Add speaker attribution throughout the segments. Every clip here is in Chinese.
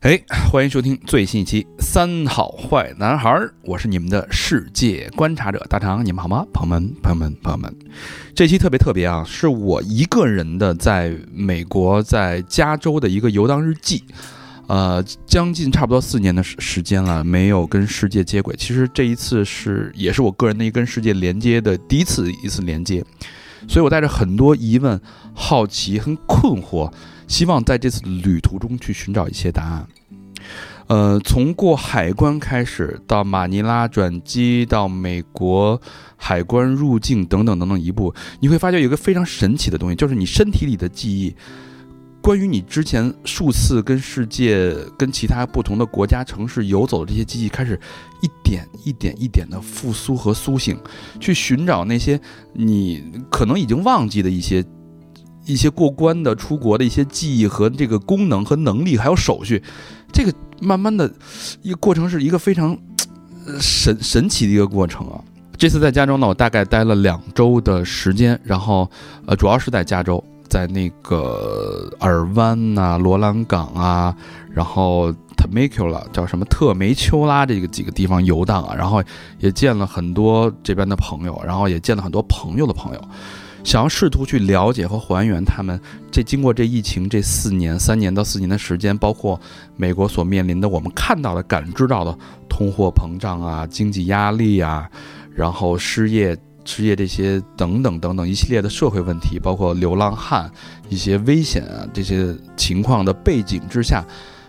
Speaker 1: 哎，欢迎收听最新一期《三好坏男孩》，儿》，我是你们的世界观察者大长，你们好吗？朋友们，朋友们，朋友们，这期特别特别啊，是我一个人的在美国在加州的一个游荡日记。呃，将近差不多四年的时时间了，没有跟世界接轨。其实这一次是也是我个人的一个跟世界连接的第一次一次连接，所以我带着很多疑问、好奇、很困惑，希望在这次旅途中去寻找一些答案。呃，从过海关开始，到马尼拉转机，到美国海关入境等等等等一步，你会发觉有一个非常神奇的东西，就是你身体里的记忆，关于你之前数次跟世界、跟其他不同的国家、城市游走的这些记忆，开始一点一点一点的复苏和苏醒，去寻找那些你可能已经忘记的一些。一些过关的、出国的一些记忆和这个功能和能力，还有手续，这个慢慢的，一个过程是一个非常呃神神奇的一个过程啊。这次在加州呢，我大概待了两周的时间，然后呃，主要是在加州，在那个尔湾呐、罗兰港啊，然后 Temecula 叫什么特梅丘拉这个几个地方游荡啊，然后也见了很多这边的朋友，然后也见了很多朋友的朋友。想要试图去了解和还原他们这经过这疫情这四年三年到四年的时间，包括美国所面临的我们看到的、感知到的通货膨胀啊、经济压力啊，然后失业、失业这些等等等等一系列的社会问题，包括流浪汉一些危险啊这些情况的背景之下，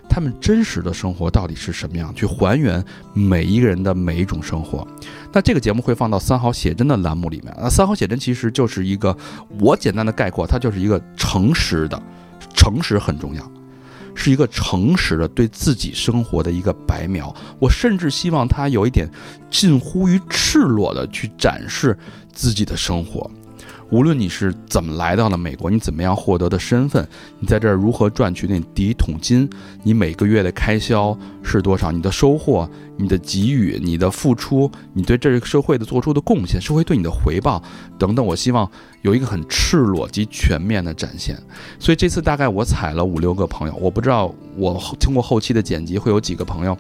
Speaker 1: 他们真实的生活到底是什么样？去还原每一个人的每一种生活。那这个节目会放到三好写真的栏目里面。那三好写真其实就是一个我简单的概括，它就是一个诚实的，诚实很重要，是一个诚实的对自己生活的一个白描。我甚至希望它有一点近乎于赤裸的去展示自己的生活。无论你是怎么来到了美国，你怎么样获得的身份，你在这儿如何赚取那第一桶金，你每个月的开销是多少，你的收获、你的给予、你的付出，你对这个社会的做出的贡献，社会对你的回报等等，我希望有一个很赤裸及全面的展现。所以这次大概我采了五六个朋友，我不知道我后通过后期的剪辑会有几个朋友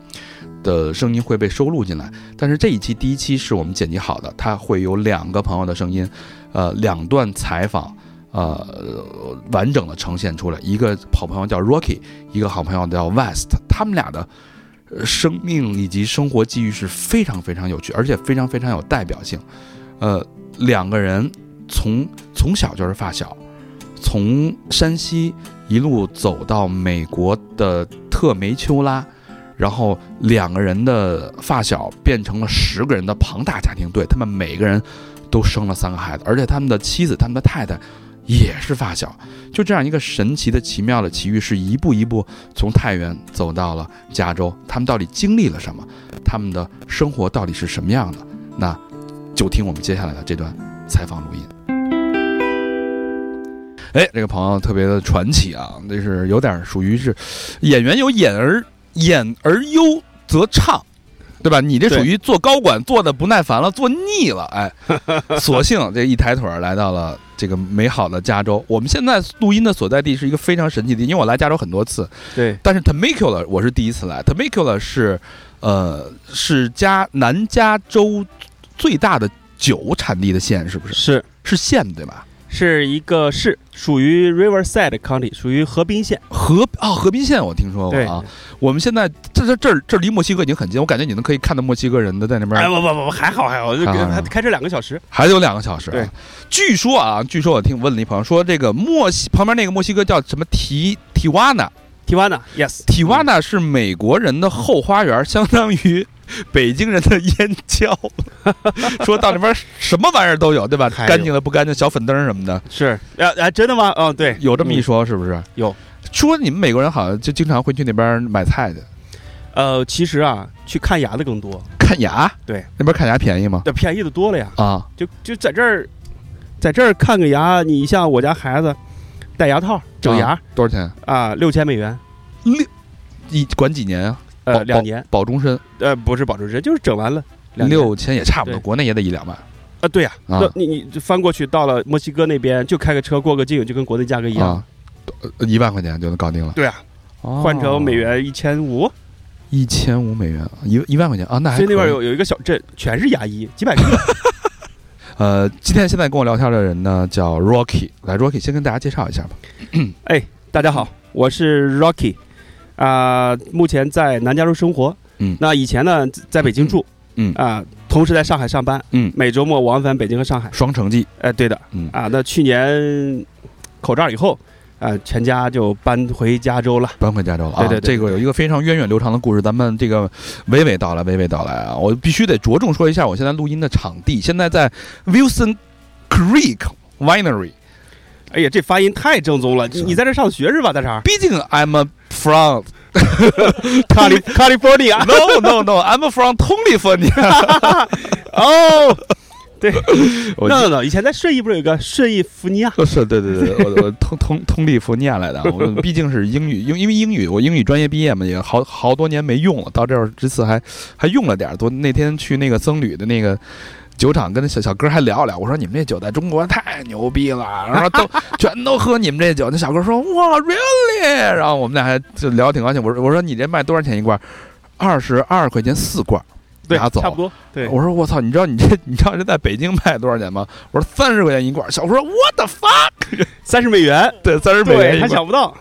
Speaker 1: 的声音会被收录进来，但是这一期第一期是我们剪辑好的，它会有两个朋友的声音，呃，两段采访。呃，完整的呈现出来。一个好朋友叫 Rocky，一个好朋友叫 West，他们俩的呃生命以及生活际遇是非常非常有趣，而且非常非常有代表性。呃，两个人从从小就是发小，从山西一路走到美国的特梅丘拉，然后两个人的发小变成了十个人的庞大家庭队，他们每个人都生了三个孩子，而且他们的妻子、他们的太太也是发小。就这样一个神奇的、奇妙的奇遇，是一步一步从太原走到了加州。他们到底经历了什么？他们的生活到底是什么样的？那就听我们接下来的这段采访录音。哎，这个朋友特别的传奇啊，这是有点属于是演员有演而演而优则唱，对吧？你这
Speaker 2: 对
Speaker 1: 属于做高管做的不耐烦了，做腻了， 哎，索性这一抬腿儿来到了这个美好的加州。我们现在录音的所在地是一个非常神奇的地，因为我来加州很多次，
Speaker 2: 对，
Speaker 1: 但是 Temecula 我是第一次来，Temecula 是呃是加南加州最大的酒产地的县，是不是？
Speaker 2: 是
Speaker 1: 是县对吧？
Speaker 2: 是一个市，属于 Riverside County，属于河滨县。
Speaker 1: 河啊、河滨县我听说过
Speaker 2: 对
Speaker 1: 啊。我们现在这这这儿这儿离墨西哥已经很近，我感觉你能可以看到墨西哥人的在那边，
Speaker 2: 哎，不不不，还好还好，就
Speaker 1: 还好
Speaker 2: 跟
Speaker 1: 还好
Speaker 2: 还开车两个小时。
Speaker 1: 还有两个小时、啊
Speaker 2: 对，
Speaker 1: 据说啊，据说我听问了一朋友说，这个墨西旁边那个墨西哥叫什么提提瓦纳，
Speaker 2: Tijuana，yes，
Speaker 1: 提瓦
Speaker 2: 嗯
Speaker 1: 纳是美国人的后花园，相当于北京人的燕郊。 说到那边什么玩意儿都有，对吧？
Speaker 2: 还有
Speaker 1: 干净的不干净，小粉灯什么的，
Speaker 2: 是，啊啊，真的吗？嗯，对，
Speaker 1: 有这么一
Speaker 2: 嗯。
Speaker 1: 说，是不是？
Speaker 2: 有。
Speaker 1: 说你们美国人好像就经常会去那边买菜去，
Speaker 2: 呃，其实啊，去看牙的更多，呃
Speaker 1: 看牙。
Speaker 2: 对，
Speaker 1: 那边看牙便宜吗？
Speaker 2: 对，便宜的多了呀。
Speaker 1: 啊，
Speaker 2: 就就在这儿，在这儿看个牙，你像我家孩子戴牙套整牙
Speaker 1: 多少钱？
Speaker 2: 啊，六千美元，
Speaker 1: 六一管几年啊？保
Speaker 2: 呃，两年，
Speaker 1: 保终身，
Speaker 2: 呃，不是保值值，就是整完了两年
Speaker 1: 六千也差不多，
Speaker 2: 对
Speaker 1: 国内也得一两万
Speaker 2: 啊，对呀，
Speaker 1: 啊
Speaker 2: 那你你翻过去到了墨西哥那边，就开个车过个境，就跟国内价格一样，
Speaker 1: 啊，呃一万块钱就能搞定了。
Speaker 2: 对啊，
Speaker 1: 哦
Speaker 2: 换成美元一千五，
Speaker 1: 一千五美元，一一万块钱啊，那还
Speaker 2: 所以那
Speaker 1: 可
Speaker 2: 边
Speaker 1: 以
Speaker 2: 有有一个小镇，全是牙医，几百个，
Speaker 1: 呃，今天现在跟我聊天的人呢叫 Rocky，来 Rocky 先跟大家介绍一下吧。
Speaker 2: 大家好，我是 Rocky，啊、目前在南加州生活。
Speaker 1: 嗯
Speaker 2: 那以前呢，在北京住。
Speaker 1: 嗯
Speaker 2: 啊、同时在上海上班。
Speaker 1: 嗯
Speaker 2: 每周末往返北京和上海。
Speaker 1: 双城记，
Speaker 2: 哎、对的。
Speaker 1: 嗯
Speaker 2: 啊，那去年口罩以后，啊、全家就搬回加州了。
Speaker 1: 搬回加州了啊。
Speaker 2: 对对对
Speaker 1: 这个有一个非常源远流长的故事，咱们这个娓娓道来，娓娓道来啊。我必须得着重说一下，我现在录音的场地，现在在 Wilson Creek Winery。
Speaker 2: 哎呀，这发音太正宗了！你
Speaker 1: 是
Speaker 2: 你在这上学是吧，大肠
Speaker 1: 毕竟 I'm a from
Speaker 2: ？Cali California。
Speaker 1: no no no I'm a from California。
Speaker 2: 哦，
Speaker 1: Oh. 我
Speaker 2: no no no，以前在顺义不是有个顺义福尼亚？
Speaker 1: 是对对 对，我我通通通利福尼亚来的啊，我毕竟是英语，因因为英语我英语专业毕业嘛，也好好多年没用了，到这儿这次还还用了点儿。多那天去那个僧侣的那个。酒厂跟小小哥还聊了聊，我说你们这酒在中国太牛逼了，然后 都全都喝你们这酒。那小哥说哇，really？然后我们俩还就聊得挺高兴。我说我说你这卖多少钱一罐？二十二块钱四罐。
Speaker 2: 对，
Speaker 1: 拿走
Speaker 2: 差不多。对，
Speaker 1: 我说我操，你知道你这你知道这在北京卖多少钱吗？我说三十块钱一罐。小哥说 what the fuck？
Speaker 2: 三十美元。
Speaker 1: 对，三十美元
Speaker 2: 对
Speaker 1: 一
Speaker 2: 他
Speaker 1: 罐。
Speaker 2: 想不到，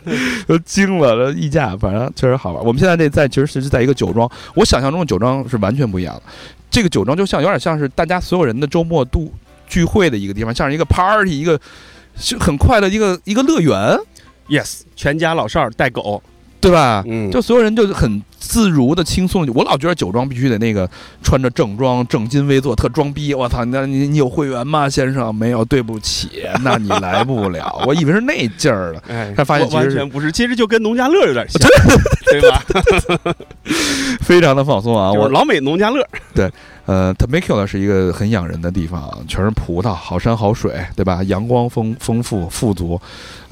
Speaker 1: 都惊了，这溢价反正确实好玩。我们现在这在其实是在一个酒庄，我想象中的酒庄是完全不一样的。这个酒庄就像有点像是大家所有人的周末度聚会的一个地方，像是一个 party，一个是很快乐的一个一个乐园，
Speaker 2: yes，全家老少儿带狗，
Speaker 1: 对吧？
Speaker 2: 嗯，
Speaker 1: 就所有人就很自如的、轻松的。我老觉得酒庄必须得那个穿着正装、正襟危坐，特装逼。我操，那你你有会员吗，先生？没有，对不起，那你来不了。我以为是那劲儿呢。
Speaker 2: 哎，
Speaker 1: 他发现
Speaker 2: 我
Speaker 1: 其实
Speaker 2: 完
Speaker 1: 是
Speaker 2: 全不是，其实就跟农家乐有点 像， 对吧？
Speaker 1: 非常的放松啊！
Speaker 2: 就
Speaker 1: 我
Speaker 2: 是老美农家乐，
Speaker 1: 呃 t a m a k u l a 是一个很养人的地方，全是葡萄，好山好水，对吧？阳光丰丰富富足，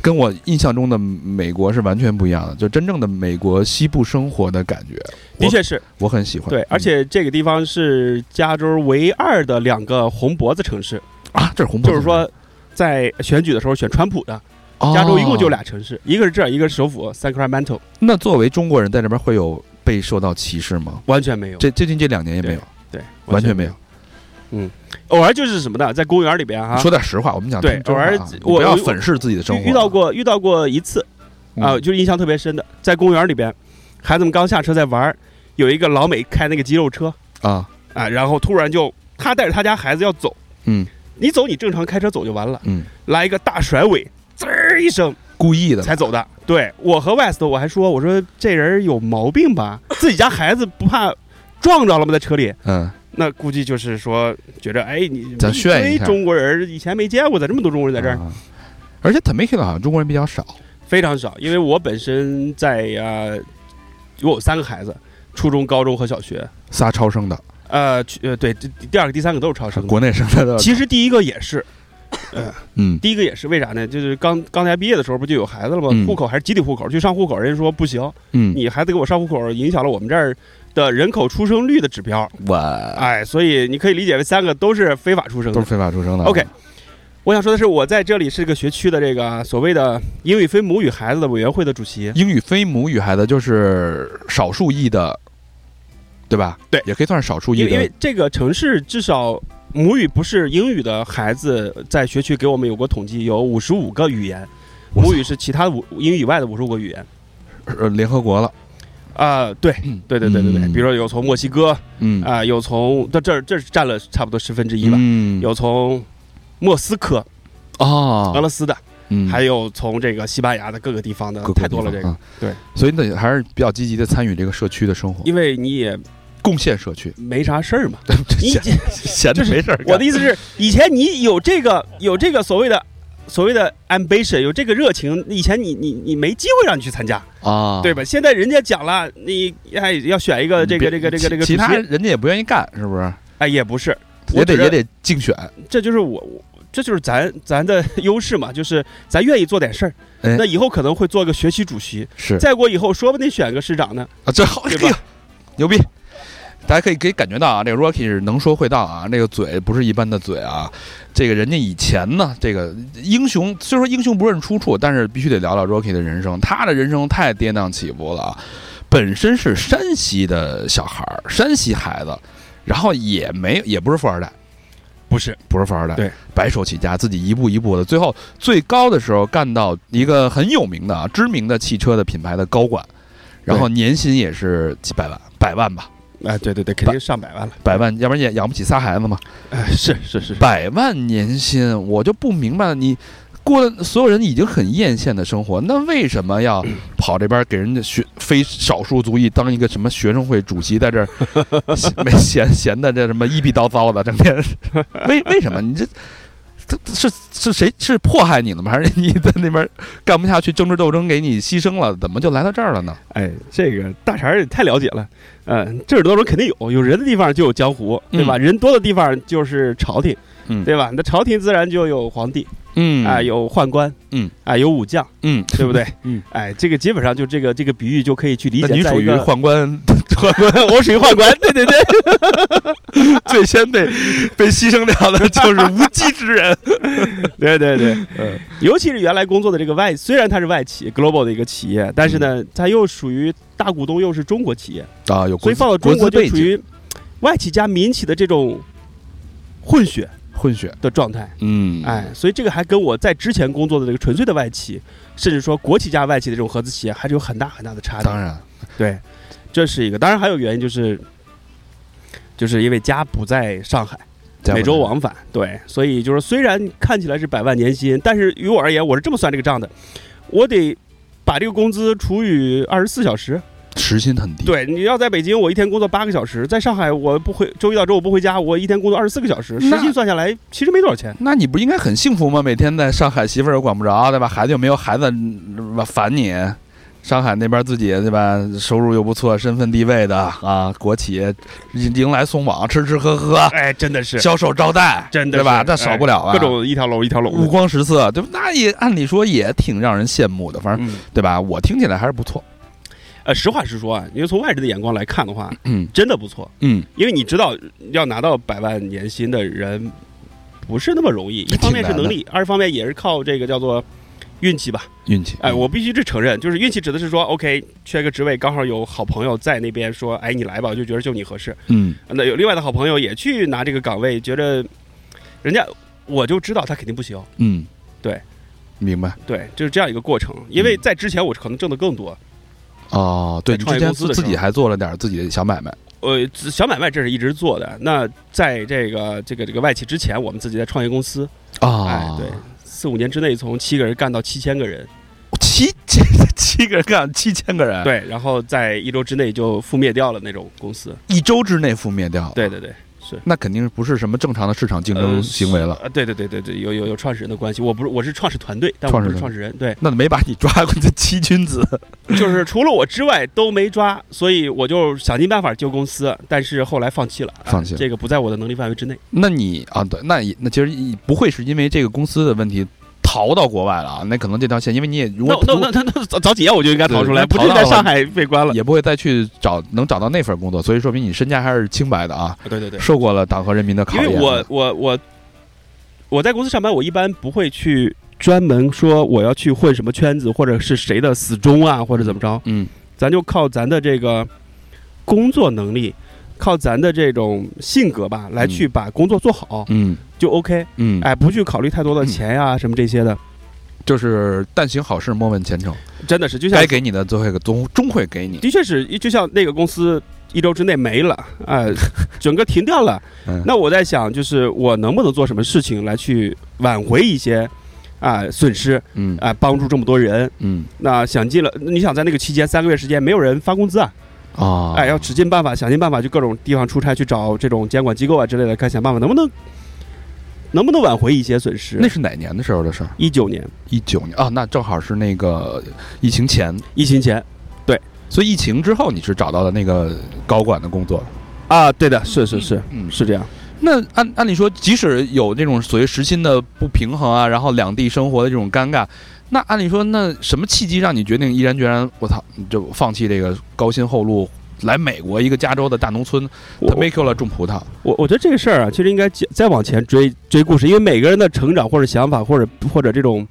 Speaker 1: 跟我印象中的美国是完全不一样的，就真正的美国西部生活的感觉，
Speaker 2: 的确是
Speaker 1: 我嗯很喜欢。
Speaker 2: 对，而且这个地方是加州唯二的两个红脖子城市，
Speaker 1: 啊，这是红脖
Speaker 2: 就
Speaker 1: 子
Speaker 2: 是说。在选举的时候选川普的，加州一共就。
Speaker 1: 哦
Speaker 2: 俩城市，一个是这儿，一个是首府 Sacramento，
Speaker 1: 那作为中国人在这边会有被受到歧视吗？
Speaker 2: 完全没有，
Speaker 1: 这最近这两年也没有，
Speaker 2: 对，
Speaker 1: 完全没
Speaker 2: 没
Speaker 1: 有。。
Speaker 2: 偶尔就是什么呢，在公园里边哈，
Speaker 1: 说点实话，我们讲
Speaker 2: 对
Speaker 1: 听真话啊
Speaker 2: 偶尔
Speaker 1: 你
Speaker 2: 我
Speaker 1: 不要
Speaker 2: 我
Speaker 1: 粉饰自己的生活。
Speaker 2: 遇遇到过遇到过一次啊、
Speaker 1: 嗯
Speaker 2: 就是印象特别深的，在公园里边，孩子们刚下车在玩儿，有一个老美开那个肌肉车，
Speaker 1: 啊，
Speaker 2: 啊，然后突然就他带着他家孩子要走，
Speaker 1: 嗯
Speaker 2: 你走你正常开车走就完了，
Speaker 1: 嗯，
Speaker 2: 来一个大甩尾，滋儿一声
Speaker 1: 故意的吧
Speaker 2: 才走的。对我和 West 我还说，我说这人有毛病吧，自己家孩子不怕撞着了吗？在车里。
Speaker 1: 嗯，
Speaker 2: 那估计就是说，觉着哎，你
Speaker 1: 咱炫一
Speaker 2: 一
Speaker 1: 下
Speaker 2: 堆中国人以前没见过的，这么多中国人在这儿、
Speaker 1: 啊。而且 t a m a k u l a 好像中国人比较少。
Speaker 2: 非常少，因为我本身在呃，我有三个孩子，初中、高中和小学，
Speaker 1: 仨超生的，
Speaker 2: 呃，去呃对，这第二个、第三个都是超生的。
Speaker 1: 国内生的，
Speaker 2: 其实第一个也是，
Speaker 1: 嗯，
Speaker 2: 第一个也是为啥呢？就是刚刚才毕业的时候不就有孩子了吗？
Speaker 1: 嗯
Speaker 2: 户口还是集体户口，去上户口，人家说不行，
Speaker 1: 嗯，
Speaker 2: 你孩子给我上户口，影响了我们这儿的人口出生率的指标。
Speaker 1: 我
Speaker 2: 哎，所以你可以理解为三个都是非法出生
Speaker 1: 嗯都
Speaker 2: 的
Speaker 1: 是。嗯非法出生的。
Speaker 2: OK 我想说的是，我在这里是个学区的这个所谓的英语非母语孩子的委员会的主席。
Speaker 1: 英语非母语孩子就是少数裔的，对吧？
Speaker 2: 对
Speaker 1: 也可以算是少数
Speaker 2: 因
Speaker 1: 裔
Speaker 2: 为因为
Speaker 1: 的。
Speaker 2: 这个城市至少母语不是英语的孩子，在学区给我们有过统计，有五十五个语言，
Speaker 1: 我操
Speaker 2: 母语是其他五英语以外的五十五个语言。
Speaker 1: 呃，联合国了，
Speaker 2: 啊、对，对对对对对，
Speaker 1: 嗯
Speaker 2: 比如说有从墨西哥，
Speaker 1: 嗯，
Speaker 2: 啊、有从这这这是占了差不多十分之一吧，
Speaker 1: 嗯，
Speaker 2: 有从莫斯科、俄
Speaker 1: 哦，
Speaker 2: 罗斯的，
Speaker 1: 嗯
Speaker 2: 还有从这个西班牙的各个地方的，
Speaker 1: 各个
Speaker 2: 太多了
Speaker 1: 地
Speaker 2: 这
Speaker 1: 方啊
Speaker 2: 个，对，
Speaker 1: 所以你得还是比较积极的参与这个社区的生活，
Speaker 2: 因为你也
Speaker 1: 贡献社区。
Speaker 2: 没啥事 儿嘛。 你
Speaker 1: 闲闲着没事儿干
Speaker 2: 我的意思 是，以前你有这个有这个所谓的。所谓的 ambition 有这个热情，以前你你你没机会让你去参加，
Speaker 1: 啊，
Speaker 2: 对吧？现在人家讲了，你哎要选一个这个这个这个这个
Speaker 1: 嗯其其
Speaker 2: 主
Speaker 1: 他
Speaker 2: 题
Speaker 1: 人家也不愿意干，是不是？
Speaker 2: 哎也不是，
Speaker 1: 也
Speaker 2: 我
Speaker 1: 得
Speaker 2: 觉
Speaker 1: 也得竞选，
Speaker 2: 这就是我我这就是咱咱的 优势嘛，就是咱愿意做点事儿。
Speaker 1: 哎
Speaker 2: 那以后可能会做个学习主席，
Speaker 1: 是
Speaker 2: 再过以后说不定选个市长呢。
Speaker 1: 啊，这好，
Speaker 2: 对
Speaker 1: 哎
Speaker 2: 吧
Speaker 1: 呦牛逼！大家可以可以感觉到啊，这个 Rocky 是能说会道啊，这个嘴不是一般的嘴啊。这个人家以前呢，这个英雄虽说英雄不认出处，但是必须得聊聊 Rocky 的人生，他的人生太跌宕起伏了啊。本身是山西的小孩儿，山西孩子，然后也没也不是富二代，
Speaker 2: 不是，
Speaker 1: 不是富二代，
Speaker 2: 对，
Speaker 1: 白手起家，自己一步一步的，最后最高的时候干到一个很有名的啊，知名的汽车的品牌的高管，然后年薪也是几百万，百万吧，
Speaker 2: 哎，对对对，肯定上百万了，
Speaker 1: 百万，要不然也养不起仨孩子嘛，
Speaker 2: 哎，是是是，
Speaker 1: 百万年薪，我就不明白了，你过了所有人已经很艳羡的生活，那为什么 要跑这边给人家学非少数族裔当一个什么学生会主席，在这 儿没闲闲的这什么一逼叨叨的，整 天为为什么你这？这这是是谁是迫害你了吗？还是你在那边干不下去，政治斗争给你牺牲了，怎么就来到这儿了呢？
Speaker 2: 哎，这个大肠儿也太了解了，嗯、这儿多种肯定有，有人的地方就有江湖，对吧？人多的地方就是朝廷，
Speaker 1: 嗯
Speaker 2: 对吧？那朝廷自然就有皇帝
Speaker 1: 嗯
Speaker 2: 啊、有宦官，
Speaker 1: 嗯，
Speaker 2: 啊、有武将，
Speaker 1: 嗯，
Speaker 2: 对不对？
Speaker 1: 嗯，
Speaker 2: 哎，这个基本上就这个这个比喻就可以去理
Speaker 1: 那
Speaker 2: 解。
Speaker 1: 你属于
Speaker 2: 宦，
Speaker 1: 宦官， 宦官
Speaker 2: 我属于宦官，对对对，
Speaker 1: 最先被被牺牲掉的就是无稽之人。
Speaker 2: 对对 对，
Speaker 1: 嗯
Speaker 2: 尤其是原来工作的这个外，虽然它是外企 global 的一个企业，但是呢，它又属于大股东又是中国企业，
Speaker 1: 啊，有嗯
Speaker 2: 所
Speaker 1: 国
Speaker 2: 以
Speaker 1: 资
Speaker 2: 放到中
Speaker 1: 国
Speaker 2: 国
Speaker 1: 资
Speaker 2: 就
Speaker 1: 背
Speaker 2: 属
Speaker 1: 景
Speaker 2: 于外企加民企的这种混血
Speaker 1: 混血，
Speaker 2: 的状态。
Speaker 1: 嗯，
Speaker 2: 哎，，所以这个还跟我在之前工作的这个纯粹的外企，甚至说国企加外企的这种合资企业，还是有很大很大的差别。
Speaker 1: 当，然，
Speaker 2: 对，这是一个。当然还有原因就是，就是因为家不在上海，每周往返，对，所以就是虽然看起来是百万年薪，但是于我而言，我是这么算这个账的，我得把这个工资除以二十四小时。
Speaker 1: 时薪很低，，
Speaker 2: 对，你要在北京，我一天工作八个小时，在上海我不回，周一到周五不回家，我一天工作二十四个小时，实
Speaker 1: 那
Speaker 2: 际算下来其实没多少钱。
Speaker 1: 那你不应该很幸福吗？每天在上海，媳妇儿又管不着，对吧？孩子又没有孩子嗯烦你。上海那边自己对吧，收入又不错，身份地位的啊，国企迎来送往，吃吃喝喝，
Speaker 2: 哎，真的是，
Speaker 1: 销售招待，
Speaker 2: 真的
Speaker 1: 对吧？
Speaker 2: 是
Speaker 1: 这少不了啊，
Speaker 2: 各种一条龙一条龙的。
Speaker 1: 五光十色，对吧？那也按理说也挺让人羡慕的，反正
Speaker 2: 嗯，
Speaker 1: 对吧？我听起来还是不错，
Speaker 2: 呃，实话实说啊，因为从外人的眼光来看的话，
Speaker 1: 嗯
Speaker 2: 真的不错。
Speaker 1: 嗯，
Speaker 2: 因为你知道，要拿到百万年薪的人不是那么容易，一
Speaker 1: 挺
Speaker 2: 方面是
Speaker 1: 难的
Speaker 2: 能力，二方面也是靠这个叫做运气吧。
Speaker 1: 运气，
Speaker 2: 哎，我必须是承认，就是运气指的是说，OK，缺个职位，刚好有好朋友在那边说，哎，你来吧，我就觉得就你合适。
Speaker 1: 嗯
Speaker 2: 那有另外的好朋友也去拿这个岗位，觉得人家我就知道他肯定不行。
Speaker 1: 嗯，
Speaker 2: 对，
Speaker 1: 明白。
Speaker 2: 对，就是这样一个过程。因为
Speaker 1: 嗯
Speaker 2: 在之前我可能挣的更多，
Speaker 1: 哦，对，
Speaker 2: 在
Speaker 1: 你
Speaker 2: 创
Speaker 1: 之
Speaker 2: 业
Speaker 1: 前
Speaker 2: 公司
Speaker 1: 自
Speaker 2: 的
Speaker 1: 自己
Speaker 2: 时候
Speaker 1: 还做了点儿自己的小买卖，
Speaker 2: 呃，自小买卖这是一直做的。那在这个这个这个外企之前，我们自己在创业公司，
Speaker 1: 啊
Speaker 2: 哎，对，四五年之内从七个人干到七千个人，
Speaker 1: 七七 七个人干七千个人，，
Speaker 2: 对，然后在一周之内就覆灭掉了那种公司。
Speaker 1: 一周之内覆灭掉，，
Speaker 2: 对对对，是。
Speaker 1: 那肯定不是什么正常的市场竞争
Speaker 2: 呃
Speaker 1: 行为了，
Speaker 2: 呃，对对对对对，有有有创始人的关系，我不是我是创始团队，但我
Speaker 1: 创
Speaker 2: 不
Speaker 1: 始
Speaker 2: 是创始人，对，
Speaker 1: 那没把你抓过去，七君子，
Speaker 2: 就是除了我之外都没抓，所以我就想尽办法救公司，但是后来放弃了，啊
Speaker 1: 放弃了
Speaker 2: 这个不在我的能力范围之内。
Speaker 1: 那你啊，对，那也那其实也不会是因为这个公司的问题逃到国外了啊，那可能这条线，因为你也如
Speaker 2: 那
Speaker 1: 果
Speaker 2: 那那那那早早几年我就应该逃出来，
Speaker 1: 对
Speaker 2: 不
Speaker 1: 那
Speaker 2: 至于
Speaker 1: 逃
Speaker 2: 在
Speaker 1: 到
Speaker 2: 上海被关了。
Speaker 1: 也不会再去找能找到那份工作，所以说明你身价还是清白的啊，
Speaker 2: 对对对，
Speaker 1: 受过了党和人民的考
Speaker 2: 因
Speaker 1: 验
Speaker 2: 为
Speaker 1: 的。
Speaker 2: 我我我我在公司上班，我一般不会去专门说我要去混什么圈子，或者是谁的死忠啊，或者怎么着，
Speaker 1: 嗯
Speaker 2: 咱就靠咱的这个工作能力，靠咱的这种性格吧，来去把工作做好、
Speaker 1: 嗯
Speaker 2: 就 OK。
Speaker 1: 嗯，
Speaker 2: 哎，不去考虑太多的钱呀、什么这些的，
Speaker 1: 就是但行好事，莫问前程。
Speaker 2: 真的是就像
Speaker 1: 该给你的最后一个终终会给你。
Speaker 2: 的确是，就像那个公司一周之内没了， 呃，整个停掉了。
Speaker 1: 嗯
Speaker 2: 那我在想，就是我能不能做什么事情来去挽回一些啊、损失
Speaker 1: 嗯
Speaker 2: 啊、帮助这么多人？
Speaker 1: 嗯
Speaker 2: 那想尽了，你想在那个期间三个月时间，没有人发工资啊，
Speaker 1: 啊，
Speaker 2: 哎，要使尽办法，想尽办法去各种地方出差，去找这种监管机构啊之类的，看想办法能不能能不能挽回一些损失
Speaker 1: 那。是哪年的时候的事儿？
Speaker 2: 一九年
Speaker 1: 一九年啊，那正好是那个疫情前，
Speaker 2: 疫情前
Speaker 1: 所以疫情之后你是找到了那个高管的工作。
Speaker 2: 啊，对的，是是是
Speaker 1: 嗯，
Speaker 2: 是这样，
Speaker 1: 那按按理说，即使有这种所谓时薪的不平衡啊，然后两地生活的这种尴尬，那按理说，那什么契机让你决定毅然决然，我操，你就放弃这个高薪厚禄，来美国一个加州的大农村
Speaker 2: 我我
Speaker 1: Temecula 种葡萄？
Speaker 2: 我我觉得这个事儿啊，其实应该接再往前追追故事，因为每个人的成长或者想法或者或者这种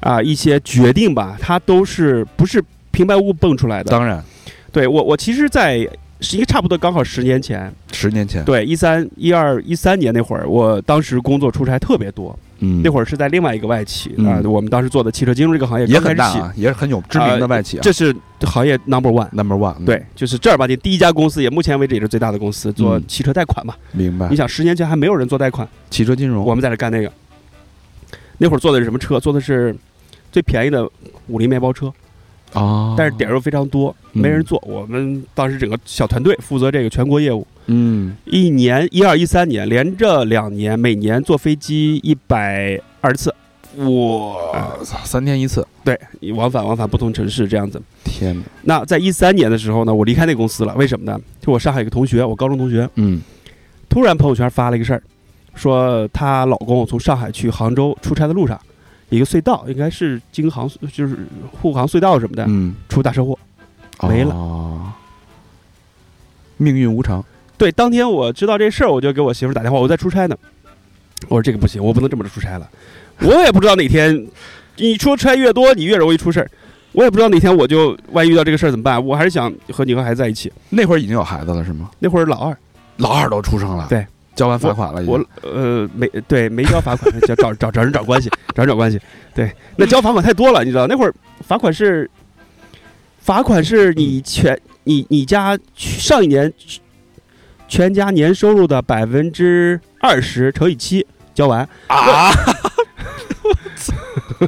Speaker 2: 啊一些决定吧，它都是不是平白无故蹦出来的。
Speaker 1: 当然，
Speaker 2: 对我我其实在，是一个差不多刚好十年前，
Speaker 1: 十年前，
Speaker 2: 对一三一二一三年那会儿，我当时工作出差特别多，
Speaker 1: 嗯，
Speaker 2: 那会儿是在另外一个外企
Speaker 1: 嗯
Speaker 2: 啊、我们当时做的汽车金融这个行业
Speaker 1: 也
Speaker 2: 刚开
Speaker 1: 很
Speaker 2: 始
Speaker 1: 大
Speaker 2: 起，
Speaker 1: 啊，也是很有知名的外企啊
Speaker 2: 这是行业 number one。
Speaker 1: ，Number One，嗯，
Speaker 2: 对，就是正儿八经第一家公司，也目前为止也是最大的公司，做
Speaker 1: 嗯哎
Speaker 2: 汽车贷款嘛。
Speaker 1: 明白
Speaker 2: 你。想，十年前还没有人做贷款，
Speaker 1: 汽车金融，
Speaker 2: 我们在这干那个。那会儿做的是什么车？做的是最便宜的五菱面包车，
Speaker 1: 哦，
Speaker 2: 但是点儿又非常多，
Speaker 1: 嗯
Speaker 2: 没人做。我们当时整个小团队负责这个全国业务，
Speaker 1: 嗯，
Speaker 2: 一年一二一三年连着两年，每年坐飞机一百二十次，
Speaker 1: 我操，三天一次，
Speaker 2: 对，往返往返不同城市这样子。
Speaker 1: 天哪，
Speaker 2: 那在一三年的时候呢，我离开那个公司了，为什么呢？就我上海有个同学，我高中同学，
Speaker 1: 嗯，
Speaker 2: 突然朋友圈发了一个事儿，说她老公从上海去杭州出差的路上，一个隧道应该是京杭，就是沪杭隧道什么的，
Speaker 1: 嗯，
Speaker 2: 出大车祸。没了
Speaker 1: 了。命运无常，
Speaker 2: 对，当天我知道这事儿，我就给我媳妇儿打电话，我在出差呢。我说这个不行，我不能这么着出差了。我也不知道哪天，你出差越多，你越容易出事儿。我也不知道哪天我就万一遇到这个事儿怎么办。我还是想和你和孩子在一起。
Speaker 1: 那会儿已经有孩子了是吗？
Speaker 2: 那会儿老二，
Speaker 1: 老二都出生了，
Speaker 2: 对，
Speaker 1: 交完罚款了已经。
Speaker 2: 我呃没对没交罚款，找找找找人找关系，找人找关系。对，那交罚款太多了，你知道那会儿罚款是罚款是你全你你家上一年全家年收入的百分之二十乘以七交完，
Speaker 1: 啊，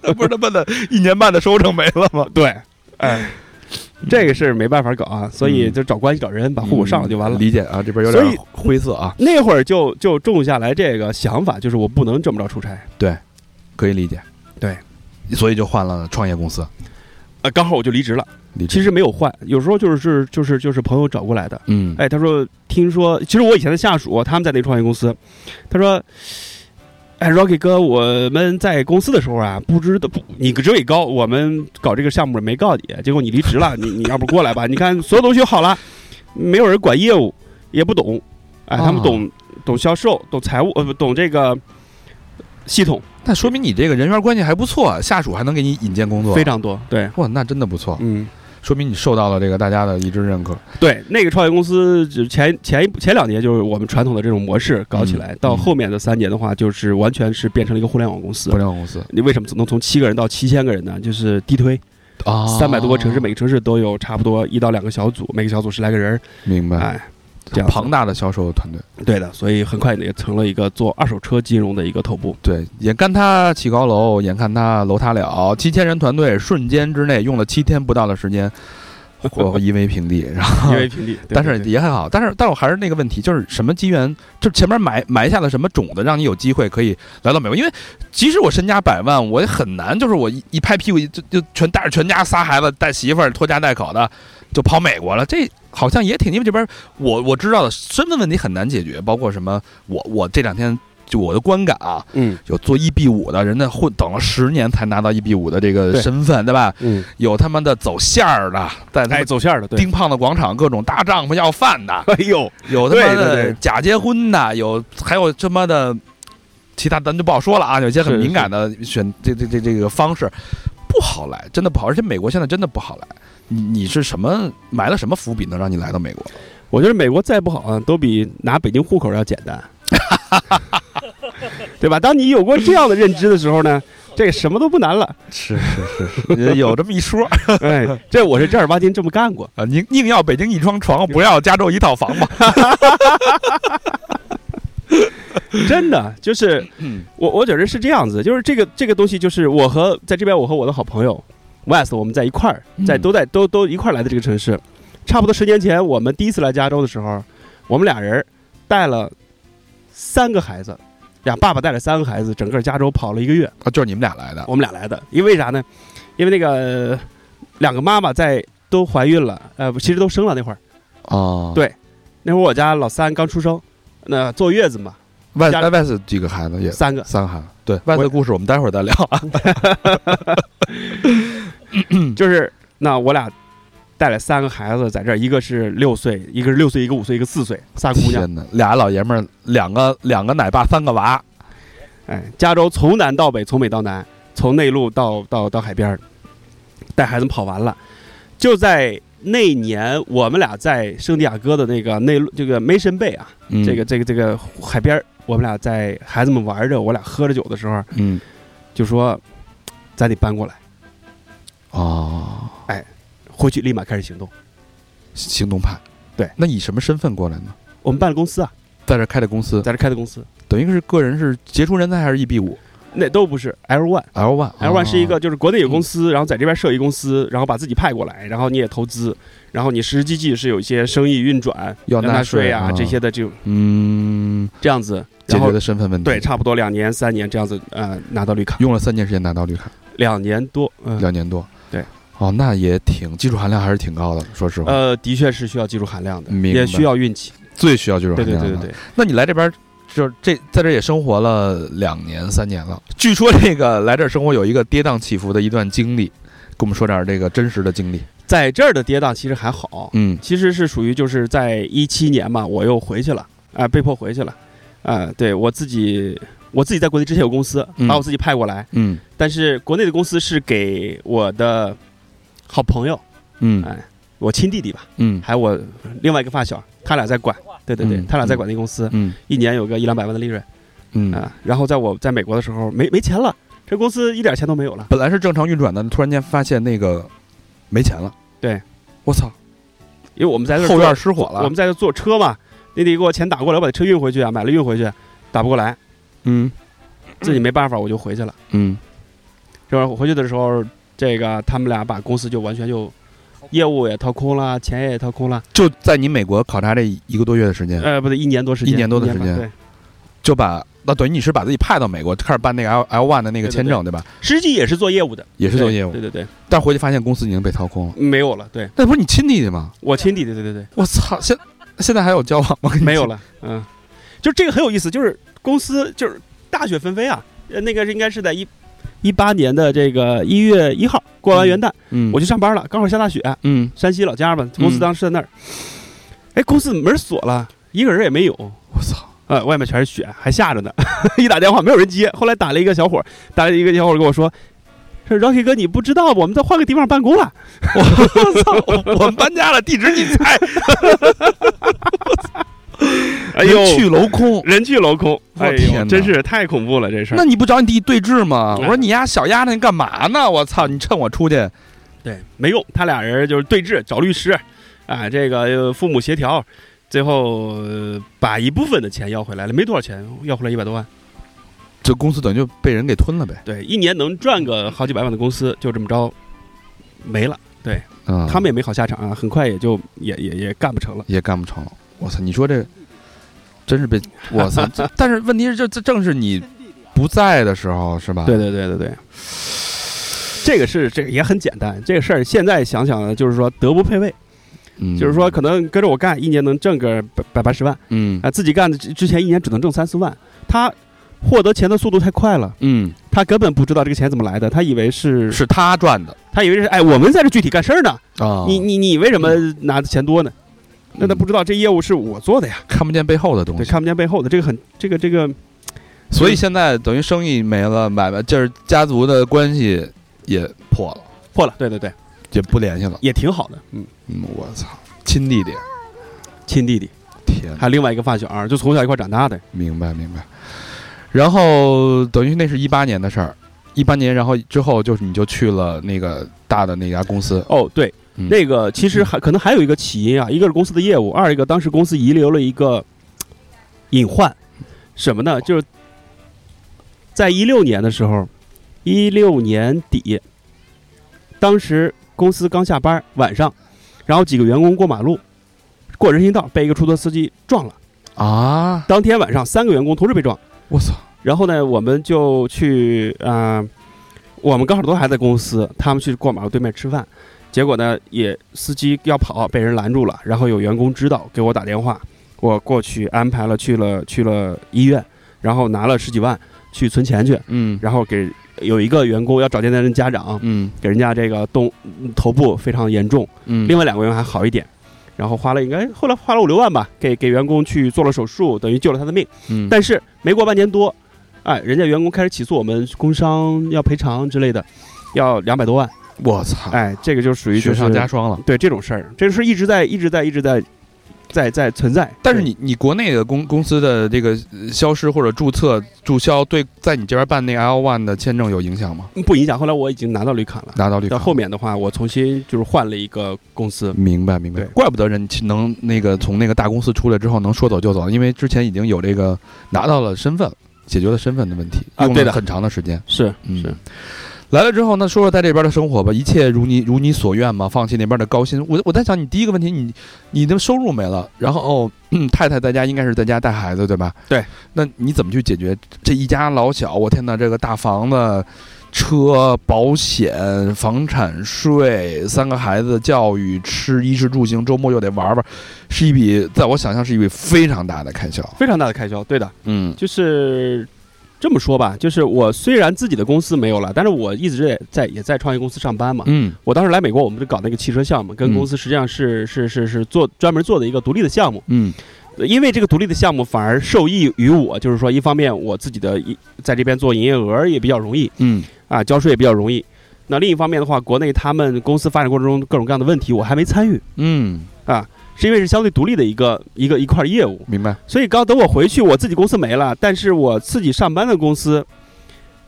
Speaker 1: 那不是他妈的一年半的收成没了吗？
Speaker 2: 哦对，哎，这个是没办法搞啊，所以就找关系找人把户口上了就完了。
Speaker 1: 理解啊，这边有
Speaker 2: 嗯所
Speaker 1: 点
Speaker 2: 以
Speaker 1: 灰色啊，
Speaker 2: 那会儿就就种下来这个想法，就是我不能这么着出差。
Speaker 1: 可以理解。
Speaker 2: 对，
Speaker 1: 所以就换了创业公司。
Speaker 2: 啊，刚好我就离职了。
Speaker 1: 离职
Speaker 2: 其实没有换，有时候就是就是就是朋友找过来的。
Speaker 1: 嗯，
Speaker 2: 哎，他说听说，其实我以前的下属啊他们在那个创业公司，他说，哎，Rocky 哥，我们在公司的时候啊，不知道不，你职位高，我们搞这个项目没告你，结果你离职了，你你要不过来吧？你 看所有东西都好了，没有人管业务，也不懂，哎，他们
Speaker 1: 啊
Speaker 2: 懂、懂销售，懂财务，呃，不懂这个系统
Speaker 1: 那说明你这个人缘关系还不错，啊下属还能给你引荐工作，
Speaker 2: 非常多，对，
Speaker 1: 哇，那真的不错，
Speaker 2: 嗯。
Speaker 1: 说明你受到了这个大家的一致认可。
Speaker 2: 对，那个创业公司只前前一前两年就是我们传统的这种模式搞起来，
Speaker 1: 嗯
Speaker 2: 到
Speaker 1: 嗯
Speaker 2: 后面的三年的话，就是完全是变成了一个互联网公司
Speaker 1: 互。联网公司
Speaker 2: 你为什么能从七个人到七千个人呢？就是地推，
Speaker 1: 啊
Speaker 2: 三百多个城市，每个城市都有差不多一到两个小组，每个小组十来个人儿，
Speaker 1: 明白，
Speaker 2: 哎，这样子
Speaker 1: 庞大的销售团队，
Speaker 2: 对的，所以很快也成了一个做二手车金融的一个头 部。
Speaker 1: 对，眼看他起高楼，眼看他楼塌了，七千人团队瞬间之内用了七天不到的时间，我夷为平地。然后，
Speaker 2: 因为平地，对
Speaker 1: 但
Speaker 2: 对
Speaker 1: 是
Speaker 2: 对
Speaker 1: 也还好，但是但是我还是那个问题，就是什么机缘，就是前面埋埋下了什么种子，让你有机会可以来到美国？因为即使我身家百万，我也很难，就是我一一拍屁股就就全带着全家仨孩子带媳妇儿拖家带口的就跑美国了，这好像也挺因为这边我我知道的身份问题很难解决，包括什么我我这两天就我的观感啊，
Speaker 2: 嗯
Speaker 1: 有做一 B 五的人家混等了十年才拿到一 B 五的这个
Speaker 2: 对
Speaker 1: 身份，对吧？
Speaker 2: 嗯，
Speaker 1: 有他妈的走线儿的，在他
Speaker 2: 哎，
Speaker 1: 们
Speaker 2: 走线儿的，对，
Speaker 1: 丁胖子广场各种搭帐篷要饭的，
Speaker 2: 哎呦，
Speaker 1: 有他妈
Speaker 2: 对对
Speaker 1: 的
Speaker 2: 对
Speaker 1: 假结婚的，有还有他妈的其他咱就不好说了啊，有一些很
Speaker 2: 是
Speaker 1: 敏感的选这这这这个方式不好来，真的不好，而且美国现在真的不好来。你你是什么埋了什么伏笔能让你来到美国？
Speaker 2: 我觉得美国再不好啊，都比拿北京户口要简单， 对吧？当你有过这样的认知的时候呢，这个什么都不难了。
Speaker 1: 是是是，有这么一说
Speaker 2: 哎，这我是正儿八经这么干过。
Speaker 1: 啊，宁宁要北京一张床，不要加州一套房吧。
Speaker 2: 真的就是
Speaker 1: 嗯
Speaker 2: 我，我觉得是这样子，就是这个这个东西，就是我和在这边我和我的好朋友 West，我们在一块儿，在
Speaker 1: 嗯
Speaker 2: 都在都都一块儿来的这个城市，差不多十年前我们第一次来加州的时候，我们俩人带了三个孩子，俩爸爸带了三个孩子，整个加州跑了一个月。
Speaker 1: 啊，就是你们俩来的，
Speaker 2: 我们俩来的，因为啥呢？因为那个呃两个妈妈在都怀孕了，呃，不其实都生了那会儿，
Speaker 1: 哦
Speaker 2: 对那会儿我家老三刚出生，那坐月子嘛，
Speaker 1: 外
Speaker 2: 家
Speaker 1: 外外次几个孩子也
Speaker 2: 三个，
Speaker 1: 三个孩子，对外次的故事我们待会儿再聊啊。
Speaker 2: 就是那我俩带了三个孩子在这儿，一个是六岁，一个是六岁，一个五岁，一个四岁，仨姑娘。
Speaker 1: 天哪，俩老爷们儿，两个两个奶爸，三个娃，
Speaker 2: 哎，加州从南到北，从北到南，从内陆到到到海边儿，带孩子们跑完了。就在那年，我们俩在圣地亚哥的那个内陆这个 Mission Bay 啊，
Speaker 1: 嗯
Speaker 2: 这个这个这个海边儿，我们俩在孩子们玩着，我俩喝着酒的时候，
Speaker 1: 嗯
Speaker 2: 就说咱得搬过来，
Speaker 1: 哦，
Speaker 2: 回去立马开始行动。
Speaker 1: 行动派。
Speaker 2: 对，
Speaker 1: 那以什么身份过来呢？
Speaker 2: 我们办了公司啊，
Speaker 1: 在这儿开的公司，
Speaker 2: 在这开的公司，
Speaker 1: 等于是个人是杰出人才还是 EB 五
Speaker 2: 那都不是 L One。
Speaker 1: L one 哦
Speaker 2: L One 是一个，就是国内有公司，然后在这边设一公司，然后把自己派过来，然后你也投资，然后你实实际际是有一些生意运转、
Speaker 1: 要
Speaker 2: 纳
Speaker 1: 纳税
Speaker 2: 啊
Speaker 1: 啊
Speaker 2: 这些的这种
Speaker 1: 嗯
Speaker 2: 这样子，
Speaker 1: 解
Speaker 2: 然
Speaker 1: 决
Speaker 2: 后
Speaker 1: 的身份问题。
Speaker 2: 对，差不多两年三年这样子，呃，拿到绿卡，
Speaker 1: 用了三年时间拿到绿卡，
Speaker 2: 两年多，嗯、
Speaker 1: 两年多。
Speaker 2: 对，
Speaker 1: 哦，那也挺技术含量还是挺高的，说实话。
Speaker 2: 呃，的确是需要技术含量的，
Speaker 1: 明白
Speaker 2: 也需要运气，
Speaker 1: 最需要技术
Speaker 2: 对
Speaker 1: 含
Speaker 2: 对
Speaker 1: 量。啊
Speaker 2: 对对。对，
Speaker 1: 那你来这边，就是这在这也生活了两年三年了。据说这个来这儿生活有一个跌宕起伏的一段经历，跟我们说点儿这个真实的经历。
Speaker 2: 在这儿的跌宕其实还好，
Speaker 1: 嗯
Speaker 2: 其实是属于就是在一七年嘛，我又回去了啊、被迫回去了，啊、对我自己，我自己在国内之前有公司，
Speaker 1: 嗯
Speaker 2: 把我自己派过来。
Speaker 1: 嗯
Speaker 2: 但是国内的公司是给我的好朋友，
Speaker 1: 嗯
Speaker 2: 哎我亲弟弟吧，
Speaker 1: 嗯
Speaker 2: 还有我另外一个发小，他俩在管，对对对，
Speaker 1: 嗯
Speaker 2: 他俩在管那公司，
Speaker 1: 嗯
Speaker 2: 一年有个一两百万的利润
Speaker 1: 嗯。
Speaker 2: 啊。然后在我在美国的时候，没没钱了，这公司一点钱都没有了，
Speaker 1: 本来是正常运转的，突然间发现那个没钱了。
Speaker 2: 对，
Speaker 1: 我操，
Speaker 2: 因为我们在这儿
Speaker 1: 后院
Speaker 2: 坐
Speaker 1: 失火了。
Speaker 2: 我们在这儿坐车嘛，你得给我钱打过来，我把车运回去啊，买了运回去，打不过来，
Speaker 1: 嗯
Speaker 2: 自己没办法，我就回去了。
Speaker 1: 嗯
Speaker 2: 就是我回去的时候，这个他们俩把公司就完全就。业务也掏
Speaker 1: 嗯
Speaker 2: 空了，钱也掏空了，
Speaker 1: 就在你美国考察这一个多月的时间，
Speaker 2: 呃，不对，一年多时间，
Speaker 1: 一年多的时
Speaker 2: 吧
Speaker 1: 间
Speaker 2: 对，
Speaker 1: 就把那等于你是把自己派到美国，开始办那个 L L one 的那个签证，对吧？
Speaker 2: 实际也是做业务的，
Speaker 1: 也是做业务
Speaker 2: 对，对对，
Speaker 1: 但回去发现公司已经被掏空了。
Speaker 2: 对没有了，对
Speaker 1: 那不是你亲弟弟吗？
Speaker 2: 我亲弟弟，对对对，
Speaker 1: 我操，现现在还有交往吗？
Speaker 2: 没有了，嗯，就这个很有意思，就是公司就是大雪纷飞啊，呃，那个是应该是在一一八年的这个一月一号过完元旦，
Speaker 1: 嗯，
Speaker 2: 我去上班了，刚好下大雪，
Speaker 1: 嗯，
Speaker 2: 山西老家吧，公司当时在那儿，哎，公司门锁了，一个人也没有。
Speaker 1: 我操，
Speaker 2: 呃，外面全是雪，还下着呢。 一打电话没有人接，后来打了一个小伙儿，打了一个小伙儿跟我说：“说 Rocky 哥，你不知道，我们再换个地方办公了。
Speaker 1: 我 操，我们搬家了，地址你猜？”
Speaker 2: 哎呦，嗯
Speaker 1: 人去楼空。
Speaker 2: 人去楼空，
Speaker 1: 我
Speaker 2: 哎
Speaker 1: 天哪
Speaker 2: 呦，真是太恐怖了这事
Speaker 1: 那
Speaker 2: 儿。
Speaker 1: 你不找你弟弟对峙吗？
Speaker 2: 嗯
Speaker 1: 我说你丫小丫头，你干嘛呢？我操，你趁我出去，
Speaker 2: 对，没用，他俩人就是对峙，找律师，啊，这个呃父母协调，最后呃把一部分的钱要回来了，没多少钱，要回来一百多万。
Speaker 1: 这公司等于就被人给吞了呗。
Speaker 2: 对，一年能赚个好几百万的公司，就这么着没了。
Speaker 1: 嗯，
Speaker 2: 他们也没好下场啊，很快也就也也也干不成了。
Speaker 1: 也干不成了。我操，你说这真是 被我操！这但是问题是，这这正是你不在的时候，是吧？
Speaker 2: 对，对对对对，这个是这个也很简单，这个事儿现在想想呢，就是说德不配位，
Speaker 1: 嗯、
Speaker 2: 就是说，可能跟着我干一年能挣个百百八十万。
Speaker 1: 嗯
Speaker 2: 啊，自己干的之之前一年只能挣三四万，他获得钱的速度太快了，
Speaker 1: 嗯，
Speaker 2: 他根本不知道这个钱怎么来的，他以为是，
Speaker 1: 是他赚的
Speaker 2: 他以为是，哎，我们在这具体干事儿呢，
Speaker 1: 啊嗯
Speaker 2: 你你你为什么拿的钱多呢？那他不知道这业务是我做的呀，
Speaker 1: 看不见背后的东
Speaker 2: 对，
Speaker 1: 西，
Speaker 2: 看不见背后的这个很这个这个，
Speaker 1: 所以现在等于生意没了，买卖就是家族的关系也破了，
Speaker 2: 破了，对对对，
Speaker 1: 也不联系了。
Speaker 2: 也挺好的，嗯，
Speaker 1: 嗯，我操，亲弟弟，
Speaker 2: 亲弟弟，
Speaker 1: 天哪，
Speaker 2: 还有另外一个发小儿，就从小一块儿长大的，
Speaker 1: 明白明白。然后等于那是一八年的事儿，一八年，然后之后就是你就去了那个大的那家公司，
Speaker 2: 哦，对，
Speaker 1: 嗯
Speaker 2: 那个其实还可能还有一个起因啊，一个是公司的业务，二一个当时公司遗留了一个隐患，什么呢？就是在一六年的时候，一六年底，当时公司刚下班晚上，然后几个员工过马路，过人行道被一个出租车司机撞了，
Speaker 1: 啊，
Speaker 2: 当天晚上三个员工同时被撞。
Speaker 1: 我操，
Speaker 2: 然后呢，我们就去，啊，我们刚好都还在公司，他们去过马路对面吃饭，结果呢，也司机要跑，被人拦住了，然后有员工知道，给我打电话，我过去安排了去了去了医院，然后拿了十几万去存钱去，
Speaker 1: 嗯
Speaker 2: 然后给有一个员工要找见他的家长，
Speaker 1: 嗯
Speaker 2: 给人家这个动头部非常严重，
Speaker 1: 嗯，
Speaker 2: 另外两个员工还好一点，然后花了应该后来花了五六万吧，给给员工去做了手术，等于救了他的命。
Speaker 1: 嗯
Speaker 2: 但是没过半年多，哎，人家员工开始起诉我们工伤要赔偿之类的，要两百多万。
Speaker 1: 我操，
Speaker 2: 哎，这个就属于就
Speaker 1: 啊雪上
Speaker 2: 是
Speaker 1: 加霜了。
Speaker 2: 对这种事儿，这个事儿一直在一直在一直在在在存在。
Speaker 1: 但是你你国内的公公司的这个呃消失或者注册注销，对在你这边办那 L one 的签证有影响吗？
Speaker 2: 对不影响。后来我已经拿到绿卡了，
Speaker 1: 拿到绿卡
Speaker 2: 到后面的话，我重新就是换了一个公司。
Speaker 1: 明白明白，
Speaker 2: 对
Speaker 1: 怪不得人其能那个从那个大公司出来之后能说走就走，因为之前已经有这个拿到了身份，解决了身份的问题，
Speaker 2: 啊
Speaker 1: 用
Speaker 2: 对
Speaker 1: 了
Speaker 2: 的
Speaker 1: 很长的时间。
Speaker 2: 是
Speaker 1: 嗯
Speaker 2: 是，
Speaker 1: 来了之后呢，说说在这边的生活吧，一切如你如你所愿吗？放弃那边的高薪，我我在想你第一个问题，你你的收入没了，然后哦、 嗯太太在家应该是在家带孩子对吧？
Speaker 2: 对，
Speaker 1: 那你怎么去解决这一家老小？我天哪，这个大房子、车、保险、房产税，三个孩子的教育、吃衣食住行，周末又得玩玩，是一笔在我想象是一笔非常大的开销。
Speaker 2: 非常大的开销。对的，
Speaker 1: 嗯
Speaker 2: 就是这么说吧，就是我虽然自己的公司没有了，但是我一直也在也在创业公司上班嘛。
Speaker 1: 嗯
Speaker 2: 我当时来美国，我们就搞那个汽车项目，跟
Speaker 1: 嗯
Speaker 2: 公司实际上是、是是是做专门做的一个独立的项目。
Speaker 1: 嗯
Speaker 2: 呃因为这个独立的项目反而受益于我，就是说，一方面我自己的一在这边做营业额也比较容易
Speaker 1: 嗯
Speaker 2: 啊，交税也比较容易。那另一方面的话，国内他们公司发展过程中各种各样的问题，我还没参与，
Speaker 1: 嗯，
Speaker 2: 是因为是相对独立的一个一个一块业务。
Speaker 1: 明白。
Speaker 2: 所以刚等我回去，我自己公司没了，但是我自己上班的公司，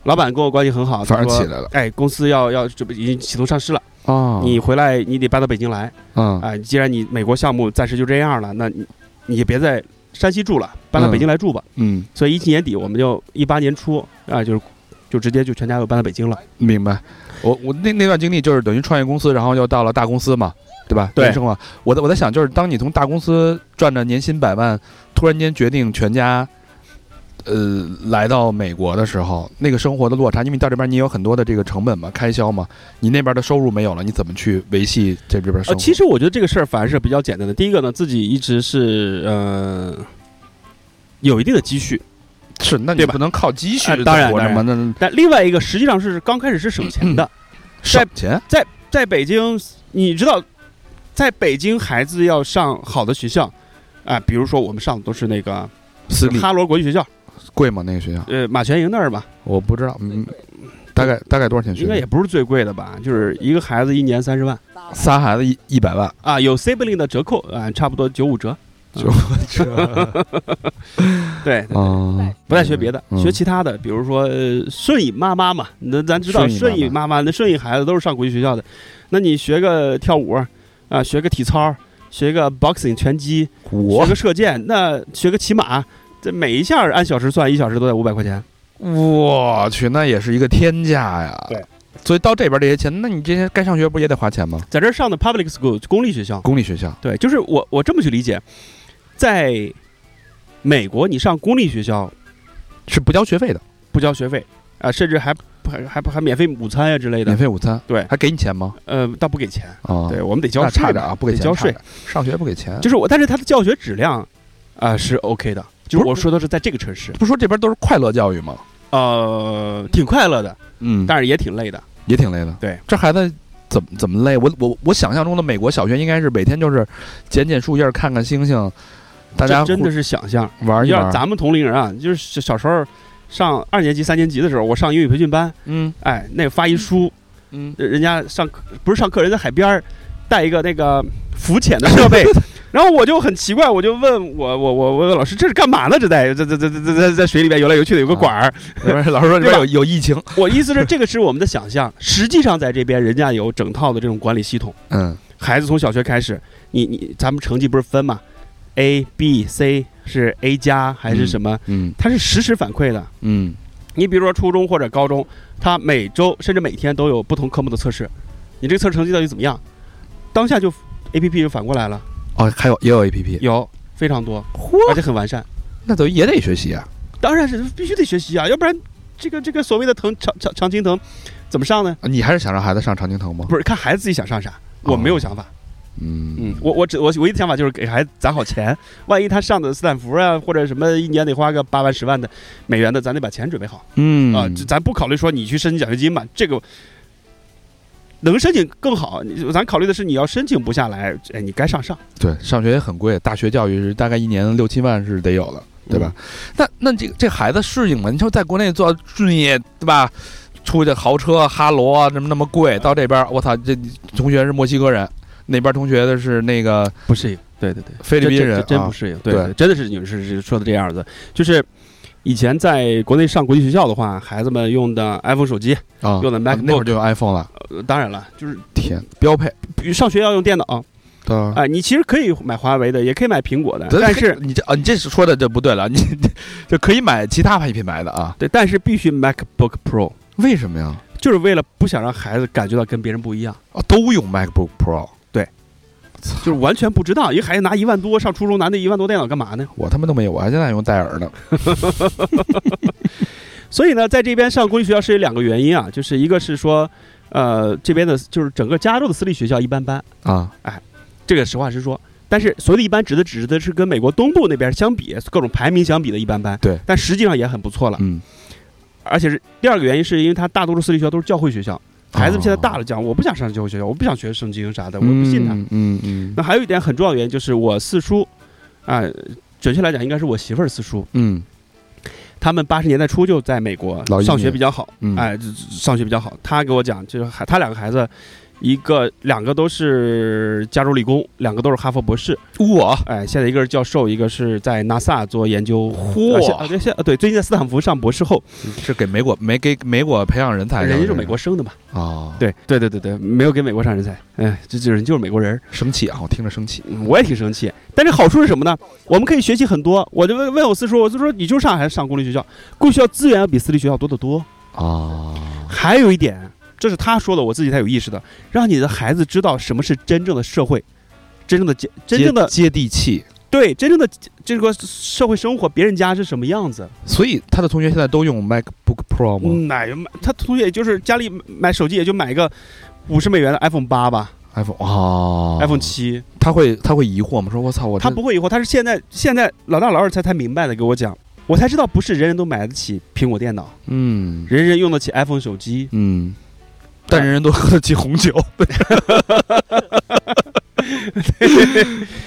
Speaker 2: 老板跟我关系很好，
Speaker 1: 反而
Speaker 2: 他说
Speaker 1: 起来了。
Speaker 2: 哎，公司要要准备已经启动上市了，
Speaker 1: 哦，
Speaker 2: 你回来你得搬到北京来
Speaker 1: 嗯
Speaker 2: 啊、既然你美国项目暂时就这样了，那你你也别在山西住了，搬到北京来住吧。
Speaker 1: 嗯，
Speaker 2: 所以一七年底我们就一八年初啊、就是就直接就全家又搬到北京了。
Speaker 1: 明白。我我那那段经历就是等于创业公司，然后又到了大公司嘛，对吧？
Speaker 2: 对
Speaker 1: 人生嘛。我在我在想，就是当你从大公司赚着年薪百万，突然间决定全家。呃，来到美国的时候，那个生活的落差，因为你到这边你有很多的这个成本嘛，开销嘛，你那边的收入没有了，你怎么去维系这边的生
Speaker 2: 呃，
Speaker 1: 活？
Speaker 2: 其实我觉得这个事儿反而是比较简单的。第一个呢，自己一直是呃有一定的积蓄，
Speaker 1: 是，那你
Speaker 2: 对吧
Speaker 1: 不能靠积蓄
Speaker 2: 哎
Speaker 1: 在
Speaker 2: 当然
Speaker 1: 活着
Speaker 2: 当
Speaker 1: 嘛，
Speaker 2: 然
Speaker 1: 那
Speaker 2: 但另外一个实际上是刚开始是省 钱的。
Speaker 1: 省钱，
Speaker 2: 在北京，你知道，在北京孩子要上好的学校，啊、比如说我们上的都是那个
Speaker 1: 私立
Speaker 2: 哈罗国际学校，
Speaker 1: 贵吗？那个学校
Speaker 2: 呃，马全营那儿吧，
Speaker 1: 我不知道，嗯，大概大概多少钱学
Speaker 2: 应该也
Speaker 1: 费？
Speaker 2: 不是最贵的吧，就是一个孩子一年三十万
Speaker 1: 仨孩子一一百万，
Speaker 2: 啊，有 sibling 的折扣啊、差不多九五折，嗯 对，
Speaker 1: 嗯，
Speaker 2: 不再学别的，
Speaker 1: 嗯
Speaker 2: 学其他的，比如说、呃顺义妈妈嘛，那咱知道
Speaker 1: 顺义妈妈
Speaker 2: 顺义妈妈，那顺义孩子都是上国际学校的，那你学个跳舞啊、学个体操，学个 boxing 拳击，
Speaker 1: 嗯我
Speaker 2: 学个射箭，那学个骑马，这每一下按小时算，一小时都在五百块钱。
Speaker 1: 我去，那也是一个天价呀。
Speaker 2: 对，
Speaker 1: 所以到这边这些钱，那你这些该上学不也得花钱吗？
Speaker 2: 在这儿上的 public school 公立学校，
Speaker 1: 公立学校，
Speaker 2: 对，就是我我这么去理解，在美国你上公立学校
Speaker 1: 是不交学费的，
Speaker 2: 不交学费啊、甚至还还还还免费午餐啊呀、之类
Speaker 1: 免
Speaker 2: 的，
Speaker 1: 费午餐，
Speaker 2: 对
Speaker 1: 还给你钱吗？
Speaker 2: 呃，倒不给钱，
Speaker 1: 啊，
Speaker 2: 对，我们得交
Speaker 1: 那
Speaker 2: 税
Speaker 1: 差
Speaker 2: 的
Speaker 1: 点啊，不给
Speaker 2: 得
Speaker 1: 钱，
Speaker 2: 交
Speaker 1: 差
Speaker 2: 税
Speaker 1: 点，上学不给钱，
Speaker 2: 就是我，但是它的教学质量啊、是 OK 的，就是
Speaker 1: 不是
Speaker 2: 我说的是在这个城市，
Speaker 1: 不说这边都是快乐教育吗？
Speaker 2: 呃，挺快乐的，
Speaker 1: 嗯，
Speaker 2: 但是也挺累的，
Speaker 1: 也挺累的。
Speaker 2: 对，
Speaker 1: 这孩子怎么怎么累？我我我想象中的美国小学应该是每天就是捡捡树叶，看看星星，大家
Speaker 2: 这真的
Speaker 1: 互
Speaker 2: 是想象。
Speaker 1: 玩一
Speaker 2: 要
Speaker 1: 玩。
Speaker 2: 咱们同龄人啊，就是小时候上二年级、三年级的时候，我上英语培训班，
Speaker 1: 嗯
Speaker 2: 哎，那发一书，
Speaker 1: 嗯，
Speaker 2: 人家上课不是上课，人在海边儿带一个那个浮潜的设备，然后我就很奇怪，我就问我我我我问老师这是干嘛呢？这在这这这这在在水里面游来游去的，有个管儿。
Speaker 1: 那边老师说这边有有疫情，
Speaker 2: 我意思是这个是我们的想象，实际上在这边人家有整套的这种管理系统，
Speaker 1: 嗯
Speaker 2: 孩子从小学开始，你你咱们成绩不是分嘛，A B C 是 A 加还是什么？
Speaker 1: 嗯
Speaker 2: 它是实时反馈的。
Speaker 1: 嗯，
Speaker 2: 你比如说初中或者高中，他每周甚至每天都有不同科目的测试，你这个测试成绩到底怎么样？当下就 A P P 就反过来了，
Speaker 1: 哦，还有也有 A P P，
Speaker 2: 有非常多，而且很完善。
Speaker 1: 那等于也得学习啊。
Speaker 2: 当然是必须得学习啊，要不然这个这个所谓的藤常常常青藤怎么上呢？
Speaker 1: 啊你还是想让孩子上常青藤吗？
Speaker 2: 不是看孩子自己想上啥，我没有想法，
Speaker 1: 嗯
Speaker 2: 嗯，我我只我唯一的想法就是给孩子攒好钱，万一他上的斯坦福啊或者什么，一年得花个八万十万的美元的，咱得把钱准备好
Speaker 1: 嗯
Speaker 2: 啊。就咱不考虑说你去申请奖学金吧，这个能申请更好。你咱考虑的是你要申请不下来，哎，你该上上。
Speaker 1: 对，上学也很贵，大学教育是大概一年六七万是得有了，对吧？
Speaker 2: 嗯
Speaker 1: 那那这个这孩子适应吗？你说在国内做俊业，对吧？出去豪车、哈罗啊，那么那么贵，到这边我操，这同学是墨西哥人，那边同学的是那个
Speaker 2: 不适应，对对对，
Speaker 1: 菲律宾人
Speaker 2: 真真真
Speaker 1: 啊
Speaker 2: 不适应，对
Speaker 1: 对
Speaker 2: 对，真的是你是是说的这样子，就是以前在国内上国际学校的话，孩子们用的 iPhone 手机，
Speaker 1: 啊，
Speaker 2: 用的 MacBook
Speaker 1: 那会儿就用 iPhone 了，
Speaker 2: 呃当然了，就是
Speaker 1: 天，标配
Speaker 2: 比如上学要用电脑啊、
Speaker 1: 对吧？
Speaker 2: 你其实可以买华为的，也可以买苹果的，
Speaker 1: 对
Speaker 2: 嗯但是
Speaker 1: 你这啊，你这是说的就不对了，你就可以买其他牌品牌的啊？
Speaker 2: 对，但是必须 MacBook Pro，
Speaker 1: 为什么呀？
Speaker 2: 就是为了不想让孩子感觉到跟别人不一样，
Speaker 1: 啊，都用 MacBook Pro，
Speaker 2: 就是完全不知道，一个孩子拿一万多上初中拿那一万多电脑干嘛呢？
Speaker 1: 我他妈都没有，我还现在用戴尔呢。
Speaker 2: 所以呢，在这边上公立学校是有两个原因啊，就是一个是说，呃，这边的就是整个加州的私立学校一般般。
Speaker 1: 啊，
Speaker 2: 这个实话实说。但是所谓的一般指的指的是跟美国东部那边相比，各种排名相比的一般般。
Speaker 1: 对，
Speaker 2: 但实际上也很不错了。
Speaker 1: 嗯，
Speaker 2: 而且是第二个原因，是因为它大多数私立学校都是教会学校，孩子们现在大了讲，我不想上教会学校，我不想学圣经啥的，我不信他。
Speaker 1: 嗯嗯嗯
Speaker 2: 那还有一点很重要的原因就是我四叔，啊、准确来讲应该是我媳妇儿四叔，
Speaker 1: 嗯
Speaker 2: 他们八十年代初就在美国
Speaker 1: 老移民
Speaker 2: 上学比较好，
Speaker 1: 嗯
Speaker 2: 哎，这这上学比较好。他给我讲，就是孩他两个孩子，一个两个都是加州理工，两个都是哈佛博士，
Speaker 1: 我
Speaker 2: 哎，现在一个是教授，一个是在 NASA 做研究。
Speaker 1: 嚯
Speaker 2: 啊现啊对，现啊对，最近在斯坦福上博士后，
Speaker 1: 是给美国没给美国培养人才，
Speaker 2: 人家就是美国哦生的嘛。
Speaker 1: 啊，，
Speaker 2: 对对对对对，没有给美国上人才，哎，这这人就是美国人儿。
Speaker 1: 生气啊，我听着生气。
Speaker 2: 嗯我也挺生气，但是好处是什么呢？我们可以学习很多。我就问问我四叔，我就说你就上还是上公立学校？公立学校资源要比私立学校多得多。
Speaker 1: 啊，
Speaker 2: 哦还有一点，这是他说的，我自己才有意识的，让你的孩子知道什么是真正的社会，真正的接真正的
Speaker 1: 接接地气，
Speaker 2: 对真正的这个社会生活，别人家是什么样子。
Speaker 1: 所以他的同学现在都用 MacBook Pro 吗
Speaker 2: 嗯，买买他同学也就是家里买手机也就买一个五十美元的 iPhone 八吧、
Speaker 1: ？iPhone 啊
Speaker 2: i p h o n e 七，
Speaker 1: 他会他会疑惑吗？说我操，我这
Speaker 2: 他不会以后，他是现在现在老大老二才才明白的给我讲，我才知道不是人人都买得起苹果电脑，
Speaker 1: 嗯
Speaker 2: 人人用得起 iPhone 手机。
Speaker 1: 嗯，但人人都喝得起红 酒，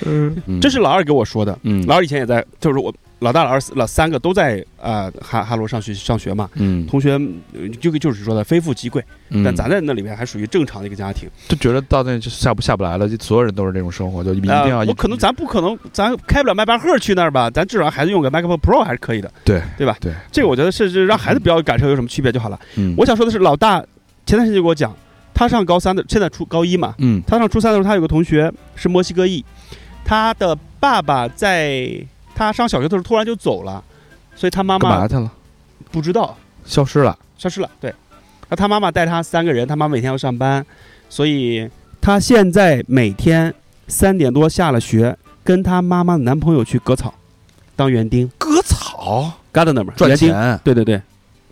Speaker 1: 嗯
Speaker 2: 这是老二给我说的，
Speaker 1: 嗯
Speaker 2: 老二以前也在，就是我老大老二老三个都在呃哈哈罗上学上学嘛。
Speaker 1: 嗯，
Speaker 2: 同学呃就就是说的非富即贵，
Speaker 1: 嗯
Speaker 2: 但咱在那里面还属于正常的一个家庭。
Speaker 1: 就觉得到那就下不下不来了，就所有人都是这种生活，就一定
Speaker 2: 呃
Speaker 1: 要一
Speaker 2: 我可能咱不可能，咱开不了迈巴赫去那儿吧，咱至少孩子用个 MacBook Pro 还是可以的。
Speaker 1: 对
Speaker 2: 对吧？
Speaker 1: 对，
Speaker 2: 这个我觉得是是让孩子不要感受有什么区别就好了。
Speaker 1: 嗯
Speaker 2: 我想说的是，老大前段时间就给我讲，他上高三的，现在初高一嘛，
Speaker 1: 嗯
Speaker 2: 他上初三的时候，他有个同学是墨西哥裔，他的爸爸在他上小学的时候突然就走了，所以他妈
Speaker 1: 干嘛
Speaker 2: 妈
Speaker 1: 去了？
Speaker 2: 不知道
Speaker 1: 消失了。
Speaker 2: 消失了。对，那他妈妈带他三个人，他妈妈每天要上班，所以他现在每天三点多下了学，跟他妈妈的男朋友去割草，当园丁
Speaker 1: 割草
Speaker 2: ，gardener 嘛，
Speaker 1: 赚
Speaker 2: 园丁。
Speaker 1: 钱，
Speaker 2: 对对对，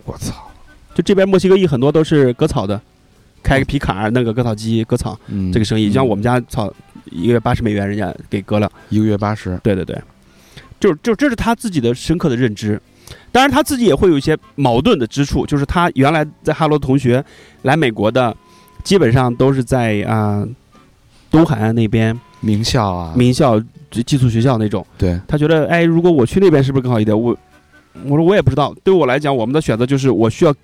Speaker 1: 我操！
Speaker 2: 就这边墨西哥裔很多都是割草的，开个皮坎儿，弄个割草机割草，
Speaker 1: 嗯
Speaker 2: 这个生意，
Speaker 1: 嗯
Speaker 2: 像我们家草一个月八十美元，人家给割了。
Speaker 1: 一个月八十，
Speaker 2: 对对对，就就这是他自己的深刻的认知。当然，他自己也会有一些矛盾的之处，就是他原来在哈罗的同学来美国的，基本上都是在啊、东海岸那边
Speaker 1: 名校啊，
Speaker 2: 名校、寄寄宿学校那种。
Speaker 1: 对，
Speaker 2: 他觉得，哎，如果我去那边是不是更好一点？我我说我也不知道，对我来讲，我们的选择就是我需要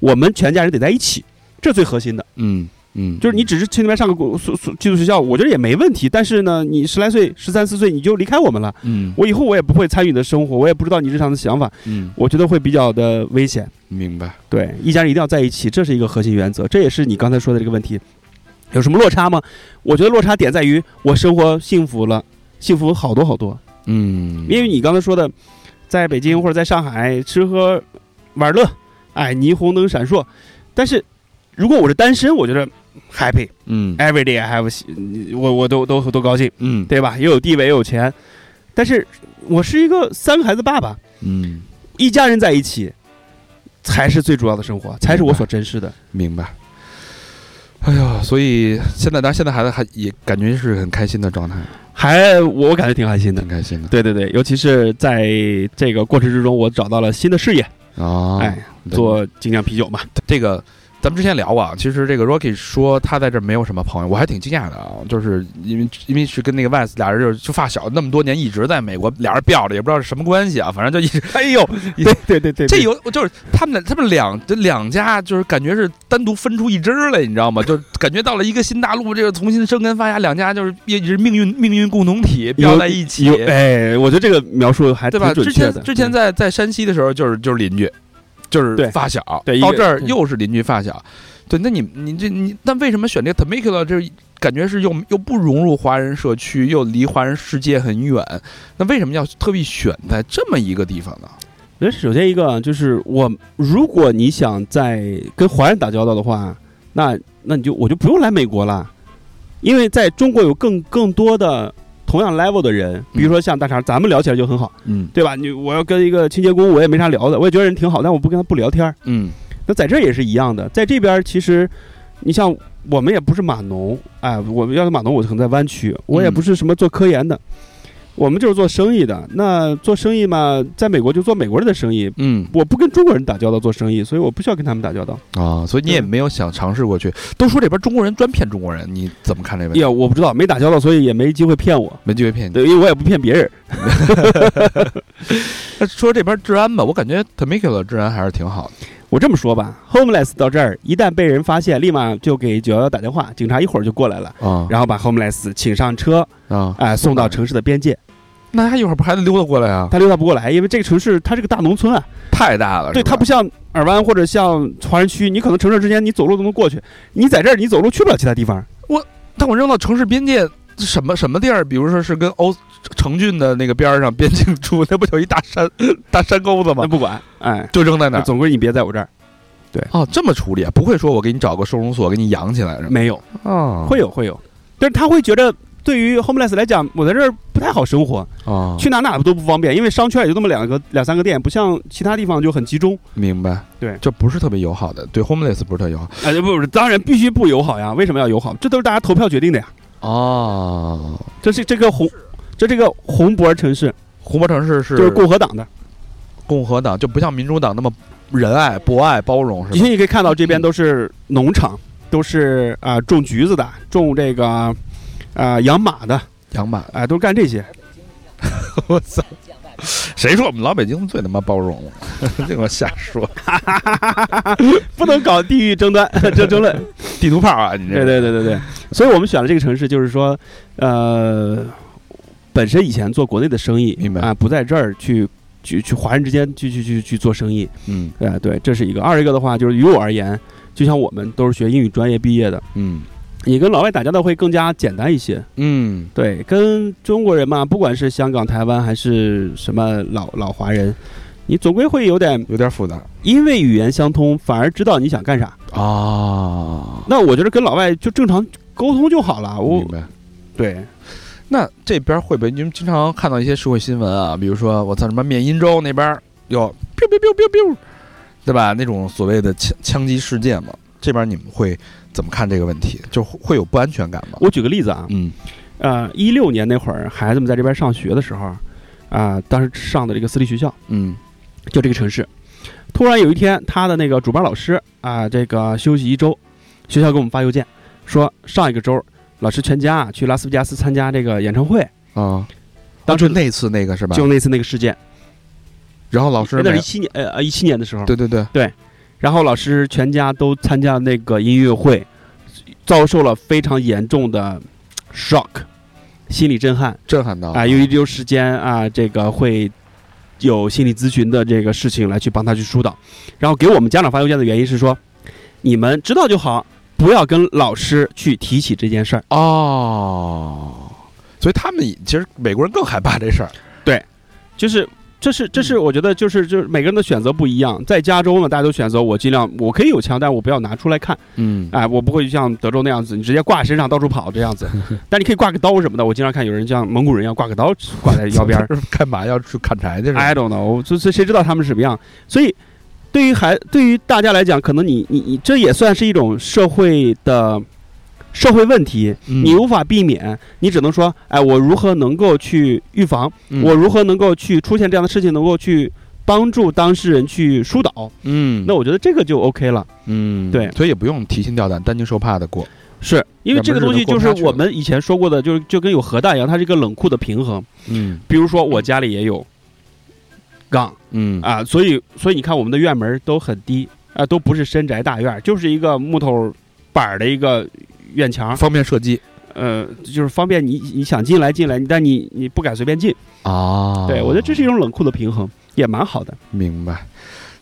Speaker 2: 我们全家人得在一起，这最核心的。
Speaker 1: 嗯嗯，
Speaker 2: 就是你只是去那边上个国宿宿寄宿学校，我觉得也没问题。但是呢，你十来岁、十三四岁你就离开我们了，
Speaker 1: 嗯
Speaker 2: 我以后我也不会参与你的生活，我也不知道你日常的想法，
Speaker 1: 嗯，
Speaker 2: 我觉得会比较的危险。
Speaker 1: 明白。
Speaker 2: 对，一家人一定要在一起，这是一个核心原则，这也是你刚才说的这个问题，有什么落差吗？我觉得落差点在于我生活幸福了，幸福好多好多，
Speaker 1: 嗯，
Speaker 2: 因为你刚才说的，在北京或者在上海吃喝玩乐，哎，霓虹灯闪烁，但是如果我是单身，我觉得 happy。
Speaker 1: 嗯
Speaker 2: every day I have，嗯我我都都都高兴，
Speaker 1: 嗯
Speaker 2: 对吧？又有地位，又有钱，但是我是一个三个孩子爸爸，
Speaker 1: 嗯，
Speaker 2: 一家人在一起，才是最主要的生活，才是我所珍视的。
Speaker 1: 明白。哎呀，所以现在，但是现在孩子还也感觉是很开心的状态，
Speaker 2: 还我感觉挺开心的
Speaker 1: 挺。开心的
Speaker 2: 对对对，尤其是在这个过程之中，我找到了新的事业，
Speaker 1: 啊。
Speaker 2: 哎，
Speaker 1: 对
Speaker 2: 做精酿啤酒嘛。
Speaker 1: 这个，咱们之前聊过啊，其实这个 Rocky 说他在这儿没有什么朋友，我还挺惊讶的啊，就是因为因为是跟那个 Wes 俩人就就发小，那么多年一直在美国，俩人吊着，也不知道是什么关系啊，反正就一直。
Speaker 2: 哎呦，对对对对，
Speaker 1: 这有就是他们俩他们两这两家就是感觉是单独分出一支儿来，你知道吗？就感觉到了一个新大陆，这个重新生根发芽，两家就是一直命运命运共同体
Speaker 2: 有
Speaker 1: 标在一起
Speaker 2: 有，哎，我觉得这个描述还
Speaker 1: 对
Speaker 2: 挺
Speaker 1: 吧？
Speaker 2: 准
Speaker 1: 之
Speaker 2: 确
Speaker 1: 前
Speaker 2: 的。
Speaker 1: 之前
Speaker 2: 嗯
Speaker 1: 在在山西的时候，就是就是邻居，就是
Speaker 2: 对
Speaker 1: 发小，
Speaker 2: 对一个
Speaker 1: 到这儿
Speaker 2: 嗯
Speaker 1: 又是邻居发小，对，那你你这你，但为什么选这个 Temecula？这感觉是又又不融入华人社区，又离华人世界很远，那为什么要特意选在这么一个地方呢？
Speaker 2: 我觉得首先一个就是我，如果你想在跟华人打交道的话，那那你就我就不用来美国了，因为在中国有更更多的同样 level 的人，比如说像大肠，咱们聊起来就很好，
Speaker 1: 嗯
Speaker 2: 对吧？你我要跟一个清洁工，我也没啥聊的，我也觉得人挺好，但我不跟他不聊天儿。
Speaker 1: 嗯
Speaker 2: 那在这儿也是一样的，在这边儿其实，你像我们也不是码农，哎，我们要是码农，我可能在湾区，我也
Speaker 1: 嗯
Speaker 2: 不是什么做科研的，我们就是做生意的。那做生意嘛，在美国就做美国人的生意，
Speaker 1: 嗯
Speaker 2: 我不跟中国人打交道做生意，所以我不需要跟他们打交道。
Speaker 1: 啊，所以你也
Speaker 2: 对
Speaker 1: 没有想尝试过去。都说这边中国人专骗中国人，你怎么看这问
Speaker 2: 哎
Speaker 1: 题？
Speaker 2: 呀，我不知道，没打交道，所以也没机会骗我。
Speaker 1: 没机会骗你。
Speaker 2: 对，因为我也不骗别人。
Speaker 1: 那呃说这边治安吧，我感觉 Temecula 治安还是挺好的。
Speaker 2: 我这么说吧，homeless 到这儿，一旦被人发现，立马就给九幺幺打电话，警察一会儿就过来了，
Speaker 1: 啊
Speaker 2: 然后把 homeless 请上车，
Speaker 1: 啊，
Speaker 2: 哎、送到城市的边界。
Speaker 1: 那他一会儿不还得溜达过来啊？
Speaker 2: 他溜达不过来，因为这个城市它是个大农村啊，
Speaker 1: 太大了，
Speaker 2: 对，
Speaker 1: 是吧
Speaker 2: 它不像尔湾或者像华人区，你可能城市之间你走路都能过去，你在这儿你走路去不了其他地方。
Speaker 1: 但我扔到城市边界，什么什么地儿？比如说是跟欧城郡的那个边儿上边境处，那不就一大山大山沟子吗
Speaker 2: 那？不管，哎，
Speaker 1: 就扔在那儿。
Speaker 2: 那总归你别在我这儿，
Speaker 1: 哦，这么处理啊？不会说我给你找个收容所给你养起来是吗？
Speaker 2: 没有，
Speaker 1: 啊
Speaker 2: 会有会有，但是他会觉得对于 homeless 来讲，我在这儿不太好生活，
Speaker 1: 啊，
Speaker 2: 去哪哪都不方便，因为商圈也就那么两个两三个店，不像其他地方就很集 中。
Speaker 1: 明白？
Speaker 2: 对
Speaker 1: 这不是特别友好的，对 homeless 不是特别友好。
Speaker 2: 哎，不不，当然必须不友好呀，为什么要友好？这都是大家投票决定的呀，
Speaker 1: 哦，
Speaker 2: 这是这个红。这这个红脖城市
Speaker 1: 湖泊城市是
Speaker 2: 就是共和党的，
Speaker 1: 共和党，就不像民主党那么仁爱、博爱、包容，
Speaker 2: 以
Speaker 1: 是吧？
Speaker 2: 前你可以看到这边都是农场，都是啊、种橘子的，种这个啊、养马的，
Speaker 1: 养马，
Speaker 2: 哎、都是干这些。
Speaker 1: 我操！谁说我们老北京最他妈包容了？这我 瞎说，
Speaker 2: 不能搞地域争端 争争论。
Speaker 1: 地图炮啊！你这
Speaker 2: 对对对对对，所以我们选了这个城市，就是说，呃，本身以前做国内的生意，
Speaker 1: 明白
Speaker 2: 啊、不在这儿去。去去华人之间去去去去做生意，
Speaker 1: 嗯
Speaker 2: 哎、对，这是一个。二一个的话，就是于我而言，就像我们都是学英语专业毕业的，
Speaker 1: 嗯
Speaker 2: 你跟老外打交道会更加简单一些。
Speaker 1: 嗯。
Speaker 2: 对，跟中国人嘛，不管是香港、台湾还是什么老老华人，你总归会有点
Speaker 1: 有点复杂
Speaker 2: 因为语言相通，反而知道你想干
Speaker 1: 嗯
Speaker 2: 啥。
Speaker 1: 啊。
Speaker 2: 那我觉得跟老外就正常沟通就好了。我
Speaker 1: 明白。
Speaker 2: 对，
Speaker 1: 那这边会不会你们经常看到一些社会新闻啊？比如说我操什么缅因州那边有 biu biu biu biu biu，对吧？那种所谓的枪枪击事件嘛，这边你们会怎么看这个问题？就会会有不安全感吗？
Speaker 2: 我举个例子啊，
Speaker 1: 嗯
Speaker 2: 呃，一六年那会儿，孩子们在这边上学的时候，啊、当时上的这个私立学校，
Speaker 1: 嗯
Speaker 2: 就这个城市，突然有一天，他的那个主班老师啊、这个休息一周，学校给我们发邮件说，上一个周老师全家啊去拉斯维加斯参加这个演唱会，
Speaker 1: 啊，
Speaker 2: 当
Speaker 1: 当
Speaker 2: 时
Speaker 1: 时那次那个是吧？
Speaker 2: 就那次那个事件。
Speaker 1: 然后老师
Speaker 2: 哎那是
Speaker 1: 没
Speaker 2: 一七年，呃呃，一七年的时候，
Speaker 1: 对对对，
Speaker 2: 然后老师全家都参加那个音乐会，遭受了非常严重的 shock，心理震撼
Speaker 1: 震撼到
Speaker 2: 啊、由于这个时间啊、这个会有心理咨询的这个事情来去帮他去疏导，然后给我们家长发邮件的原因是说，你们知道就好，不要跟老师去提起这件事儿。
Speaker 1: 哦，所以他们其实美国人更害怕这事儿。
Speaker 2: 就是这是这是我觉得就是就是每个人的选择不一样，在加州嘛，大家都选择我尽量我可以有枪，但我不要拿出来看，
Speaker 1: 嗯
Speaker 2: 哎，我不会像德州那样子，你直接挂身上到处跑这 样子，但你可以挂个刀什么的，我经常看有人像蒙古人一样挂个刀挂在腰边儿 哎
Speaker 1: 干嘛要去砍柴去？
Speaker 2: ，I don't know，这这谁知道他们什么样？所以对于孩，对于大家来讲，可能你你你这也算是一种社会的社会问题，
Speaker 1: 嗯
Speaker 2: 你无法避免，你只能说，哎，我如何能够去预防，
Speaker 1: 嗯
Speaker 2: 我如何能够去出现这样的事情，能够去帮助当事人去疏导，
Speaker 1: 嗯
Speaker 2: 那我觉得这个就 OK 了。
Speaker 1: 嗯
Speaker 2: 对
Speaker 1: 所以也不用提心吊胆、担惊受怕的过。
Speaker 2: 是因为这个东西
Speaker 1: 要不
Speaker 2: 就
Speaker 1: 然日子过不下去
Speaker 2: 是
Speaker 1: 了
Speaker 2: 我们以前说过的，就是就跟有核弹一样，它是一个冷酷的平衡。
Speaker 1: 嗯
Speaker 2: 比如说我家里也有杠
Speaker 1: 嗯
Speaker 2: 啊，所以所以你看我们的院门都很低啊，都不是深宅大院，就是一个木头板儿的一个院墙，
Speaker 1: 方便射击
Speaker 2: 呃，就是方便你你想进来进来，但你你不敢随便进。
Speaker 1: 啊
Speaker 2: 对我觉得这是一种冷酷的平衡，也蛮好的。
Speaker 1: 明白。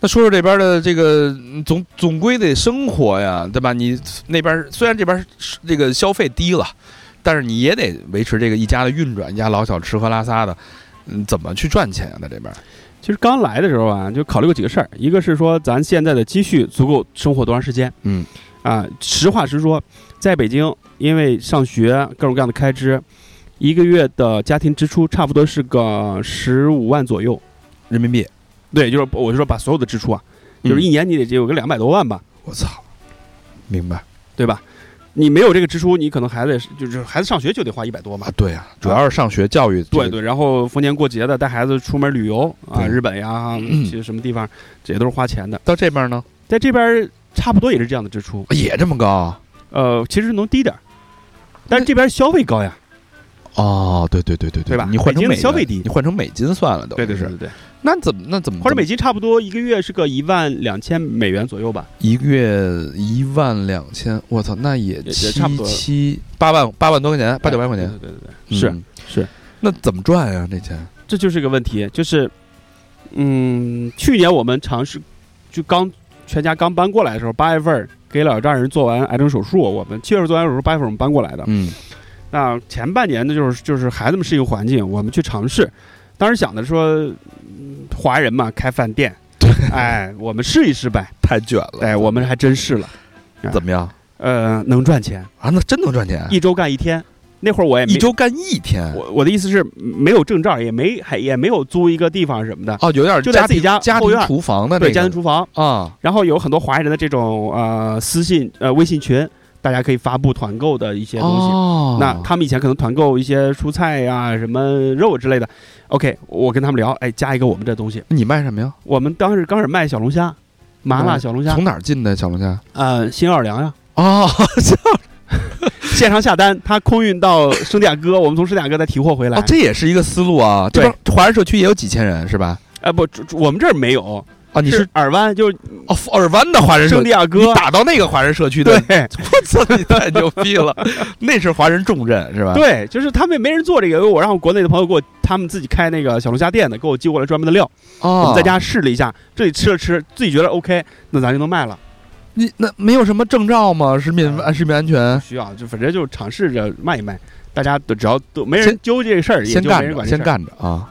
Speaker 1: 那说说这边的这个嗯总总归得生活呀，对吧？你那边虽然这边是这个消费低了，但是你也得维持这个一家的运转，一家老小吃喝拉撒的，嗯，怎么去赚钱啊？在这边，
Speaker 2: 其实刚来的时候啊，就考虑过几个事儿，一个是说咱现在的积蓄足够生活多长时间，
Speaker 1: 嗯
Speaker 2: 啊，实话实说，在北京，因为上学各种各样的开支，一个月的家庭支出差不多是个十五万左右。
Speaker 1: 人民币，
Speaker 2: 对，就是我就说把所有的支出啊，就是一年你得有个两百多万吧，
Speaker 1: 嗯我操，明白
Speaker 2: 对吧？你没有这个支出，你可能孩子就是孩子上学就得花一百多嘛
Speaker 1: 啊？。对啊，主要是上学教育，
Speaker 2: 对，对，然后逢年过节的带孩子出门旅游啊，
Speaker 1: 对
Speaker 2: 日本 呀，其实什么地方，这些都是花钱的。
Speaker 1: 到这边呢
Speaker 2: 在这边儿差不多哦也是这样的支出，
Speaker 1: 也这么高啊
Speaker 2: 呃，其实能低点儿，但是这边儿消费高呀。
Speaker 1: 哦，对对对对
Speaker 2: 对吧
Speaker 1: 你换成
Speaker 2: 北京
Speaker 1: 美
Speaker 2: 的
Speaker 1: 元
Speaker 2: 消费低
Speaker 1: 你换成美金算了都，
Speaker 2: 对对。
Speaker 1: 那怎么那怎么
Speaker 2: 或者美金差不多一个月是个一万两千美元左右吧，
Speaker 1: 一个月一万两千，我操，那也
Speaker 2: 也
Speaker 1: 七
Speaker 2: 差不多
Speaker 1: 七八万八万多块钱，啊八九万块钱，
Speaker 2: 对对对对，
Speaker 1: 嗯
Speaker 2: 是是，啊
Speaker 1: 那怎么赚呀、这钱
Speaker 2: 这就是个问题，就是，嗯，去年我们尝试，就刚全家刚搬过来的时候，八月份儿给老丈人做完癌症手术，我们七月份做完手术，八月份我们搬过来的。
Speaker 1: 嗯
Speaker 2: 那前半年呢，就是就是孩子们适应环境，我们去尝试。当时想的说，嗯华人嘛，开饭店，哎，我们试一试呗。
Speaker 1: 太卷了
Speaker 2: 哎，我们还真试了，
Speaker 1: 怎么样
Speaker 2: 呃，能赚钱，
Speaker 1: 啊？那真能赚钱，
Speaker 2: 一周干一天。那会儿我也没
Speaker 1: 一周干一天，
Speaker 2: 我我的意思是，没有证照，也没还也没有租一个地方什么的，
Speaker 1: 哦，有点
Speaker 2: 就在
Speaker 1: 家
Speaker 2: 自己
Speaker 1: 庭
Speaker 2: 家
Speaker 1: 家
Speaker 2: 后
Speaker 1: 庭
Speaker 2: 院
Speaker 1: 厨房的那
Speaker 2: 对，
Speaker 1: 个
Speaker 2: 家庭厨房，
Speaker 1: 啊，
Speaker 2: 然后有很多华人的这种呃私信呃微信群，大家可以发布团购的一些东西。
Speaker 1: 哦，
Speaker 2: 那他们以前可能团购一些蔬菜呀、什么肉之类的。OK，我跟他们聊，哎，加一个我们这东西。
Speaker 1: 你卖什么呀？
Speaker 2: 我们当时刚开始卖小龙虾，麻辣小龙
Speaker 1: 嗯
Speaker 2: 虾，
Speaker 1: 从哪儿进的小龙虾？
Speaker 2: 呃，新奥尔良呀、
Speaker 1: 哦，
Speaker 2: 现场下单，他空运到圣地亚哥，我们从圣地亚哥再提货回来。
Speaker 1: 哦，这也是一个思路啊。这
Speaker 2: 对
Speaker 1: 边华人社区也有几千人是吧？
Speaker 2: 呃不，这这我们这儿没有，
Speaker 1: 啊，你是
Speaker 2: 耳湾，就是
Speaker 1: 哦，尔湾的华人社
Speaker 2: 圣
Speaker 1: 区
Speaker 2: 地，亚
Speaker 1: 你
Speaker 2: 哥。
Speaker 1: 打到那个华人社区的
Speaker 2: 对，
Speaker 1: 我操，你太牛逼了！那是华人重任是吧？
Speaker 2: 对， 就是他们也没人做这个，因为我让我国内的朋友给我，他们自己开那个小龙虾店的，给我寄过来专门的料，我
Speaker 1: 哦，
Speaker 2: 们在家试了一下，这里吃了吃，自己觉得 OK，那咱就能卖了。
Speaker 1: 你那没有什么证照吗？食品
Speaker 2: 嗯
Speaker 1: 安食品安全
Speaker 2: 不，需要，就反正就尝试着卖一卖，大家都只要都没人
Speaker 1: 先
Speaker 2: 揪这个事儿，也
Speaker 1: 先
Speaker 2: 就没
Speaker 1: 干
Speaker 2: 人
Speaker 1: 着，
Speaker 2: 管这
Speaker 1: 先
Speaker 2: 事儿。
Speaker 1: 干着啊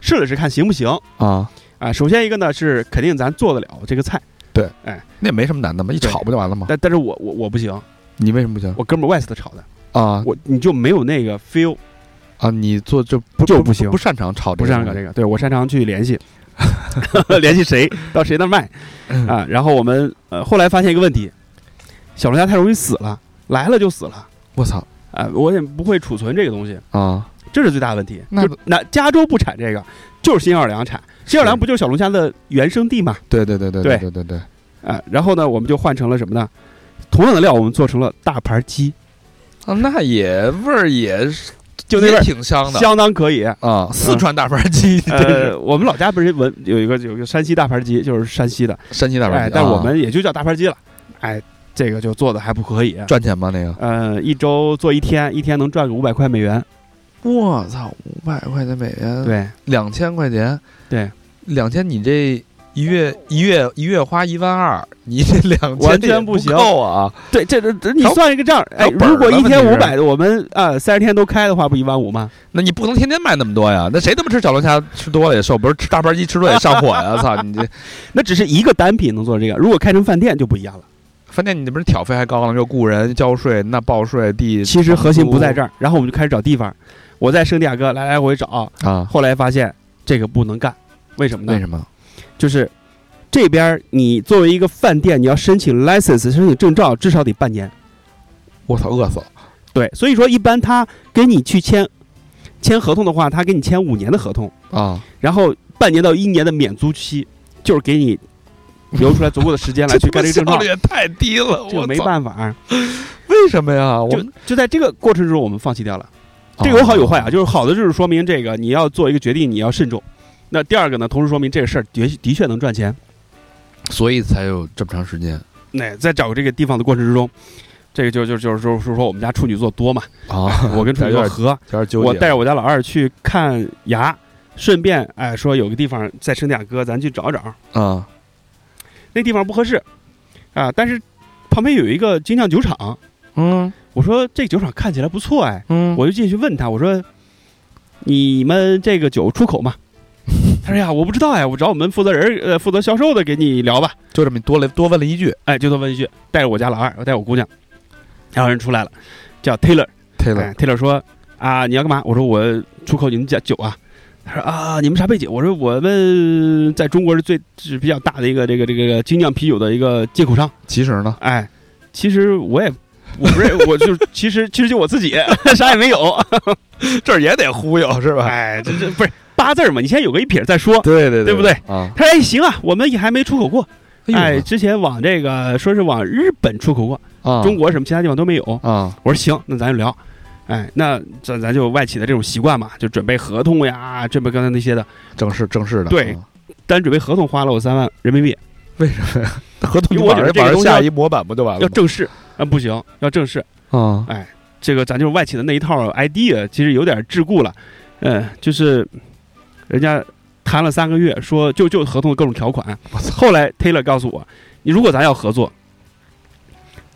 Speaker 2: 试了试看行不行
Speaker 1: 啊！
Speaker 2: 啊？首先一个呢是肯定咱做得了这个菜，
Speaker 1: 那也没什么难的嘛，一
Speaker 2: 对
Speaker 1: 炒不就完了吗？
Speaker 2: 但但是我我我不行，
Speaker 1: 你为什么不行
Speaker 2: 我哥们儿 West 炒的，
Speaker 1: 啊
Speaker 2: 我你就没有那个 feel，
Speaker 1: 啊？你做这不
Speaker 2: 就
Speaker 1: 不
Speaker 2: 不行
Speaker 1: 不擅长炒这
Speaker 2: 不
Speaker 1: 个
Speaker 2: 擅长搞
Speaker 1: 东西
Speaker 2: 这个，对我擅长去联系， 联系谁到谁那儿卖
Speaker 1: 嗯
Speaker 2: 啊。然后我们呃后来发现一个问题，小龙虾太容易死了，来了就死了
Speaker 1: 我操
Speaker 2: 啊，我也不会储存这个东西，
Speaker 1: 啊！
Speaker 2: 这是最大的问题。
Speaker 1: 那
Speaker 2: 就那加州不产这个，就是新奥尔良产，新奥尔良不就是小龙虾的原生地嘛？
Speaker 1: 对对对对
Speaker 2: 对
Speaker 1: 对对对，
Speaker 2: 啊，然后呢，我们就换成了什么呢？同样的料，我们做成了大盘鸡，
Speaker 1: 啊，那也味儿也是
Speaker 2: 就那味
Speaker 1: 也
Speaker 2: 儿
Speaker 1: 挺香的
Speaker 2: 相当可以。
Speaker 1: 啊！四川大盘鸡，真是
Speaker 2: 呃，我们老家不是文有一个有一个山西大盘鸡，就是山西的，
Speaker 1: 山西大盘
Speaker 2: 哎，
Speaker 1: 鸡，
Speaker 2: 但
Speaker 1: 啊
Speaker 2: 我们也就叫大盘鸡了。哎，这个就做的还不可以。
Speaker 1: 赚钱吗？那个
Speaker 2: 呃，一周做一天，一天能赚个五百块美元。
Speaker 1: 我操，五百块钱美元，
Speaker 2: 对，
Speaker 1: 两千块钱，
Speaker 2: 对，
Speaker 1: 两千你这一月一月一月花一万二，你这两千
Speaker 2: 完全不行
Speaker 1: 够啊！
Speaker 2: 对，这这这你
Speaker 1: 还有
Speaker 2: 算一个账，哎，
Speaker 1: 还有本儿
Speaker 2: 如果
Speaker 1: 呢
Speaker 2: 一天
Speaker 1: 问
Speaker 2: 五
Speaker 1: 题是
Speaker 2: 百的，我们啊三十天都开的话，不一万五吗？
Speaker 1: 那你不能天天卖那么多呀，那谁他妈吃小龙虾吃多了也瘦，不是吃大盘鸡吃多了也上火呀！ 操你这
Speaker 2: 那只是一个单品能做这个，如果开成饭店就不一样了。
Speaker 1: 饭店你这不是挑费还高了，又雇人交税，那报税地
Speaker 2: 其实核心不在这儿，然后我们就开始找地方。我在圣地亚哥来来回找，
Speaker 1: 儿啊？
Speaker 2: 后来发现这个不能干，为什么呢？
Speaker 1: 为什么？
Speaker 2: 就是这边你作为一个饭店，你要申请 license 申请证照，至少得半年。
Speaker 1: 我操，饿死了。
Speaker 2: 对，所以说一般他跟你去签签合同的话，他给你签五年的合同，
Speaker 1: 啊！
Speaker 2: 然后半年到一年的免租期，就是给你留出来足够的时间来去
Speaker 1: 他
Speaker 2: 办
Speaker 1: 妈
Speaker 2: 这个证
Speaker 1: 效
Speaker 2: 照
Speaker 1: 率。也太低了，
Speaker 2: 这
Speaker 1: 我
Speaker 2: 个没
Speaker 1: 操
Speaker 2: 办法啊，
Speaker 1: 为什么呀？我
Speaker 2: 就
Speaker 1: 们
Speaker 2: 就在这个过程中，我们放弃掉了。这个有好有坏啊，就是好的就是说明这个你要做一个决定，你要慎重。那第二个呢，同时说明这个事儿的的确能赚钱。
Speaker 1: 所以才有这么长时间
Speaker 2: 那在找这个地方的过程之中，这个就就就就是说我们家处女座多嘛，
Speaker 1: 啊
Speaker 2: 我跟处
Speaker 1: 有
Speaker 2: 女座
Speaker 1: 点
Speaker 2: 合，
Speaker 1: 有点纠结。
Speaker 2: 我带着我家老二去看牙，顺便哎说有个地方在圣地亚哥，咱去找找。
Speaker 1: 啊
Speaker 2: 那地方不合适啊，但是旁边有一个精酿酒厂，
Speaker 1: 嗯
Speaker 2: 我说这酒厂看起来不错哎，
Speaker 1: 嗯
Speaker 2: 我就进去问他，我说你们这个酒出口吗？他说呀，我不知道哎，我找我们负责人呃负责销售的给你聊吧。
Speaker 1: 就这么多了多问了一句
Speaker 2: 哎，就这么问一句，带着我家老二，我带我姑娘，然后人出来了，叫 Taylor。
Speaker 1: ，Taylor
Speaker 2: 哎，Taylor 说啊，你要干嘛？我说我出口你们家酒啊。他说啊，你们啥背景？我说我们在中国是最是比较大的一个这个这个精酿啤酒的一个进口商。
Speaker 1: 其实呢，
Speaker 2: 哎，其实我也我不认， 我就其实其实就我自己 啥也没有。
Speaker 1: 这儿也得忽悠是吧？
Speaker 2: 哎，这这不是八字儿嘛？你先有个一撇儿再说。
Speaker 1: 对对
Speaker 2: 对不对
Speaker 1: 啊？
Speaker 2: 他说哎行啊，我们也还没出口过。哎，
Speaker 1: 呦
Speaker 2: 之前往这个说是往日本出口过，
Speaker 1: 啊
Speaker 2: 中国什么其他地方都没有。
Speaker 1: 啊
Speaker 2: 我说行，那咱就聊。哎，那咱咱就外企的这种习惯嘛，就准备合同呀，准备刚才那些的。
Speaker 1: 正式正式的
Speaker 2: 对
Speaker 1: 啊
Speaker 2: 单准备合同花了我三万人民币，
Speaker 1: 合同
Speaker 2: 因
Speaker 1: 就
Speaker 2: 为
Speaker 1: 把
Speaker 2: 我觉得
Speaker 1: 人
Speaker 2: 这
Speaker 1: 把
Speaker 2: 个
Speaker 1: 人
Speaker 2: 东西
Speaker 1: 下
Speaker 2: 要
Speaker 1: 一模板不就完了
Speaker 2: 要
Speaker 1: 吗？
Speaker 2: 正式啊，不行，要正式。
Speaker 1: 啊
Speaker 2: 这个咱就是外企的那一套 idea，其实有点桎梏了。嗯，就是人家谈了三个月，说就就合同的各种条款。后来 Taylor 告诉我，你如果咱要合作，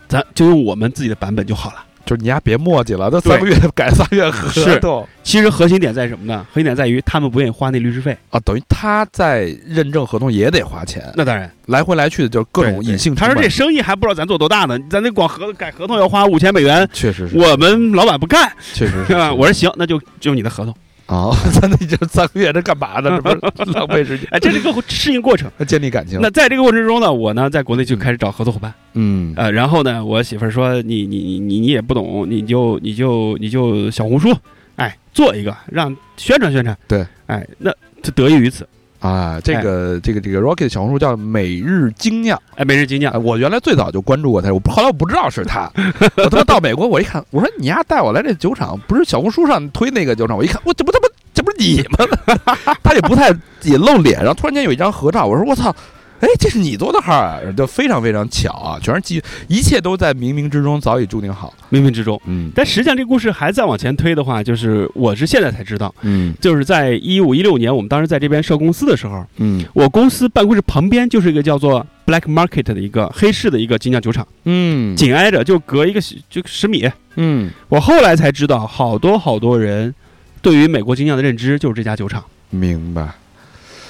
Speaker 2: 咱就用我们自己的版本就好了。
Speaker 1: 就是你丫别墨迹了，这三个月改三个月合
Speaker 2: 是
Speaker 1: 同
Speaker 2: 其实核心点在什么呢？核心点在于他们不愿意花那律师费。
Speaker 1: 啊，等于他在认证合同也得花钱，
Speaker 2: 那当然，
Speaker 1: 来回来去的就是各种
Speaker 2: 对对
Speaker 1: 隐性成
Speaker 2: 他
Speaker 1: 本。
Speaker 2: 说这生意还不知道咱做多大呢，咱这光合改合同要花五千美元，
Speaker 1: 确实是，
Speaker 2: 我们老板不干。
Speaker 1: 确实 是。
Speaker 2: 我说行，那就就用你的合同。
Speaker 1: 啊， 咱那这三个月这干嘛呢？这不 是浪费时间？
Speaker 2: 哎，这是 一个适应过程。
Speaker 1: 建立感情。
Speaker 2: 那在这个过程中呢，我呢在国内就开始找合作伙伴，
Speaker 1: 嗯
Speaker 2: 呃，然后呢，我媳妇儿说你你你你你也不懂，你就你就你就小红书，哎，做一个让宣传宣传，
Speaker 1: 对，
Speaker 2: 哎，那就得益于此，
Speaker 1: 啊，这个这个这个 Rocket 小红书叫每日精酿，
Speaker 2: 哎，每日精
Speaker 1: 哎
Speaker 2: 酿，
Speaker 1: 我原来最早就关注过他，我后来我不知道是 他，我他妈到美国我一看，我说你丫带我来这酒厂，不是小红书上推那个酒厂，我一看，我这不他妈这不是你吗？ 他也不太也露脸，然后突然间有一张合照，我说我操。哎，这是你做的号啊，就非常非常巧啊，全是机，一切都在冥冥之中早已注定好。
Speaker 2: 冥冥之中。
Speaker 1: 嗯
Speaker 2: 但实际上，这个故事还再往前推的话，就是我是现在才知道，
Speaker 1: 嗯
Speaker 2: 就是在一五一六年，我们当时在这边设公司的时候，
Speaker 1: 嗯
Speaker 2: 我公司办公室旁边就是一个叫做 Black Market 的一个黑市的一个精酿酒厂，
Speaker 1: 嗯
Speaker 2: 紧挨着就隔一个就十米，
Speaker 1: 嗯，
Speaker 2: 我后来才知道，好多好多人对于美国精酿的认知就是这家酒厂
Speaker 1: 明白。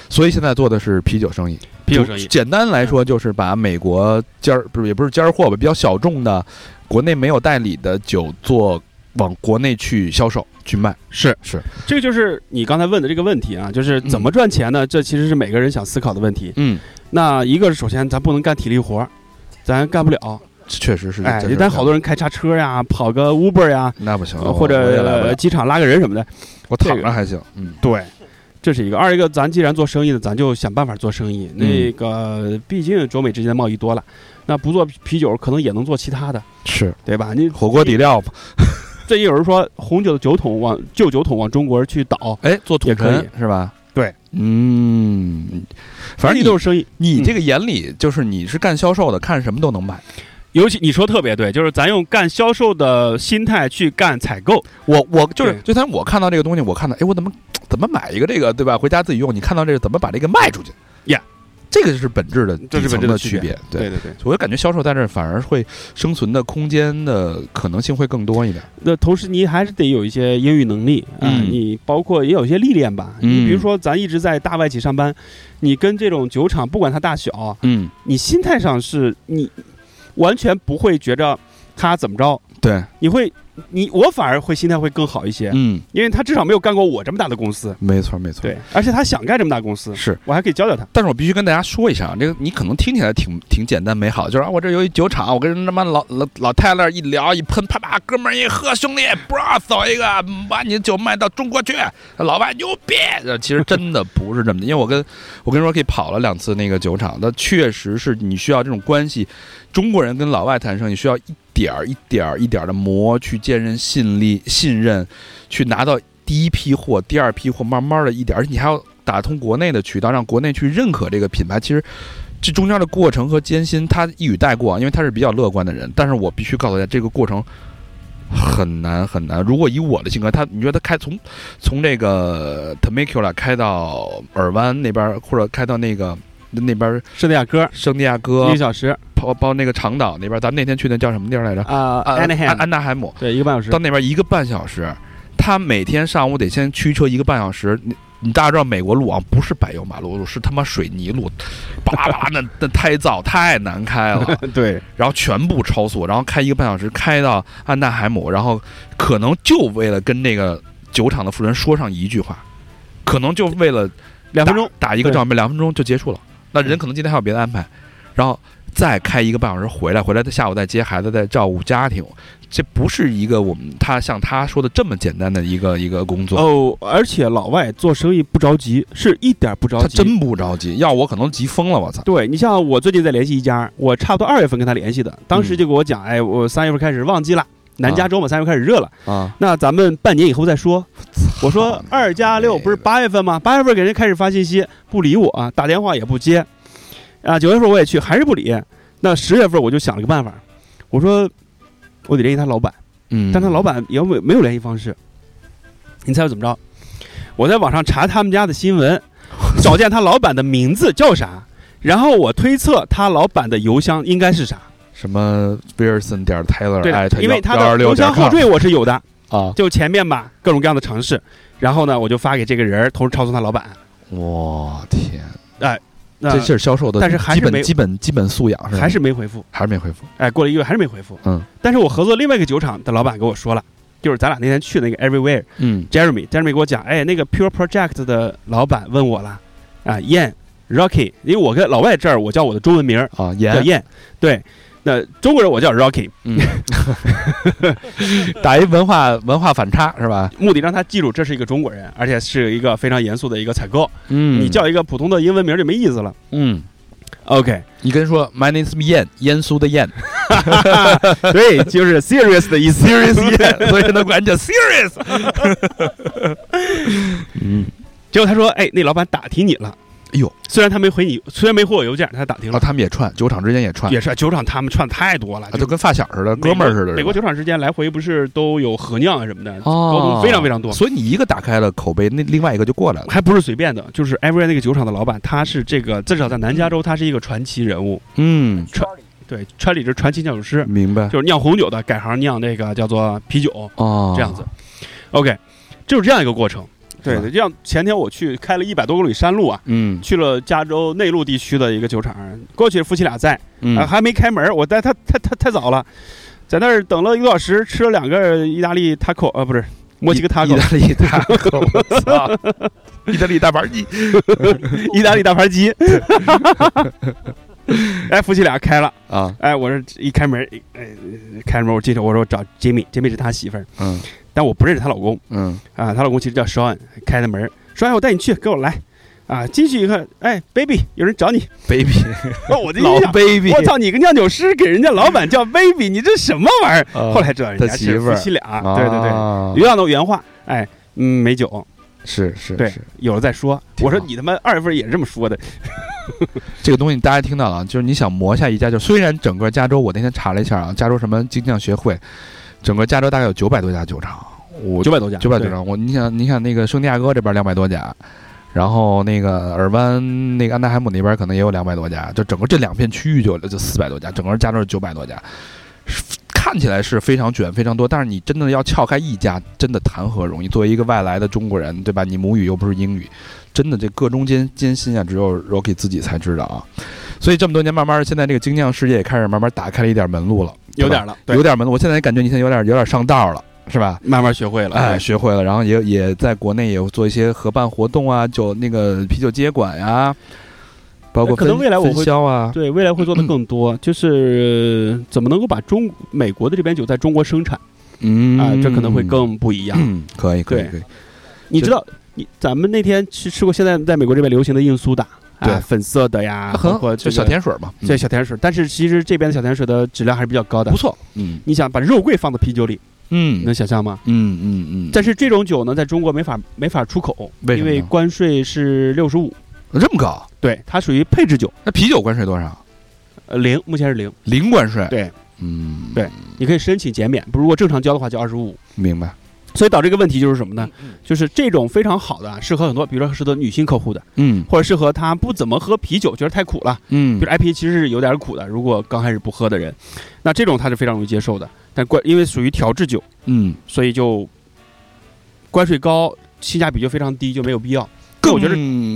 Speaker 1: 所以现在做的是啤酒生意，
Speaker 2: 啤酒生
Speaker 1: 就
Speaker 2: 意。
Speaker 1: 简单来说，就是把美国尖儿，不是也不是尖儿货吧，比较小众的，国内没有代理的酒做往国内去销售去卖。
Speaker 2: 是
Speaker 1: 是，
Speaker 2: 这个就是你刚才问的这个问题啊，就是怎么赚钱呢？这其实是每个人想思考的问题。
Speaker 1: 嗯，
Speaker 2: 那一个是首先咱不能干体力活儿，咱干不了。
Speaker 1: 确实是。
Speaker 2: 哎
Speaker 1: 确实，是
Speaker 2: 但好多人开叉车呀，跑个 Uber 呀，
Speaker 1: 那不行，
Speaker 2: 呃
Speaker 1: 我
Speaker 2: 或
Speaker 1: 也
Speaker 2: 者
Speaker 1: 来不
Speaker 2: 呃
Speaker 1: 了
Speaker 2: 机场拉个人什么的。
Speaker 1: 我
Speaker 2: 这个
Speaker 1: 躺着还行。嗯
Speaker 2: 对，这是一个。二一个，咱既然做生意的，咱就想办法做生
Speaker 1: 嗯
Speaker 2: 意。那个，毕竟中美之间的贸易多了，那不做啤酒，可能也能做其他的，
Speaker 1: 是
Speaker 2: 对吧？你
Speaker 1: 火锅底料嘛，
Speaker 2: 最近有人说红酒的酒桶往旧酒桶往中国去倒，
Speaker 1: 哎，做土
Speaker 2: 也可以
Speaker 1: 盆是吧？
Speaker 2: 对，
Speaker 1: 嗯，反正
Speaker 2: 反正
Speaker 1: 你
Speaker 2: 都是生意。
Speaker 1: 你这个眼里就是你是干销售的，看什么都能买。
Speaker 2: 尤其你说特别对，就是咱用干销售的心态去干采购，
Speaker 1: 我我就是
Speaker 2: 对
Speaker 1: 就当我看到这个东西，我看到哎，我怎么怎么买一个这个对吧？回家自己用，你看到这个怎么把这个卖出去
Speaker 2: Yeah
Speaker 1: 这个就是本质的
Speaker 2: 这是
Speaker 1: 底层
Speaker 2: 本质的
Speaker 1: 区
Speaker 2: 区
Speaker 1: 别。对，
Speaker 2: 对对。
Speaker 1: 我就感觉销售在这儿反而会生存的空间的可能性会更多一点。
Speaker 2: 那同时你还是得有一些英语能力啊、
Speaker 1: 嗯
Speaker 2: 你包括也有一些历练吧。
Speaker 1: 嗯
Speaker 2: 你比如说，咱一直在大外企上班，你跟这种酒厂不管它大小，
Speaker 1: 嗯，
Speaker 2: 你心态上是你完全不会觉着它怎么着，
Speaker 1: 对，
Speaker 2: 你会你我反而会心态会更好一些，
Speaker 1: 嗯，
Speaker 2: 因为他至少没有干过我这么大的公司，
Speaker 1: 没错没错，
Speaker 2: 对，而且他想干这么大公司，
Speaker 1: 是。
Speaker 2: 我还可以教教他。
Speaker 1: 但是我必须跟大家说一下，这个你可能听起来挺挺简单美好，就是啊，我这有一酒厂，我跟人他妈老老老太太一聊一喷，啪啪，哥们儿一喝，兄弟，不让走一个，把你的酒卖到中国去，老外牛逼。呃其实真的不是这么的，因为我跟我跟 Rocky 跑了两次那个酒厂，那确实是你需要这种关系，中国人跟老外谈生意需要一点儿一点儿一点儿的磨，去建立信力信任，去拿到第一批货、第二批货，慢慢的一点，而且你还要打通国内的渠道，让国内去认可这个品牌。其实这中间的过程和艰辛，他一语带过，因为他是比较乐观的人。但是我必须告诉大家，这个过程很难很难。如果以我的性格，他你觉得他开从从这个呃 Temecula 开到尔湾那边，或者开到那个那边
Speaker 2: 圣地亚哥
Speaker 1: 圣地亚
Speaker 2: 一
Speaker 1: 哥
Speaker 2: 个，小时
Speaker 1: 包包那个长岛那边，咱们那天去那叫什么地儿来着？
Speaker 2: 啊，
Speaker 1: 啊
Speaker 2: 安 h
Speaker 1: 安
Speaker 2: a
Speaker 1: 安纳海姆。
Speaker 2: 对，一个半小时
Speaker 1: 到。那边一个半小时，他每天上午得先驱车一个半小时。你你大家知道美国路啊，不是柏油马路，是他妈水泥路，叭叭那那胎噪太难开了，
Speaker 2: 对，
Speaker 1: 然后全部超速，然后开一个半小时开到安纳海姆，然后可能就为了跟那个酒厂的负责人说上一句话，可能就为了
Speaker 2: 两分钟
Speaker 1: 打打一个照面，两分钟就结束了。那
Speaker 2: 嗯
Speaker 1: 人可能今天还有别的安排，然后再开一个半小时回来，回来他下午再接孩子，再照顾家庭。这不是一个我们他像他说的这么简单的一个一个工作。
Speaker 2: 哦，而且老外做生意不着急，是一点儿不着
Speaker 1: 他
Speaker 2: 急。
Speaker 1: 真不着急，要我可能急疯了，我操！
Speaker 2: 对你像我最近在联系一家，我差不多二月份跟他联系的，当
Speaker 1: 嗯
Speaker 2: 时就给我讲，哎，我三月份开始旺季了，南加州嘛，三月份开始热了，
Speaker 1: 啊，
Speaker 2: 那咱们半年以后再说。我说二加六不是八月份吗？八月份给人开始发信息，不理我啊，打电话也不接，啊，九月份我也去，还是不理。那十月份我就想了个办法，我说我得联系他老板，
Speaker 1: 嗯，
Speaker 2: 但他老板也没没有联系方式。你猜我怎么着？我在网上查他们家的 新闻，找见他老板的名字叫啥，然后我推测他老板的邮箱应该是啥。
Speaker 1: 什么 Wilson 点 Taylor 哎
Speaker 2: 对
Speaker 1: 艾特，
Speaker 2: 因为他的
Speaker 1: 126
Speaker 2: 邮箱
Speaker 1: 点
Speaker 2: 后
Speaker 1: com
Speaker 2: 缀我是有的，
Speaker 1: 啊，
Speaker 2: 就前面吧，各种各样的尝试。然后呢，我就发给这个人儿，同时抄送他老板。
Speaker 1: 我天，
Speaker 2: 那
Speaker 1: 这是销售的，
Speaker 2: 但是还是
Speaker 1: 基本
Speaker 2: 没
Speaker 1: 基本基本素养是吧
Speaker 2: 还是没回复。
Speaker 1: 还是没回复。
Speaker 2: 哎，过了一个月还是没回复。
Speaker 1: 嗯。
Speaker 2: 但是我合作另外一个酒厂的老板跟我说了，就是咱俩那天去那个 Everywhere。
Speaker 1: 嗯
Speaker 2: Jeremy，Jeremy 给我讲，哎，那个 Pure Project 的老板问我了，啊，燕 Rocky，因为我跟老外这儿我叫我的中文名儿
Speaker 1: 啊，
Speaker 2: 叫
Speaker 1: 严
Speaker 2: 燕，对，那中国人我叫 Rocky，
Speaker 1: 嗯， 打一文化文化反差是吧？
Speaker 2: 目的让他记住这是一个中国人，而且是一个非常严肃的一个采购，
Speaker 1: 嗯
Speaker 2: 你叫一个普通的英文名儿就没意思了。
Speaker 1: 嗯，
Speaker 2: OK，
Speaker 1: 你跟人说 My name is 燕，严肃的 燕
Speaker 2: 对，就是 serious 的意思。
Speaker 1: ，serious 燕，所以他管你叫 serious。嗯，
Speaker 2: 结果他说，哎，那老板打听你了，
Speaker 1: 哎呦，
Speaker 2: 虽然他没回你，虽然没回我邮件，他打听
Speaker 1: 然后
Speaker 2: 了，
Speaker 1: 他们也串，酒厂之间也串，
Speaker 2: 也是酒厂他们串太多了，
Speaker 1: 啊，就跟发小似的，哥们儿似的，
Speaker 2: 美国
Speaker 1: 是吧
Speaker 2: 酒厂之间来回不是都有合酿啊什么的，沟
Speaker 1: 哦，
Speaker 2: 通非常非常多。
Speaker 1: 所以你一个打开了口碑，那另外一个就过来了。
Speaker 2: 还不是随便的，就是 Every 那个酒厂的老板，他是这个至少在南加州，他是一个传奇人物。
Speaker 1: 嗯，
Speaker 2: 对，川里是传奇酿酒师，
Speaker 1: 明白。
Speaker 2: 就是酿红酒的，改行酿那个叫做啤酒
Speaker 1: 哦，
Speaker 2: 这样子。OK，就是这样一个过程。
Speaker 1: 是吧
Speaker 2: 啊对，这样前天我去开了一百多公里山路啊，
Speaker 1: 嗯
Speaker 2: 去了加州内陆地区的一个酒厂，过去夫妻俩在，
Speaker 1: 嗯
Speaker 2: 啊，还没开门，我在他太太太早了，在那儿等了一个多小时，吃了两个意大利 taco 啊，不是墨西哥
Speaker 1: 意
Speaker 2: taco，
Speaker 1: 大利大口， 我操！意大利大盘鸡，
Speaker 2: 意大利大 盘鸡。哎，夫妻俩开了。
Speaker 1: 啊，
Speaker 2: 哎，我这一开门，哎，开门我进去，我说我找 Jimmy，Jimmy 是他媳妇儿，
Speaker 1: 嗯
Speaker 2: 但我不认识她老公
Speaker 1: 嗯，
Speaker 2: 啊，她老公其实叫 Sean，开的门，说哎，我带你去，跟我来啊，进去一看，哎，baby，有人找你，
Speaker 1: baby，
Speaker 2: 哦我就一
Speaker 1: 老
Speaker 2: 想，
Speaker 1: baby，
Speaker 2: 我操，你个酿酒师给人家老板叫 baby，你这什么玩意儿？
Speaker 1: 啊
Speaker 2: 后来知道人家
Speaker 1: 他媳
Speaker 2: 是
Speaker 1: 妇儿
Speaker 2: 夫妻俩，
Speaker 1: 啊
Speaker 2: 对对对，刘亮的原话，哎，嗯，没酒，
Speaker 1: 是是
Speaker 2: 对
Speaker 1: 是，，
Speaker 2: 有了再说。
Speaker 1: 挺
Speaker 2: 我说
Speaker 1: 好
Speaker 2: 你他妈二月份也是这么说的，
Speaker 1: 这个东西大家听到了啊，就是你想磨下一家，就虽然整个加州，我那天查了一下啊，加州什么精酿协会，整个加州大概有九百多家酒厂，我
Speaker 2: 九百多家，
Speaker 1: 九百多
Speaker 2: 对
Speaker 1: 家，我你想你想那个圣地亚哥这边两百多家。然后那个尔湾、那个安纳海姆那边可能也有两百多家，就整个这两片区域就就四百多家，整个加州九百多家，是看起来是非常卷、非常多，但是你真的要撬开一家，真的谈何容易？作为一个外来的中国人，对吧？你母语又不是英语，真的这个中间艰辛啊，只有 Rocky 自己才知道啊。所以这么多年，慢慢现在这个精酿世界也开始慢慢打开了一点门路了。
Speaker 2: 有点了，对
Speaker 1: 有点门路。我现在感觉你现在有点有点上道了，是吧？
Speaker 2: 慢慢学会了。
Speaker 1: 哎，
Speaker 2: 哎，
Speaker 1: 学会了，然后也也在国内也有做一些合办活动啊，酒那个啤酒接管呀、包括
Speaker 2: 可能
Speaker 1: 分
Speaker 2: 未来我会
Speaker 1: 分销啊，
Speaker 2: 对未来会做的更
Speaker 1: 嗯
Speaker 2: 多，就是呃怎么能够把中美国的这边酒在中国生产
Speaker 1: 嗯
Speaker 2: 啊，这可能会更不一样。
Speaker 1: 嗯，可以可以
Speaker 2: 对
Speaker 1: 可以，
Speaker 2: 你知道，你咱们那天去吃过现在在美国这边流行的硬苏打，
Speaker 1: 对
Speaker 2: 啊，粉色的呀，包
Speaker 1: 很
Speaker 2: 括这
Speaker 1: 就
Speaker 2: 个
Speaker 1: 小甜水嘛，嗯
Speaker 2: 对小甜水，但是其实这边的小甜水的质量还是比较高的
Speaker 1: 不。错，嗯
Speaker 2: 你想把肉桂放到啤酒里，
Speaker 1: 嗯
Speaker 2: 你能想象吗？
Speaker 1: 嗯嗯嗯，
Speaker 2: 但是这种酒呢，在中国没法没法出口，
Speaker 1: 为什
Speaker 2: 因
Speaker 1: 么呢
Speaker 2: 为关税是六十五，
Speaker 1: 这么高，
Speaker 2: 对，它属于配置酒，
Speaker 1: 那啤酒关税多少？
Speaker 2: 呃，零，目前是零。
Speaker 1: 零关税，
Speaker 2: 对，
Speaker 1: 嗯，
Speaker 2: 对你可以申请减免，不如果正常交的话就二十五。
Speaker 1: 明白，
Speaker 2: 所以导致一个问题就是什么呢？
Speaker 1: 嗯
Speaker 2: 就是这种非常好的啊，适合很多，比如说适合女性客户的，
Speaker 1: 嗯
Speaker 2: 或者适合他不怎么喝啤酒，觉得太苦了。
Speaker 1: 嗯
Speaker 2: 比如 IPA 其实是有点苦的，如果刚开始不喝的人，那这种他是非常容易接受的。但关因为属于调制酒，
Speaker 1: 嗯，
Speaker 2: 所以就关税高，性价比就非常低，就没有必要。
Speaker 1: 更
Speaker 2: 我觉得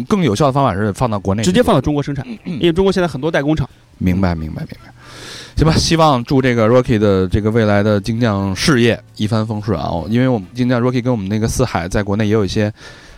Speaker 1: 更有效的方法是放到国内
Speaker 2: 直接放到中国生
Speaker 1: 嗯
Speaker 2: 产，因为中国现在很多代 工厂。
Speaker 1: 明白，明白，明白。行吧，希望祝这个 Rocky 的这个未来的精酿事业一帆风顺啊！哦因为我们精酿 Rocky 跟我们那个四海在国内也有一些，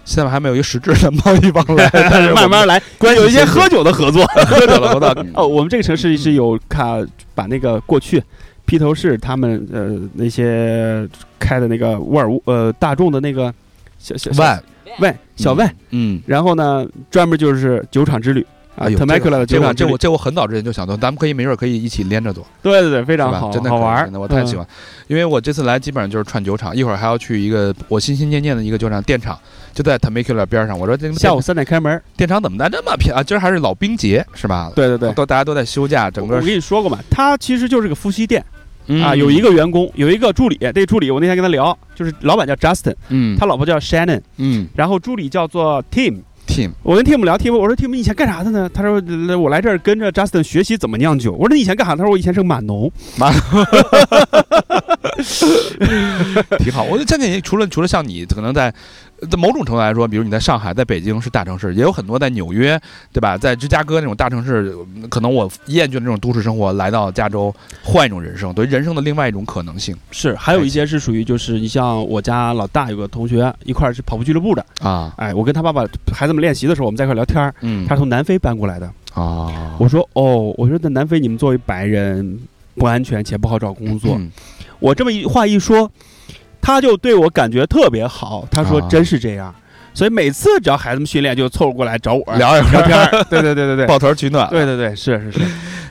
Speaker 1: 现在还没有一个实质的贸易往 来，但是我们
Speaker 2: 慢慢来，
Speaker 1: 关系
Speaker 2: 有一些
Speaker 1: 先
Speaker 2: 喝酒的合作。
Speaker 1: 喝酒了，我到嗯
Speaker 2: 哦，我们这个城市是有看把那个过去披头士他们呃那些开的那个沃尔沃呃大众的那个小小小
Speaker 1: 万
Speaker 2: 万小万，，
Speaker 1: 嗯，
Speaker 2: 然后呢专门就是酒厂之旅啊
Speaker 1: 哎呦，
Speaker 2: ，Temecula
Speaker 1: 这
Speaker 2: 的
Speaker 1: 个
Speaker 2: 酒
Speaker 1: 我
Speaker 2: 厂之
Speaker 1: 这
Speaker 2: 旅
Speaker 1: 我，这我很早之前就想做，咱们可以没准可以一起连着做，
Speaker 2: 对对对，非
Speaker 1: 是
Speaker 2: 常
Speaker 1: 吧
Speaker 2: 好？，
Speaker 1: 真的
Speaker 2: 好
Speaker 1: 可以
Speaker 2: 玩儿嗯
Speaker 1: 真的，我太喜。欢，因为我这次来基本上就是串酒厂，一会儿还要去一个我心心念念的一个酒厂电厂，就在 Temecula 边上，我说这
Speaker 2: 嗯
Speaker 1: 个
Speaker 2: 下午三点 开门，
Speaker 1: 电厂怎么在这么偏啊？今儿还是老兵节是吧？
Speaker 2: 对对对。
Speaker 1: 都大家都在休假，整
Speaker 2: 我
Speaker 1: 个
Speaker 2: 我跟你说过嘛，它其实就是个夫妻店
Speaker 1: 嗯
Speaker 2: 啊，有一个员工，有一个助理，这个助理我那天跟他聊，就是老板叫 Justin，
Speaker 1: 嗯，
Speaker 2: 他老婆叫 Shannon，
Speaker 1: 嗯
Speaker 2: 然后助理叫做 Tim，
Speaker 1: team
Speaker 2: 我跟 Tim 聊 Tim，我说 Tim 你以前干啥的呢？他说呃我来这儿跟着 Justin 学习怎么酿酒。我说你以前干啥？他说我以前是个码农。
Speaker 1: 挺好。我觉得这个除了除了像你可能在在某种程度来说，比如你在上海、在北京是大城市，也有很多在纽约，对吧？在芝加哥那种大城市，可能我厌倦这种都市生活，来到加州换一种人生，对人生的另外一种可能性
Speaker 2: 是，还有一些是属于就是你像我家老大有个同学一块儿是跑步俱乐部的，
Speaker 1: 啊。
Speaker 2: 哎，我跟他爸爸孩子们练习的时候，我们在一块儿聊天儿。
Speaker 1: 嗯
Speaker 2: 他是从南非搬过来的。
Speaker 1: 啊，
Speaker 2: 我说哦，我说在南非你们作为白人不安全且不好找工作。
Speaker 1: 嗯
Speaker 2: 我这么一话一说，他就对我感觉特别好。他说
Speaker 1: 啊
Speaker 2: 真是这样，所以每次只要孩子们训练就凑过来找我
Speaker 1: 聊一会
Speaker 2: 聊
Speaker 1: 儿，
Speaker 2: 天儿。 对对对对对。
Speaker 1: 抱团取暖，
Speaker 2: 对对对，是是是，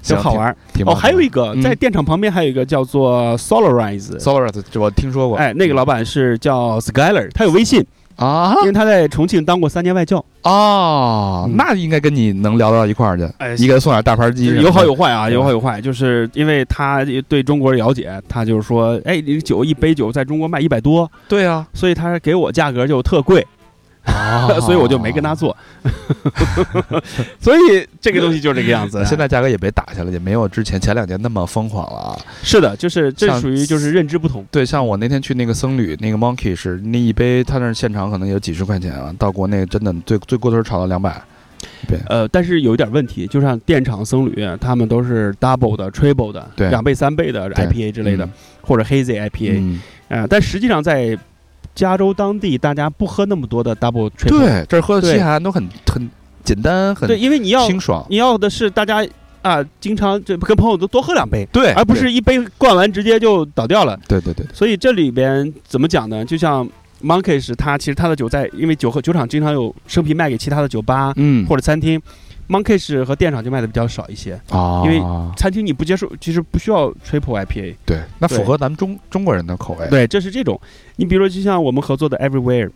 Speaker 2: 就
Speaker 1: 行
Speaker 2: 好玩。儿
Speaker 1: 挺。挺
Speaker 2: 哦，
Speaker 1: 棒
Speaker 2: 还有一
Speaker 1: 挺
Speaker 2: 个
Speaker 1: 嗯
Speaker 2: 在电厂旁边还有一个叫做 Solarize，
Speaker 1: 棒 Solaris，这我听说过，
Speaker 2: 哎，那个老板是叫 Skyler，他有微信，
Speaker 1: 啊
Speaker 2: 因为他在重庆当过三年外教，
Speaker 1: 哦，
Speaker 2: 嗯
Speaker 1: 那应该跟你能聊到一块儿去，
Speaker 2: 哎
Speaker 1: 你给他送点大盘鸡什么的，
Speaker 2: 有好有坏啊，
Speaker 1: 对吧
Speaker 2: 有好有坏，就是因为他对中国了解，他就是说，哎，你酒一杯酒在中国卖一百多，
Speaker 1: 对啊，
Speaker 2: 所以他给我价格就特贵，
Speaker 1: 啊
Speaker 2: 所以我就没跟他 做，所以这个东西就是这个样子。
Speaker 1: 现在价格也被打下来，也没有之前前两年那么疯狂了啊。
Speaker 2: 是的，就是这
Speaker 1: 像
Speaker 2: 属于就是认知不同，
Speaker 1: 对，像我那天去那个僧侣那个 Monkey 是那一杯，他那儿现场可能有几十块钱啊，到国内真的最最过头炒到两百。
Speaker 2: 呃，但是有一点问题，就像电厂僧侣，他们都是 double 的、triple 的，
Speaker 1: 对
Speaker 2: 两倍、三倍的
Speaker 1: 对
Speaker 2: IPA 之类的，
Speaker 1: 嗯
Speaker 2: 或者 hazy IPA，
Speaker 1: 嗯，
Speaker 2: 啊、但实际上在加州当地，大家不喝那么多的 double、triple，
Speaker 1: 对，这儿喝的
Speaker 2: 对
Speaker 1: 西海岸都很很简单，很
Speaker 2: 对因为你要
Speaker 1: 清爽。
Speaker 2: 你要的是大家啊、经常就跟朋友都多喝两杯，
Speaker 1: 对，
Speaker 2: 而不
Speaker 1: 对
Speaker 2: 是一杯灌完直接就倒掉了。
Speaker 1: 对对对对，
Speaker 2: 所以这里边怎么讲呢？就像 Monkeys，它其实它的酒在，因为酒和酒厂经常有生啤卖给其他的酒吧、
Speaker 1: 嗯，
Speaker 2: 啊或者餐厅，Monkeys 和店厂就卖的比较少一些。
Speaker 1: 啊，
Speaker 2: 因为餐厅你不接受，其实不需要 triple IPA。
Speaker 1: 对，那符
Speaker 2: 对
Speaker 1: 合咱们中中国人的口味。，
Speaker 2: 对，这是这种。你比如说，就像我们合作的 Everywhere，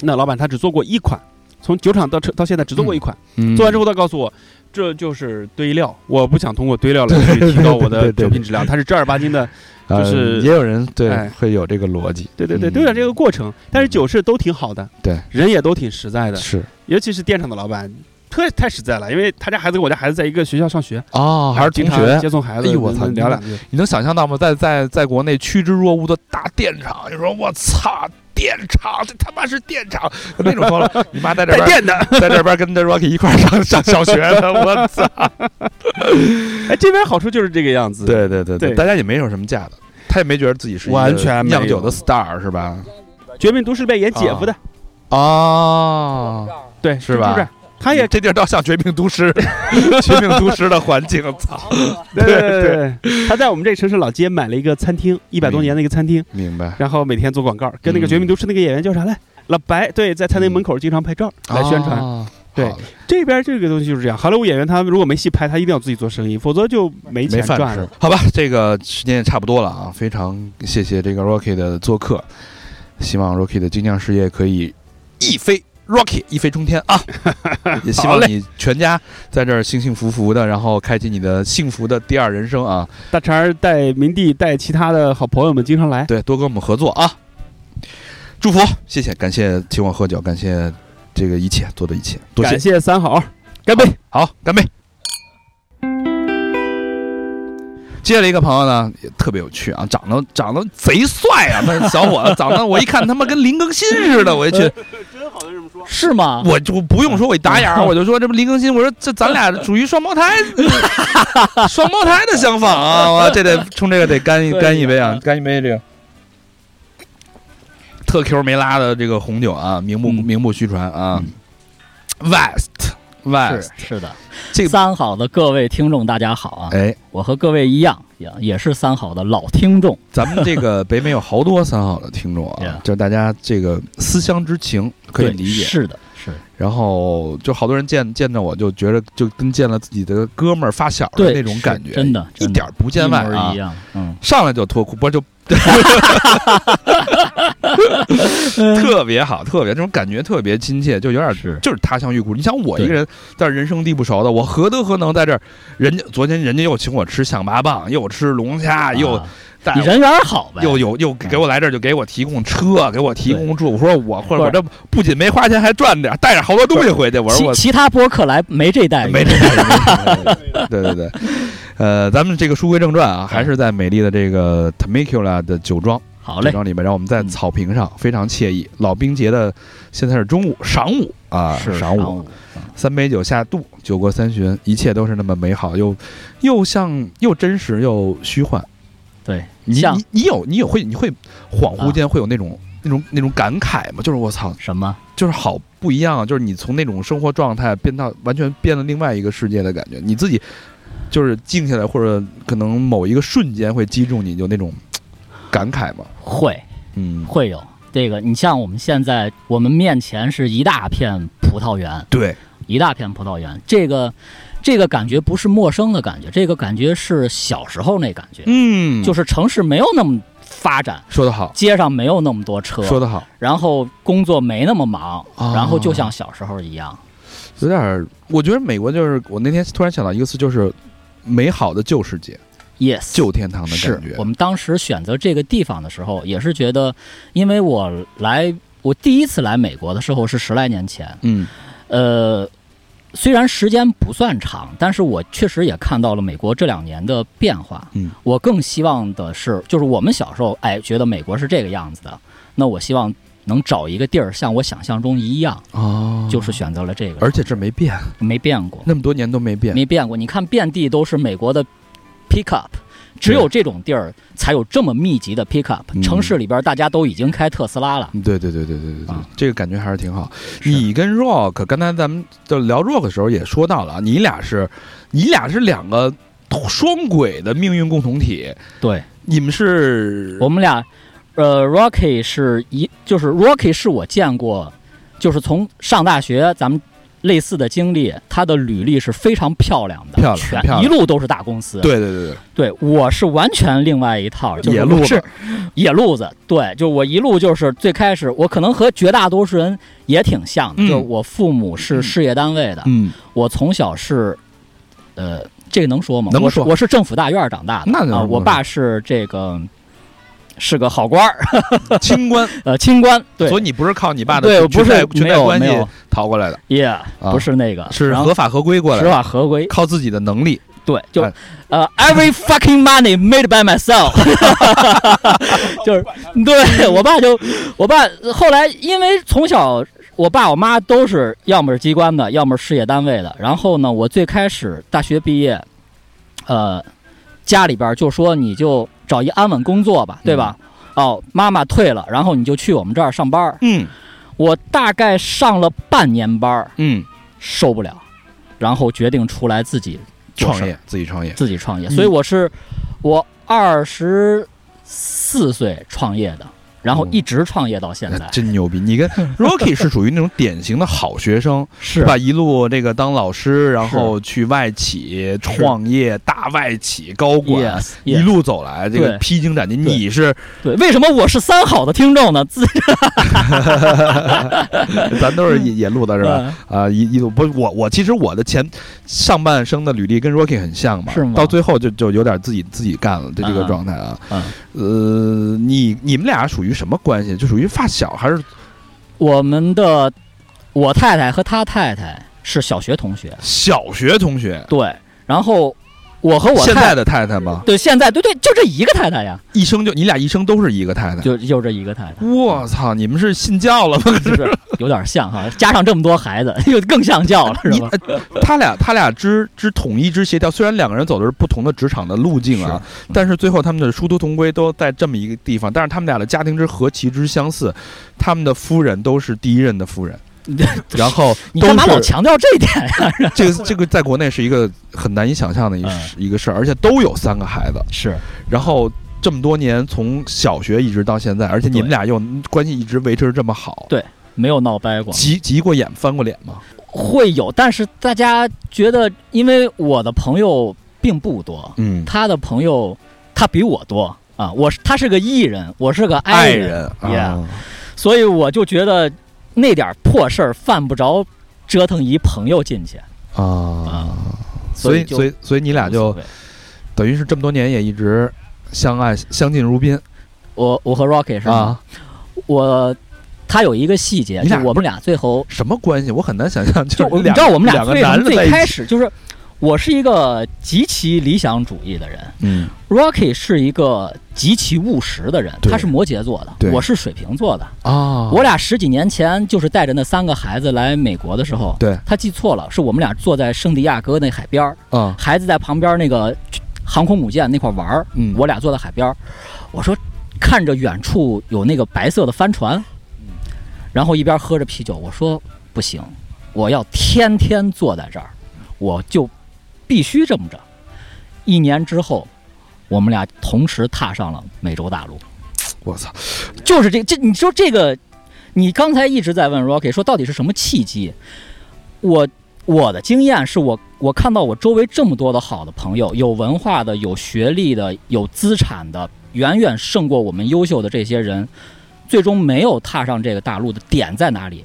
Speaker 2: 那老板他只做过一款，从酒厂到车到现在只做过一款，
Speaker 1: 嗯、
Speaker 2: 做完之后他告诉我。这就是堆料，我不想通过堆料来去提高我
Speaker 1: 对对
Speaker 2: 的
Speaker 1: 对
Speaker 2: 酒品质量，它是正儿八 经的，
Speaker 1: 呃
Speaker 2: 就是
Speaker 1: 也有人对、
Speaker 2: 哎
Speaker 1: 会有这个逻辑。
Speaker 2: 对对对，
Speaker 1: 嗯
Speaker 2: 都有点这个过程。但是酒是都挺好的，
Speaker 1: 对，
Speaker 2: 人也都挺实在的，
Speaker 1: 是
Speaker 2: 尤其是电厂的老板，特太实在了，因为他家孩子跟我家孩子在一个学校上学，
Speaker 1: 啊，还是
Speaker 2: 哎经
Speaker 1: 同
Speaker 2: 常
Speaker 1: 学
Speaker 2: 接送孩子，
Speaker 1: 哎呦我操，
Speaker 2: 能聊聊。
Speaker 1: 你能想象到吗？在在在国内趋之若鹜的大电厂，你说我操，电厂，这他妈是电厂， 那种说 了，你妈在这
Speaker 2: 带
Speaker 1: 边
Speaker 2: 电的。
Speaker 1: 在这边跟着 Rocky 一块儿 上上小学的，我操！
Speaker 2: 哎，这边好处就是这个样子。，
Speaker 1: 对对对
Speaker 2: 对
Speaker 1: 大家也没有什么架子，他也没觉得自己是一个
Speaker 3: 完全没有
Speaker 1: 酿酒的 star 是吧？
Speaker 2: 《绝命毒师》里面演姐夫的，
Speaker 1: 哦，
Speaker 2: 对，
Speaker 1: 是吧
Speaker 2: 蜘蛛这儿？他也
Speaker 1: 这地儿倒像《绝命毒 师》《绝命毒师》的环境，操！
Speaker 2: 对对对， 嗯他在我们这个城市老街买了一个餐厅，一百多年的一个餐厅，
Speaker 1: 明白，
Speaker 2: 然后每天做广告，跟那个
Speaker 1: 嗯
Speaker 2: 《绝命毒师》那个演员叫啥来？老白，对，在餐厅门口经常拍照来宣传。
Speaker 1: 哦
Speaker 2: 对
Speaker 1: 好嘞
Speaker 2: 这边这个东西就是这样，好莱坞演员他如果没戏拍，他一定要自己做生意，否则就没
Speaker 1: 没
Speaker 2: 钱
Speaker 1: 饭
Speaker 2: 赚
Speaker 1: 吃
Speaker 2: 了。，
Speaker 1: 好吧，这个时间也差不多了啊，非常谢谢这个 Rocky 的做客，希望 Rocky 的精酿事业可以一飞 Rocky 一飞冲天 啊！也希
Speaker 2: 好
Speaker 1: 望
Speaker 2: 嘞
Speaker 1: 你全家在这儿幸幸福福的，然后开启你的幸福的第二人生啊！
Speaker 2: 大肠儿带明帝带其他的好朋友们经常来，
Speaker 1: 对，多跟我们合作啊！祝福，谢谢，感谢请我喝酒，感谢这个一切做的一切，多谢
Speaker 2: 感，谢三好，干杯！
Speaker 1: 好，干杯！接了一个朋友呢，也特别有趣啊，长得长得贼帅啊，那小伙子 长得我一看他妈跟林更新似的，我就觉得
Speaker 2: 真好像这么说。
Speaker 3: 是吗？
Speaker 1: 我就不用说，我一打眼儿我就说这不林更新，我说这咱俩属于双胞胎，双胞胎的相仿啊，我这得冲这个得干一
Speaker 3: 对
Speaker 1: 干一杯啊
Speaker 3: 呀，
Speaker 1: 干一杯这个。特 Q 没拉的这个红酒啊，名不、
Speaker 2: 嗯
Speaker 1: 名不虚传啊、w e s t West，
Speaker 3: 是是的，
Speaker 1: 这个
Speaker 3: 三好的各位听众，大家好啊！
Speaker 1: 哎，
Speaker 3: 我和各位一样，也也是三好的老听众。
Speaker 1: 咱们这 个北美有好多三好的听众啊
Speaker 3: Yeah，
Speaker 1: 就是大家这个思乡之情可以
Speaker 3: 对
Speaker 1: 理解。
Speaker 3: 是的，是的
Speaker 1: 然后就好多人见见着我就觉得就跟见了自己的哥们儿发小的
Speaker 3: 对
Speaker 1: 那种
Speaker 3: 是
Speaker 1: 感觉，
Speaker 3: 真的
Speaker 1: 一
Speaker 3: 真的
Speaker 1: 点儿不见外
Speaker 3: 一模
Speaker 1: 啊
Speaker 3: 一，样。嗯，
Speaker 1: 上来就脱裤，不 是就特别好，特别这种感觉特别亲切，就有点
Speaker 3: 是
Speaker 1: 就是他乡遇故。你想我一个
Speaker 3: 对
Speaker 1: 人在这人生地不熟的，我何德何能在这儿？人家昨天人家又请我吃象拔蚌，又吃龙虾，又
Speaker 3: 啊
Speaker 1: 带
Speaker 3: 你
Speaker 1: 我
Speaker 3: 人缘好呗？嗯
Speaker 1: 又有又给我来这儿就给我提供车，给我提供住。我说我或者
Speaker 3: 或
Speaker 1: 我这不仅没花钱，还赚点儿，带着好多东西回去。我说
Speaker 3: 其
Speaker 1: 我
Speaker 3: 其他播客来没这待遇，
Speaker 1: 没这事儿。对对对，呃，咱们这个书归正传啊，还是在美丽的这个 Temecula 的酒庄
Speaker 3: 好
Speaker 1: 酒
Speaker 3: 嘞，
Speaker 1: 庄里面，然后我们在
Speaker 3: 嗯
Speaker 1: 草坪上非常惬意。老兵节的现在是中午晌午啊，
Speaker 3: 是
Speaker 1: 晌午，三杯酒下肚，酒过三巡，一切都是那么美好，又又像又真实又虚幻。
Speaker 3: 对，
Speaker 1: 你
Speaker 3: 像
Speaker 1: 你你有你有会你会恍惚
Speaker 3: 啊
Speaker 1: 间会有那种、那种那种感慨吗？就是我操，
Speaker 3: 什么？
Speaker 1: 就是好不一样啊，就是你从那种生活状态变到完全变了另外一个世界的感觉，你自己就是静下来，或者可能某一个瞬间会击中你，有那种嘖感慨吗？
Speaker 3: 会
Speaker 1: 嗯，
Speaker 3: 会有这个。你像我们现在，我们面前是一大片葡萄园，
Speaker 1: 对，
Speaker 3: 一大片葡萄园。这个这个感觉不是陌生的感觉，这个感觉是小时候那感觉，
Speaker 1: 嗯，
Speaker 3: 就是城市没有那么发展，
Speaker 1: 说得好，
Speaker 3: 街上没有那么多车，
Speaker 1: 说得好，
Speaker 3: 然后工作没那么忙，
Speaker 1: 哦
Speaker 3: 然后就像小时候一样。
Speaker 1: 有点儿，我觉得美国就是我那天突然想到一个词，就是美好的旧世界、
Speaker 3: Yes，
Speaker 1: 旧天堂的
Speaker 3: 是
Speaker 1: 感觉
Speaker 3: 我。们当时选择这个地方的时候，也是觉得，因为我来，我第一次来美国的时候是十来年前，
Speaker 1: 嗯，
Speaker 3: 呃，虽然时间不算长，但是我确实也看到了美国这两年的变化。
Speaker 1: 嗯，
Speaker 3: 我更希望的是，就是我们小时候哎觉得美国是这个样子的，那我希望能找一个地儿像我想象中一样，
Speaker 1: 哦
Speaker 3: 就是选择了这个，
Speaker 1: 而且这没变，
Speaker 3: 没变过，
Speaker 1: 那么多年都没变。
Speaker 3: 没变过。你看，遍地都是美国的 pickup。只有这种地儿才有这么密集的 pickup，、
Speaker 1: 嗯
Speaker 3: 城市里边大家都已经开特斯拉了。
Speaker 1: 嗯对对对对对对对
Speaker 3: 啊，
Speaker 1: 这个感觉还是挺好。
Speaker 3: 是
Speaker 1: 你跟 Rock 刚才咱们就聊 Rock 的时候也说到了啊，你俩是，你俩是两个双轨的命运共同体，
Speaker 3: 对，
Speaker 1: 你们是
Speaker 3: 我们俩，呃，Rocky 是一，就是 Rocky 是我见过，就是从上大学咱们类似的经历，他的履历是非常漂亮的，
Speaker 1: 漂亮
Speaker 3: 全
Speaker 1: 漂亮
Speaker 3: 一路都是大公司。
Speaker 1: 对对对对，
Speaker 3: 对，我是完全另外一套，就是
Speaker 1: 野路子
Speaker 3: 我是 野路子。对，就我一路就是最开始，我可能和绝大多数人也挺像的，
Speaker 1: 嗯
Speaker 3: 就是我父母是事业单位的，
Speaker 1: 嗯，
Speaker 3: 我从小是，呃，这个能说吗？
Speaker 1: 能
Speaker 3: 我是
Speaker 1: 说
Speaker 3: 我是政府大院儿长大的，
Speaker 1: 那能
Speaker 3: 啊、
Speaker 1: 说
Speaker 3: 我爸是这个是个好官儿，
Speaker 1: 清官，
Speaker 3: 呃，清官，对，
Speaker 1: 所以你不是靠你爸的
Speaker 3: 对，我
Speaker 1: 裙
Speaker 3: 不
Speaker 1: 带
Speaker 3: 是
Speaker 1: 裙
Speaker 3: 没
Speaker 1: 带
Speaker 3: 有
Speaker 1: 关
Speaker 3: 没
Speaker 1: 系
Speaker 3: 有
Speaker 1: 逃过来的，
Speaker 3: ，yeah，
Speaker 1: 啊
Speaker 3: 不是那个，
Speaker 1: 是
Speaker 3: 然后
Speaker 1: 合法合规过来
Speaker 3: 执
Speaker 1: 的，
Speaker 3: 法合规，
Speaker 1: 靠自己的能力，
Speaker 3: 对，就
Speaker 1: 哎
Speaker 3: 呃，every fucking money made by myself，就是对我爸就我爸后来因为从小我爸我妈都是要么是机关的，要么是事业单位的。然后呢，我最开始大学毕业，呃，家里边儿就说你就找一安稳工作吧，对吧？哦，妈妈退了，然后你就去我们这儿上班儿。
Speaker 1: 嗯
Speaker 3: 我大概上了半年班儿，
Speaker 1: 嗯，
Speaker 3: 受不了，然后决定出来自己做事
Speaker 1: 创
Speaker 3: 儿
Speaker 1: 业自己创业，
Speaker 3: 自己创业，
Speaker 2: 嗯
Speaker 3: 所以我是我二十四岁创业的，然后一直创业到现在，
Speaker 1: 真牛逼！你 跟 Rocky 是属于那种典型的好学生，
Speaker 3: 是
Speaker 1: 吧？一路这个当老师，然后去外企创业，大外企高管。
Speaker 3: ？Yes，,
Speaker 1: 一
Speaker 3: yes
Speaker 1: 路走来，这个
Speaker 3: 对
Speaker 1: 披荆斩棘，
Speaker 3: 对
Speaker 1: 你 是
Speaker 3: 对，为什么我是三好的听众呢？自
Speaker 1: 咱都是也也录的是吧？啊，一一路不，我我其实我的前上半生的履历跟 Rocky 很像嘛，
Speaker 3: 是吗
Speaker 1: 到最后就就有点自己自己干了这这个
Speaker 3: 啊
Speaker 1: 状态啊。
Speaker 3: 嗯
Speaker 1: 呃，你你们俩属于什么关系？就属于发小还是
Speaker 3: 我们的我太太和他太太是小学同学，
Speaker 1: 小学同学？
Speaker 3: 对，然后我和我
Speaker 1: 现在
Speaker 3: 太
Speaker 1: 的太太吗？
Speaker 3: 对现在对对，就这一个太太 呀，
Speaker 1: 一生就你俩一生都是一个太太。
Speaker 3: 就就这一个太太。
Speaker 1: 我操！你们是信教了吗？
Speaker 3: 就是有点像哈，加上这么多孩子， 又更像教了，是
Speaker 1: 你
Speaker 3: 吧？
Speaker 1: 呃他俩他俩之之统一之协调，虽然两个人走的是不同的职场的路径啊，但是最后他们的殊途同归，都在这么一个地方。但是他们俩的家庭之和其之相似，他们的夫人都是第一任的夫 人，然后
Speaker 3: 你
Speaker 1: 都
Speaker 3: 干嘛老
Speaker 1: 是
Speaker 3: 强调这一点呀？
Speaker 1: 这个这个在国内是一个很难以想象的一、
Speaker 3: 嗯
Speaker 1: 一个事儿，而且都有三个孩子，
Speaker 3: 是
Speaker 1: 然后。这么多年，从小学一直到现在，而且你们
Speaker 3: 对
Speaker 1: 俩又关系一直维持得这么好，
Speaker 3: 对没有闹掰过，
Speaker 1: 急急过眼翻过脸吗？
Speaker 3: 会有，但是大家觉得，因为我的朋友并不多，
Speaker 1: 嗯，
Speaker 3: 他的朋友他比我多啊，我是他是个艺人，我是个 I
Speaker 1: 爱
Speaker 3: 人，
Speaker 1: 人啊
Speaker 3: Yeah，所以我就觉得那点儿破事儿犯不着折腾一朋友进去，
Speaker 1: 啊
Speaker 3: 啊，
Speaker 1: 所以
Speaker 3: 所以就
Speaker 1: 所以所以你俩
Speaker 3: 无
Speaker 1: 就
Speaker 3: 所谓
Speaker 1: 等于是这么多年也一直相爱相敬如宾
Speaker 3: 我我和 Rocky 是吗？
Speaker 1: 啊，
Speaker 3: 我他有一个细节，
Speaker 1: 你
Speaker 3: 就
Speaker 1: 俩
Speaker 3: 我们俩最后
Speaker 1: 什么关系？我很难想象，
Speaker 3: 就是我你
Speaker 1: 两
Speaker 3: 知道我们
Speaker 1: 两
Speaker 3: 俩
Speaker 1: 个
Speaker 3: 为什
Speaker 1: 男
Speaker 3: 么
Speaker 1: 的在
Speaker 3: 最
Speaker 1: 一
Speaker 3: 开
Speaker 1: 起，
Speaker 3: 始就是我是一个极其理想主义的人。
Speaker 1: 嗯
Speaker 3: Rocky 是一个极其务实的人，
Speaker 1: 对
Speaker 3: 他是摩羯座
Speaker 1: 对
Speaker 3: 的，我是水瓶座的。
Speaker 1: 啊，
Speaker 3: 我俩十几年前就是带着那三个孩子来美国的时候，
Speaker 1: 对
Speaker 3: 他记错了，是我们俩坐在圣地亚哥那海边儿，
Speaker 1: 啊
Speaker 3: 孩子在旁边那个航空母舰那块玩儿，
Speaker 1: 嗯
Speaker 3: 我俩坐在海边儿，我说看着远处有那个白色的帆船，然后一边喝着啤酒，我说不行，我要天天坐在这儿，我就必须这么着。一年之后，我们俩同时踏上了美洲大陆，
Speaker 1: 我操，
Speaker 3: 就是这这，你说这个，你刚才一直在问 Rocky 说到底是什么契机？我我的经验是我我看到我周围这么多的好的朋友，有文化的、有学历的、有资产的，远远胜过我们优秀的这些人，最终没有踏上这个大陆的点在哪里？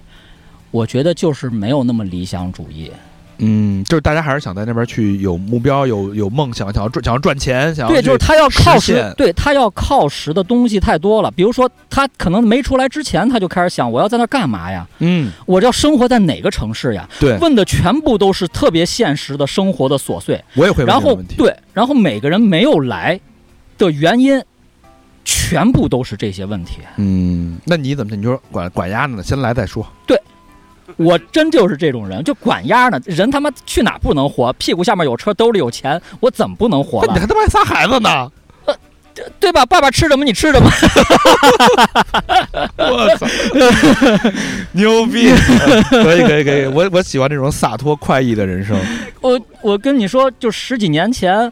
Speaker 3: 我觉得就是没有那么理想主义。
Speaker 1: 嗯，就是大家还是想在那边去有目标、有有梦想，想要赚想要赚钱，想要
Speaker 3: 对，
Speaker 1: 去
Speaker 3: 就是他要靠
Speaker 1: 实现
Speaker 3: 实，对他要靠实的东西太多了。比如说，他可能没出来之前，他就开始想我要在那儿干嘛呀？
Speaker 1: 嗯，
Speaker 3: 我要生活在哪个城市呀？
Speaker 1: 对，
Speaker 3: 问的全部都是特别现实的生活的琐碎，
Speaker 1: 我也会问
Speaker 3: 然
Speaker 1: 这个
Speaker 3: 后
Speaker 1: 问题，
Speaker 3: 对，然后每个人没有来的原因，全部都是这些问题。
Speaker 1: 嗯，那你怎么你就说管管丫呢？先来再说，
Speaker 3: 我真就是这种人，就管丫呢，人他妈去哪儿不能活？屁股下面有车，兜里有钱，我怎么不能活
Speaker 1: 那你
Speaker 3: 了？
Speaker 1: 还他妈还仨孩子呢，
Speaker 3: 对吧？爸爸吃什么你吃什么，
Speaker 1: 我操， 牛逼！可以可以可以，我我喜欢这种洒脱快意的人生。
Speaker 3: 我我跟你说，就十几年前，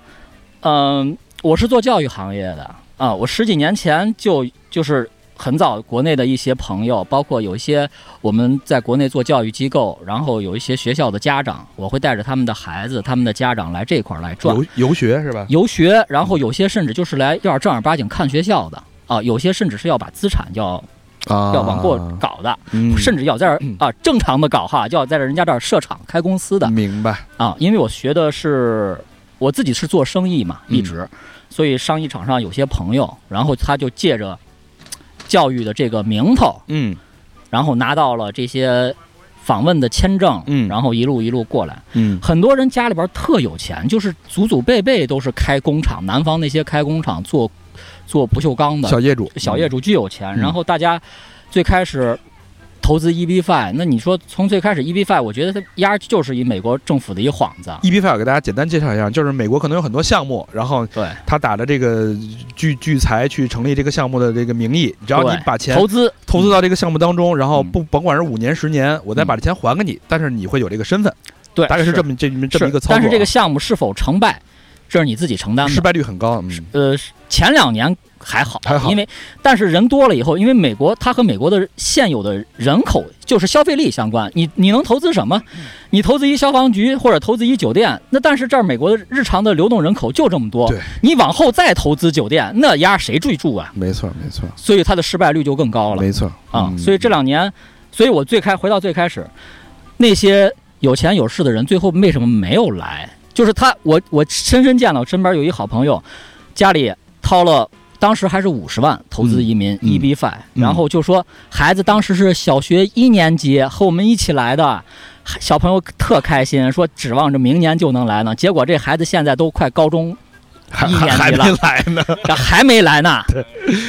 Speaker 3: 嗯、我是做教育行业的啊，我十几年前就就是很早国内的一些朋友，包括有一些我们在国内做教育机构，然后有一些学校的家长，我会带着他们的孩子、他们的家长来这块儿来转
Speaker 1: 游游学是吧？
Speaker 3: 游学，然后有些甚至就是来要正儿八经看学校的啊，有些甚至是要把资产要
Speaker 1: 啊
Speaker 3: 要往过搞的，
Speaker 1: 嗯
Speaker 3: 甚至要在这儿
Speaker 1: 嗯
Speaker 3: 啊正常的搞哈，就要在人家这儿设厂开公司的。
Speaker 1: 明白。
Speaker 3: 啊，因为我学的是我自己是做生意嘛，一
Speaker 1: 嗯
Speaker 3: 直，所以商议场上有些朋友，然后他就借着教育的这个名头，
Speaker 1: 嗯
Speaker 3: 然后拿到了这些访问的签证，
Speaker 1: 嗯
Speaker 3: 然后一路一路过来。
Speaker 1: 嗯
Speaker 3: 很多人家里边特有钱，就是祖祖辈辈都是开工厂，南方那些开工厂做做不锈钢的
Speaker 1: 小业主，
Speaker 3: 嗯小业主巨有钱，
Speaker 1: 嗯
Speaker 3: 然后大家最开始投资 EB Five，那你说从最开始 EB Five，我觉得它压根就是以美国政府的一幌子，啊
Speaker 1: EB Five 给大家简单介绍一下，就是美国可能有很多项目，然后
Speaker 3: 对，
Speaker 1: 他打着这个聚聚财去成立这个项目的这个名义，只要你
Speaker 3: 对
Speaker 1: 把钱
Speaker 3: 投资
Speaker 1: 投资到这个项目当中，然后
Speaker 3: 嗯
Speaker 1: 不甭管是五年十年，我再把这钱还给你，但是你会有这个身份，
Speaker 3: 对，
Speaker 1: 大概是这
Speaker 3: 么
Speaker 1: 么这么这么一个操作啊。
Speaker 3: 但是这个项目是否成败，这是你自己承担的
Speaker 1: 失。败率很高，嗯，
Speaker 3: 呃，是前两年还好，
Speaker 1: 还好
Speaker 3: 因为但是人多了以后，因为美国它和美国的现有的人口就是消费力相关，你你能投资什么？
Speaker 1: 嗯
Speaker 3: 你投资一消防局或者投资一酒店，那但是这儿美国的日常的流动人口就这么多
Speaker 1: 对，
Speaker 3: 你往后再投资酒店，那压谁去住啊？
Speaker 1: 没错没错
Speaker 3: 所以它的失败率就更高了
Speaker 1: 没错
Speaker 3: 啊。
Speaker 1: 嗯
Speaker 3: 所以这两年，所以我最开回到最开始，那些有钱有势的人最后为什么没有来？就是他，我我深深见到身边有一好朋友，家里掏了。当时还是五十万投资移民
Speaker 1: 嗯
Speaker 3: EB five，、
Speaker 1: 嗯
Speaker 3: 然后就说孩子当时是小学一年级，和我们一起来的，小朋友特开心，说指望着明年就能来呢。结果这孩子现在都快高中
Speaker 1: 还
Speaker 3: 一年级
Speaker 1: 还还没
Speaker 3: 了
Speaker 1: 来呢，
Speaker 3: 然后还没 来呢，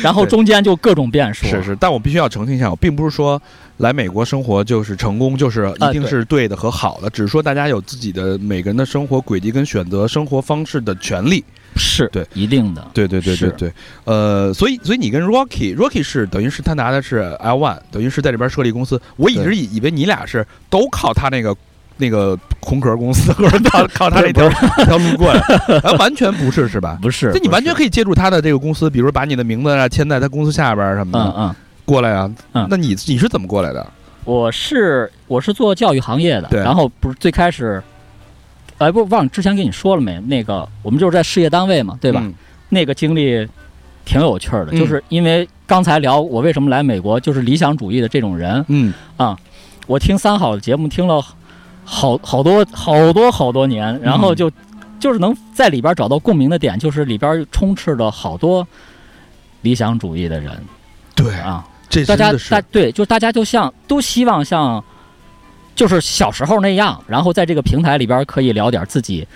Speaker 3: 然后中间就各种变数，
Speaker 1: 是是，但我必须要澄清一下，我并不是说来美国生活就是成功，就是一
Speaker 3: 啊
Speaker 1: 定
Speaker 3: 对
Speaker 1: 是哎对的和好的，只是说大家有自己的每个人的生活轨迹跟选择生活方式的权利。
Speaker 3: 是
Speaker 1: 对
Speaker 3: 一定的，
Speaker 1: 对对对对
Speaker 3: 是
Speaker 1: 对，呃，所以所以你跟 Rocky Rocky 是等于是他拿的是 L One，等于是在这边设立公司。我一直以以为你俩是都靠他那个那个空壳公司，或者靠靠他那 条那条路过来，哎， 完全不是是吧？
Speaker 3: 不是
Speaker 1: 这你完全可以借助他的这个公司，比如把你的名字啊签在他公司下边儿什么
Speaker 3: 嗯
Speaker 1: 的
Speaker 3: 嗯，
Speaker 1: 过来啊。
Speaker 3: 嗯
Speaker 1: 那你你是怎么过来的？
Speaker 3: 我是我是做教育行业的，
Speaker 1: 对
Speaker 3: 然后不是最开始，哎，不忘了之前跟你说了没？那个我们就是在事业单位嘛，对吧？
Speaker 1: 嗯？
Speaker 3: 那个经历挺有趣儿的，
Speaker 1: 嗯
Speaker 3: 就是因为刚才聊我为什么来美国，就是理想主义的这种人，
Speaker 1: 嗯，
Speaker 3: 我听三好的节目听了好好多好多好多年，然
Speaker 1: 嗯
Speaker 3: 后就、就是能在里边找到共鸣的点，就是里边充斥了好多理想主义的人
Speaker 1: 对，
Speaker 3: 啊。
Speaker 1: 这
Speaker 3: 大
Speaker 1: 真
Speaker 3: 家
Speaker 1: 的是哎
Speaker 3: 大对，就大家就像都希望像，就是小时候那样，然后在这个平台里边可以聊点自己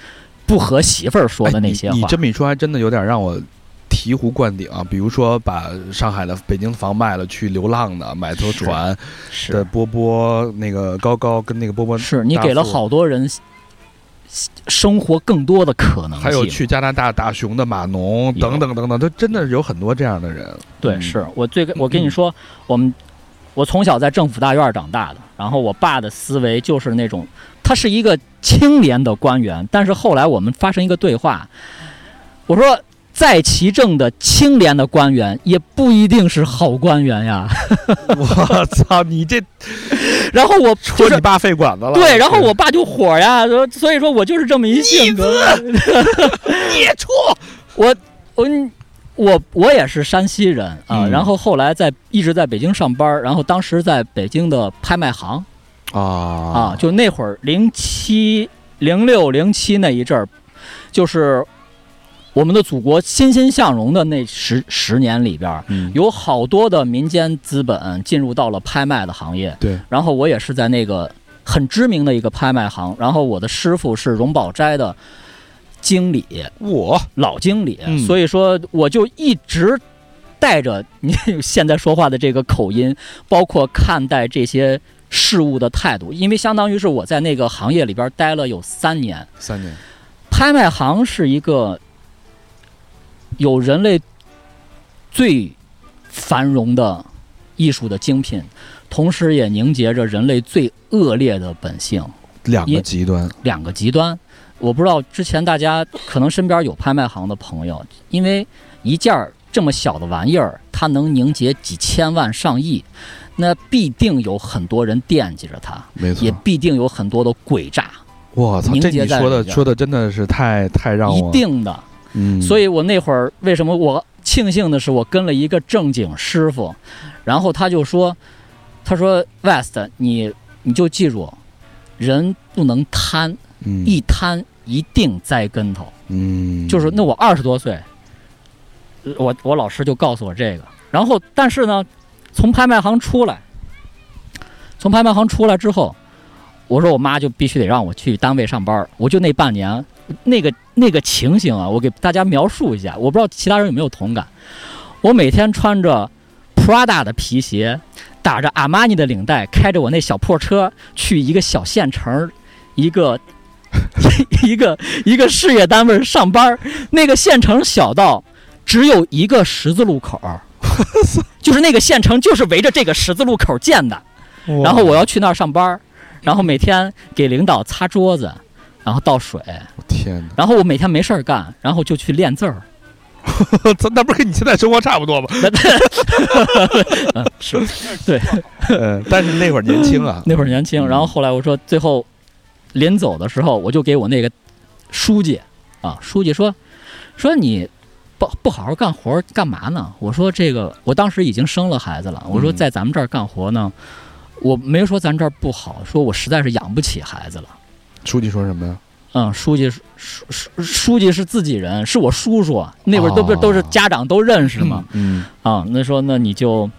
Speaker 3: 不和媳妇儿说
Speaker 1: 哎
Speaker 3: 的那
Speaker 1: 你
Speaker 3: 些
Speaker 1: 你
Speaker 3: 话。
Speaker 1: 这么一说，还真的有点让我醍醐灌顶啊！比如说，把上海的、北京的房卖了，去流浪的，买艘
Speaker 3: 是
Speaker 1: 船的
Speaker 3: 是
Speaker 1: 波波，那个高高跟那个波波，
Speaker 3: 是你给了好多人生活更多的可能性。
Speaker 1: 还有去加拿大打熊的码农
Speaker 3: 有
Speaker 1: 等等等等，都真的有很多这样的人。
Speaker 3: 对，
Speaker 1: 嗯
Speaker 3: 是我最我跟
Speaker 1: 嗯
Speaker 3: 你说，我们我从小在政府大院儿长大的，然后我爸的思维就是那种，他是一个清廉的官员，但是后来我们发生一个对话，我说。在其政的清廉的官员也不一定是好官员呀。
Speaker 1: 我操，你这
Speaker 3: 然后我就
Speaker 1: 戳
Speaker 3: 是
Speaker 1: 你爸肺管子了？
Speaker 3: 对，然后我爸就火呀，说所以说我就是这么一性格。
Speaker 1: 孽畜，
Speaker 3: 我我我我也是山西人啊，
Speaker 1: 嗯
Speaker 3: 然后后来在一直在北京上班儿，然后当时在北京的拍卖行
Speaker 1: 啊
Speaker 3: 啊，就那会儿零七、零六、零七那一阵儿，就是我们的祖国欣欣向荣的那十十年里边儿，
Speaker 1: 嗯
Speaker 3: 有好多的民间资本进入到了拍卖的行业。
Speaker 1: 对，
Speaker 3: 然后我也是在那个很知名的一个拍卖行，然后我的师傅是荣宝斋的经理，
Speaker 1: 我
Speaker 3: 老经理，
Speaker 1: 嗯
Speaker 3: 所以说我就一直带着你 现在说话的这个口音，包括看待这些事物的态度，因为相当于是我在那个行业里边待了有三年。
Speaker 1: 三年，
Speaker 3: 拍卖行是一个有人类最繁荣的艺术的精品，同时也凝结着人类最恶劣的本性。
Speaker 1: 两个
Speaker 3: 也
Speaker 1: 极端，
Speaker 3: 两个极端。我不知道之前大家可能身边有拍卖行的朋友，因为一件儿这么小的玩意儿，它能凝结几千万上亿，那必定有很多人惦记着它，
Speaker 1: 没
Speaker 3: 也
Speaker 1: 错。
Speaker 3: 必定有很多的诡诈，
Speaker 1: 我操，
Speaker 3: 凝
Speaker 1: 这
Speaker 3: 结
Speaker 1: 你
Speaker 3: 在
Speaker 1: 说的
Speaker 3: 里边
Speaker 1: 说的真的是太太让
Speaker 3: 一
Speaker 1: 我，
Speaker 3: 定的。
Speaker 1: 嗯，
Speaker 3: 所以我那会儿为什么我庆幸的是，我跟了一个正经师傅，然后他就说，他说 West，你你就记住，人不能贪，
Speaker 1: 嗯
Speaker 3: 一贪一定栽跟头。
Speaker 1: 嗯，
Speaker 3: 就是那我二十多岁，呃我我老师就告诉我这个，然后但是呢，从拍卖行出来，从拍卖行出来之后，我说我妈就必须得让我去单位上班儿，我就那半年，那个那个情形啊，我给大家描述一下，我不知道其他人有没有同感。我每天穿着 Prada 的皮鞋，打着阿玛尼的领带，开着我那小破车去一个小县城儿，一个 一个一个事业单位上班儿。那个县城小到只有一个十字路口儿，就是那个县城就是围着这个十字路口建的。然后我要去那儿上班儿，然后每天给领导擦桌子，然后倒水，
Speaker 1: 我天哪，
Speaker 3: 然后我每天没事儿干，然后就去练字儿。
Speaker 4: 这那不是跟你现在生活差不多吗？
Speaker 1: 嗯，但是那会儿年轻啊，
Speaker 3: 那会儿年轻，然后后来我说，最后临走的时候，我就给我那个书记啊，书记说说你不不好好干活儿干嘛呢？我说这个，我当时已经生了孩子了，我说
Speaker 1: 嗯
Speaker 3: 在咱们这儿干活呢，我没说咱这儿不好，说我实在是养不起孩子了。
Speaker 1: 书记说什么呀？
Speaker 3: 嗯，书记是书书书记是自己人，是我叔叔，那会儿都不
Speaker 1: 哦
Speaker 3: 都是家长都认识嘛。
Speaker 1: 嗯，
Speaker 3: 啊，那说那你就，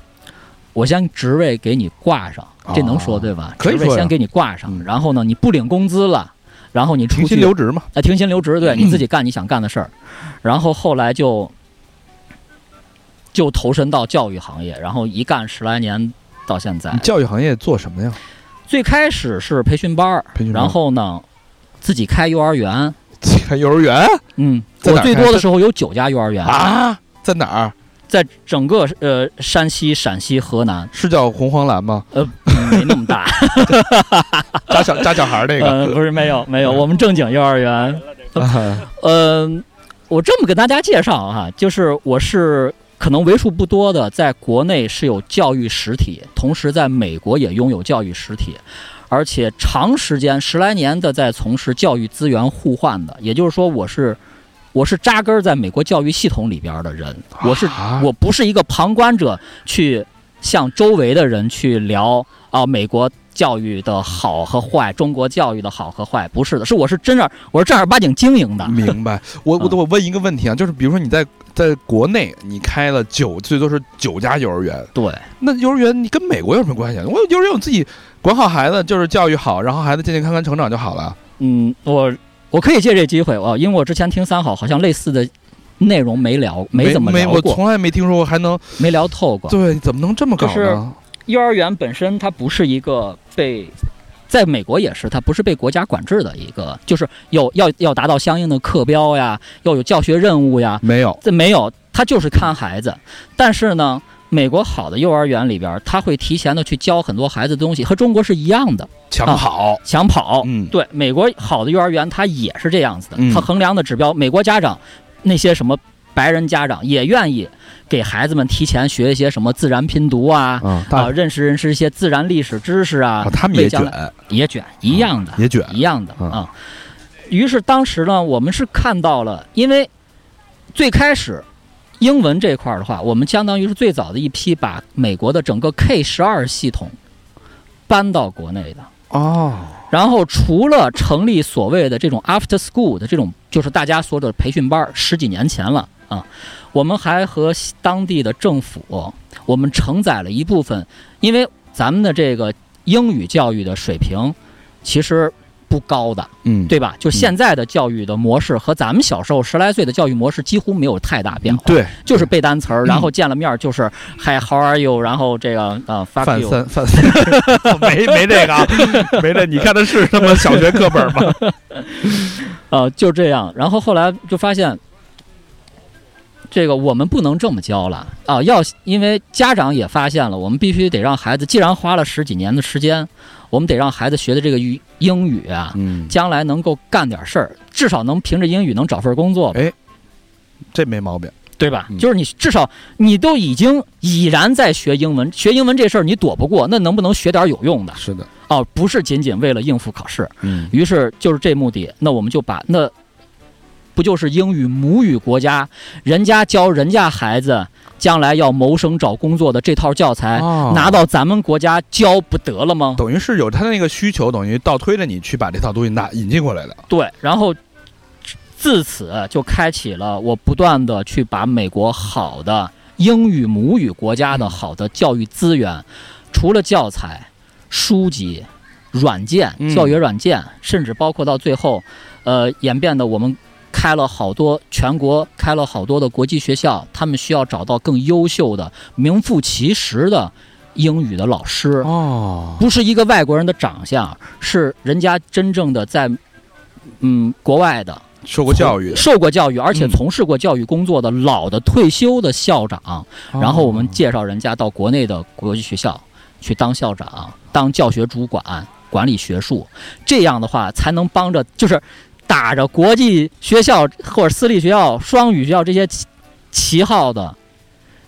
Speaker 3: 我先职位给你挂上，这能说
Speaker 1: 哦
Speaker 3: 对吧？
Speaker 1: 可以
Speaker 3: 职位
Speaker 1: 说呀
Speaker 3: 先给你挂上，
Speaker 1: 嗯
Speaker 3: 然后呢，你不领工资了，然后你出
Speaker 1: 停
Speaker 3: 去
Speaker 1: 薪留职嘛，嗯
Speaker 3: 啊，停薪留职，对你自己干你想干的事儿，然后后来就就投身到教育行业，然后一干十来年到现在
Speaker 1: 你。教育行业做什么呀？
Speaker 3: 最开始是培训班儿，
Speaker 1: 培训班
Speaker 3: 然后呢，自己开幼儿园，
Speaker 1: 看幼儿园
Speaker 3: 嗯，
Speaker 1: 在
Speaker 3: 我
Speaker 1: 哪儿
Speaker 3: 最
Speaker 1: 开
Speaker 3: 多的时候有九家幼儿园，
Speaker 1: 啊，在哪儿？
Speaker 3: 在整个呃山西、陕西、河南，
Speaker 1: 是叫红黄蓝吗？
Speaker 3: 呃，没那么大。
Speaker 4: 扎 小扎小孩儿那个，
Speaker 3: 呃，不是没有没有，我们正经幼儿园。
Speaker 1: 啊
Speaker 3: 呃，我这么给大家介绍哈、就是我是可能为数不多的在国内是有教育实体，同时在美国也拥有教育实体，而且长时间十来年的在从事教育资源互换的，也就是说我是。我是扎根在美国教育系统里边的人，我是
Speaker 1: 啊
Speaker 3: 我不是一个旁观者，去向周围的人去聊啊，美国教育的好和坏，中国教育的好和坏，不是的，是我是真正我是正儿八经经营的，嗯
Speaker 1: 明白。我我我问一个问题啊，就是比如说你在在国内你开了九，最多是九家幼儿园，
Speaker 3: 对，
Speaker 1: 那幼儿园你跟美国有什么关系啊？我幼儿园我自己管好孩子，就是教育好，然后孩子健健康康成长就好了。
Speaker 3: 嗯，我我可以借这机会啊，因为我之前听三好好像类似的内容没聊，
Speaker 1: 没
Speaker 3: 怎么
Speaker 1: 没，
Speaker 3: 聊
Speaker 1: 我
Speaker 3: 过，
Speaker 1: 从来没听说过还能
Speaker 3: 没聊透过。
Speaker 1: 对，怎么能这么搞
Speaker 3: 就是
Speaker 1: 呢？
Speaker 3: 幼儿园本身它不是一个被，在美国也是，它不是被国家管制的一个，就是有要要达到相应的课标呀，要有教学任务呀，
Speaker 1: 没有，
Speaker 3: 这没有，他就是看孩子。但是呢，美国好的幼儿园里边儿，他会提前的去教很多孩子东西，和中国是一样的，
Speaker 1: 抢跑，
Speaker 3: 抢跑。
Speaker 1: 嗯，
Speaker 3: 对，美国好的幼儿园它也是这样子的
Speaker 1: 嗯，
Speaker 3: 它衡量的指标，美国家长那些什么白人家长也愿意给孩子们提前学一些什么自然拼读啊。
Speaker 1: 啊，大
Speaker 3: 啊，认识认识一些自然历史知识啊
Speaker 1: 啊，他们也
Speaker 3: 为
Speaker 1: 卷
Speaker 3: 将，也卷一样的，
Speaker 1: 也卷，
Speaker 3: 一样的
Speaker 1: 嗯
Speaker 3: 啊。于是当时呢，我们是看到了，因为最开始英文这块儿的话，我们相当于是最早的一批把美国的整个 K 十二系统搬到国内的。
Speaker 1: 哦，
Speaker 3: 然后除了成立所谓的这种 after school 的这种，就是大家说的培训班儿，十几年前了啊，我们还和当地的政府，我们承载了一部分，因为咱们的这个英语教育的水平其实不高的，
Speaker 1: 嗯，
Speaker 3: 对吧？就现在的教育的模式和咱们小时候十来岁的教育模式几乎没有太大变
Speaker 1: 嗯，
Speaker 3: 化，
Speaker 1: 对，嗯
Speaker 3: 就是背单词儿，然后见了面儿就是 Hi how are you，然后这个呃 fuck
Speaker 1: 范
Speaker 3: you，
Speaker 1: 三 范三，
Speaker 4: 没没这个啊，没这，你看的是他妈小学课本吗？
Speaker 3: 呃，就这样。然后后来就发现，这个我们不能这么教了啊！要因为家长也发现了，我们必须得让孩子，既然花了十几年的时间，我们得让孩子学的这个语英语啊，
Speaker 1: 嗯，
Speaker 3: 将来能够干点事儿，至少能凭着英语能找份工作吧，
Speaker 1: 这没毛病，
Speaker 3: 对吧
Speaker 1: 嗯？
Speaker 3: 就是你至少你都已经已然在学英文，学英文这事儿你躲不过，那能不能学点有用的
Speaker 1: 是的，
Speaker 3: 哦？不是仅仅为了应付考试，
Speaker 1: 嗯，
Speaker 3: 于是就是这目的，那我们就把那不就是英语母语国家，人家教人家孩子将来要谋生找工作的这套教材、
Speaker 1: 哦
Speaker 3: 拿到咱们国家教不得了吗？
Speaker 1: 等于是有他的那个需求，等于倒推着你去把这套东西拿引进过来的，
Speaker 3: 对，然后自此就开启了我不断的去把美国好的英语母语国家的好的教育资源，除了教材、书籍、软件
Speaker 1: 嗯、
Speaker 3: 教育软件，甚至包括到最后，呃，演变的我们开了好多全国开了好多的国际学校，他们需要找到更优秀的、名副其实的英语的老师，
Speaker 1: 哦，
Speaker 3: 不是一个外国人的长相，是人家真正的在。嗯，国外的
Speaker 1: 受过教育的，
Speaker 3: 受过教育，而且
Speaker 1: 嗯
Speaker 3: 从事过教育工作的老的退休的校长，
Speaker 1: 哦
Speaker 3: 然后我们介绍人家到国内的国际学校去当校长、当教学主管、管理学术，这样的话才能帮着就是打着国际学校或者私立学校、双语学校这些旗旗号的，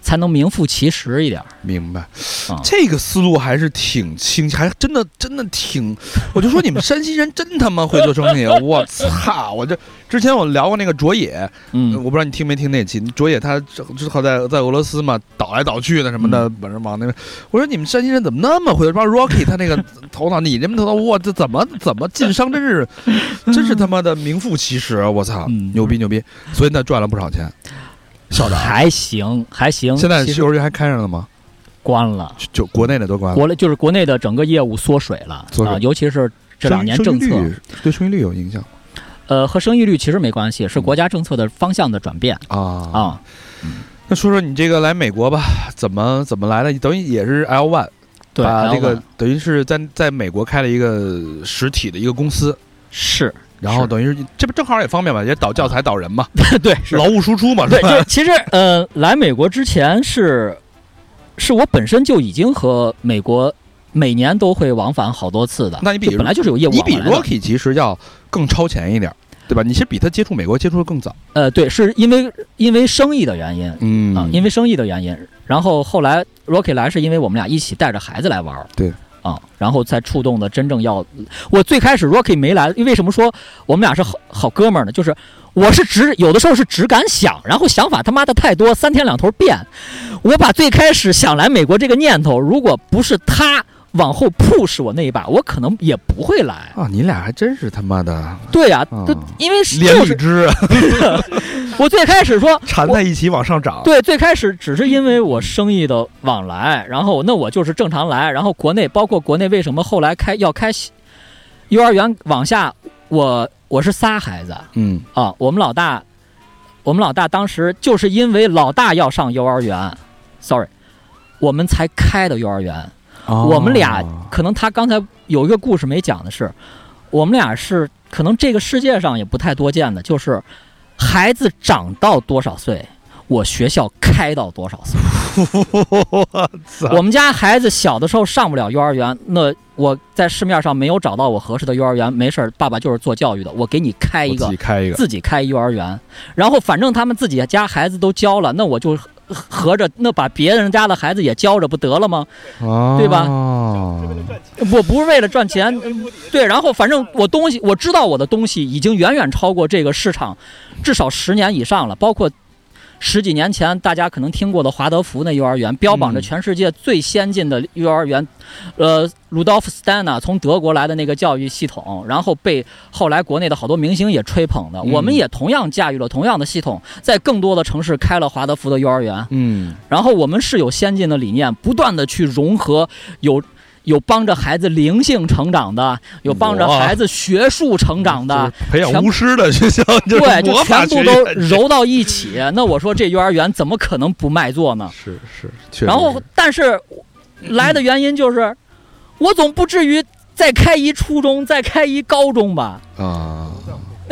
Speaker 3: 才能名副其实一点儿。
Speaker 1: 明白
Speaker 3: 啊，
Speaker 1: 这个思路还是挺清，还真的真的挺，我就说你们山西人真他妈会做生 意，我操！我这之前我聊过那个卓野，
Speaker 3: 嗯
Speaker 1: 我不知道你听没听那期，卓野他之后在在俄罗斯嘛，倒来倒去的什么的，
Speaker 3: 嗯
Speaker 1: 反正往那边，我说你们山西人怎么那么会？说 Rocky 他那个头脑，你这么头脑，我这怎么怎么晋商，真 是真是他妈的名副其实，啊我操，
Speaker 3: 嗯
Speaker 1: 牛逼牛逼！所以那赚了不少钱，校长
Speaker 3: 还行还行，
Speaker 1: 现在
Speaker 3: 嗯其实
Speaker 1: 幼儿园还开着呢吗？
Speaker 3: 关了，
Speaker 1: 就就国内的都关了。
Speaker 3: 国内就是国内的整个业务缩水了啊、
Speaker 1: 啊缩水
Speaker 3: 尤其是这两年
Speaker 1: 生
Speaker 3: 政策
Speaker 1: 育，率对生育率有影响
Speaker 3: 呃，和生育率其实没关系，是国家政策的方向的转变
Speaker 1: 啊啊！
Speaker 3: 啊。
Speaker 1: 那说说你这个来美国吧，怎么怎么来的？等于也是 L One，
Speaker 3: 对，
Speaker 1: 把
Speaker 3: 还有
Speaker 1: 这个
Speaker 3: 呢
Speaker 1: 等于是在在美国开了一个实体的一个公司，
Speaker 3: 是
Speaker 1: 然后
Speaker 3: 是
Speaker 1: 等于是这不正好也方便嘛，也导教材导人嘛，
Speaker 3: 对 是
Speaker 1: 劳务输出嘛，是
Speaker 3: 对，
Speaker 1: 吧？
Speaker 3: 就其实呃，来美国之前是，是我本身就已经和美国每年都会往返好多次的。
Speaker 1: 那你比
Speaker 3: 就本来就是有业务
Speaker 1: 你
Speaker 3: 往
Speaker 1: 比
Speaker 3: 来的。
Speaker 1: Rocky 其实要更超前一点，对吧？你其实比他接触美国接触的更早，
Speaker 3: 呃，对，是因为因为生意的原因
Speaker 1: 嗯
Speaker 3: 啊，因为生意的原因。然后后来 Rocky 来是因为我们俩一起带着孩子来玩儿。
Speaker 1: 对。
Speaker 3: 啊，然后才触动的真正要我最开始 Rocky 没来，为什么说我们俩是好好哥们儿呢？就是我是只有的时候是只敢想，然后想法他妈的太多，三天两头变。我把最开始想来美国这个念头，如果不是他往后 push 我那一把，我可能也不会来。
Speaker 1: 啊，你俩还真是他妈的
Speaker 3: 对呀、
Speaker 1: 啊
Speaker 3: 这因为是
Speaker 1: 连
Speaker 3: 就
Speaker 1: 理
Speaker 3: 是
Speaker 1: 枝啊
Speaker 3: 我最开始说
Speaker 1: 缠在一起往上涨，
Speaker 3: 对，最开始只是因为我生意的往来，然后那我就是正常来，然后国内包括国内为什么后来开要开西幼儿园往下，我我是仨孩子
Speaker 1: 嗯，
Speaker 3: 啊，我们老大，我们老大当时就是因为老大要上幼儿园，sorry，我们才开的幼儿园，我们俩
Speaker 1: 哦
Speaker 3: 可能他刚才有一个故事没讲的是，我们俩是可能这个世界上也不太多见的，就是孩子长到多少岁，我学校开到多少岁。 我们家孩子小的时候上不了幼儿园，那我在市面上没有找到我合适的幼儿园，没事儿，爸爸就是做教育的，我给你开一
Speaker 1: 我
Speaker 3: 个
Speaker 1: 自己开一个，
Speaker 3: 自己开幼儿园，然后反正他们自己家孩子都教了，那我就合合着那把别人家的孩子也教着不得了吗？
Speaker 1: 对
Speaker 3: 对吧
Speaker 1: 哦，
Speaker 3: 我不是为了赚钱，嗯对，然后反正我东西我知道我的东西已经远远超过这个市场，至少十年以上了，包括。十几年前，大家可能听过的华德福那幼儿园，标榜
Speaker 1: 嗯
Speaker 3: 着全世界最先进的幼儿园，呃，Rudolf Steiner 从德国来的那个教育系统，然后被后来国内的好多明星也吹捧的。
Speaker 1: 嗯
Speaker 3: 我们也同样驾驭了同样的系统，在更多的城市开了华德福的幼儿园。
Speaker 1: 嗯，
Speaker 3: 然后我们是有先进的理念，不断的去融合有。有帮着孩子灵性成长的，有帮着
Speaker 1: 哇
Speaker 3: 孩子学术成长的，
Speaker 1: 就是培养巫师的学校，就是
Speaker 3: 对，就
Speaker 1: 魔法学
Speaker 3: 全部
Speaker 1: 院
Speaker 3: 都揉到一起。那我说这幼儿园怎么可能不卖座呢？
Speaker 1: 是是，确实
Speaker 3: 然后
Speaker 1: 是，
Speaker 3: 但是来的原因就是，我总不至于再开一初中，再开一高中吧？
Speaker 1: 啊，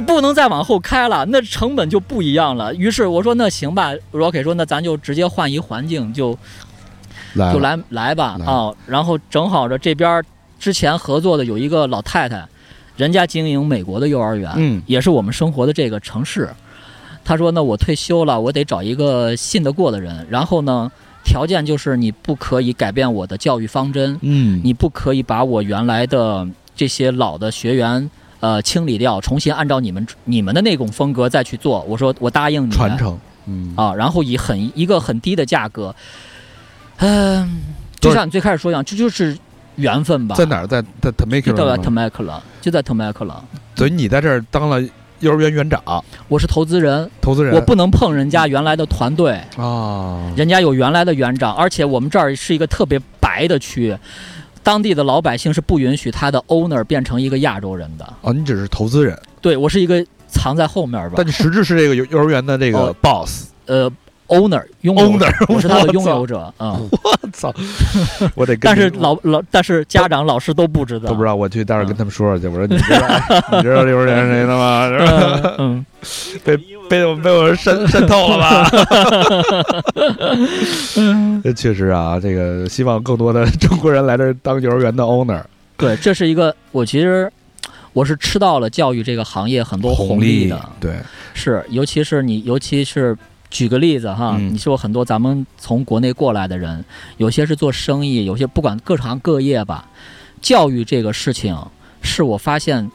Speaker 3: 不能再往后开了，那成本就不一样了。于是我说那行吧，Rocky 说那咱就直接换一环境，就
Speaker 1: 来
Speaker 3: 就
Speaker 1: 了
Speaker 3: 来来吧
Speaker 1: 来
Speaker 3: 啊、然后正好这这边儿之前合作的有一个老太太，人家经营美国的幼儿园，
Speaker 1: 嗯
Speaker 3: 也是我们生活的这个城市。她说呢，我退休了，我得找一个信得过的人。然后呢，条件就是你不可以改变我的教育方针，
Speaker 1: 嗯，
Speaker 3: 你不可以把我原来的这些老的学员。呃，清理掉，重新按照你们你们的那种风格再去做。我说我答应你，
Speaker 1: 传承，嗯，
Speaker 3: 啊，然后以很一个很低的价格，嗯、
Speaker 1: 多
Speaker 3: 就
Speaker 1: 少
Speaker 3: 像你最开始说一样，这就是缘分吧。
Speaker 1: 在哪儿？在在 Temecula
Speaker 3: 就到
Speaker 1: 吗
Speaker 3: Temecula，就在 Temecula。
Speaker 1: 等于你在这儿当了幼儿园园长、
Speaker 3: 我是投资人，
Speaker 1: 投资人，
Speaker 3: 我不能碰人家原来的团队，
Speaker 1: 啊，
Speaker 3: 人家有原来的园长，而且我们这儿是一个特别白的区，当地的老百姓是不允许他的 owner 变成一个亚洲人的。
Speaker 1: 哦，你只是投资人，
Speaker 3: 对我是一个藏在后面儿吧
Speaker 1: 但，你实质是这个 幼幼儿园的这个
Speaker 3: 哦
Speaker 1: boss。
Speaker 3: 呃，owner 拥有者
Speaker 1: Owner，
Speaker 3: 我是他的拥
Speaker 1: 我
Speaker 3: 有者，嗯。
Speaker 1: 我操！我得跟
Speaker 3: 但是
Speaker 1: 你
Speaker 3: 老老，但是家长老师都不知道，
Speaker 1: 都不知
Speaker 3: 道。
Speaker 1: 道，我去待会儿跟他们说说去。我说你知道你知道幼儿园是谁的吗？是吧
Speaker 3: 嗯嗯，
Speaker 1: 被我被我渗渗透了吧？ 这确实啊，这个希望更多的中国人来这儿当幼儿园的 owner。
Speaker 3: 对，这是一个我其实我是吃到了教育这个行业很多红利的，
Speaker 1: 对，
Speaker 3: 是，尤其是你，尤其是举个例子哈，
Speaker 1: 嗯
Speaker 3: 你说很多咱们从国内过来的人，有些是做生意，有些不管各行各业吧，教育这个事情是我发现。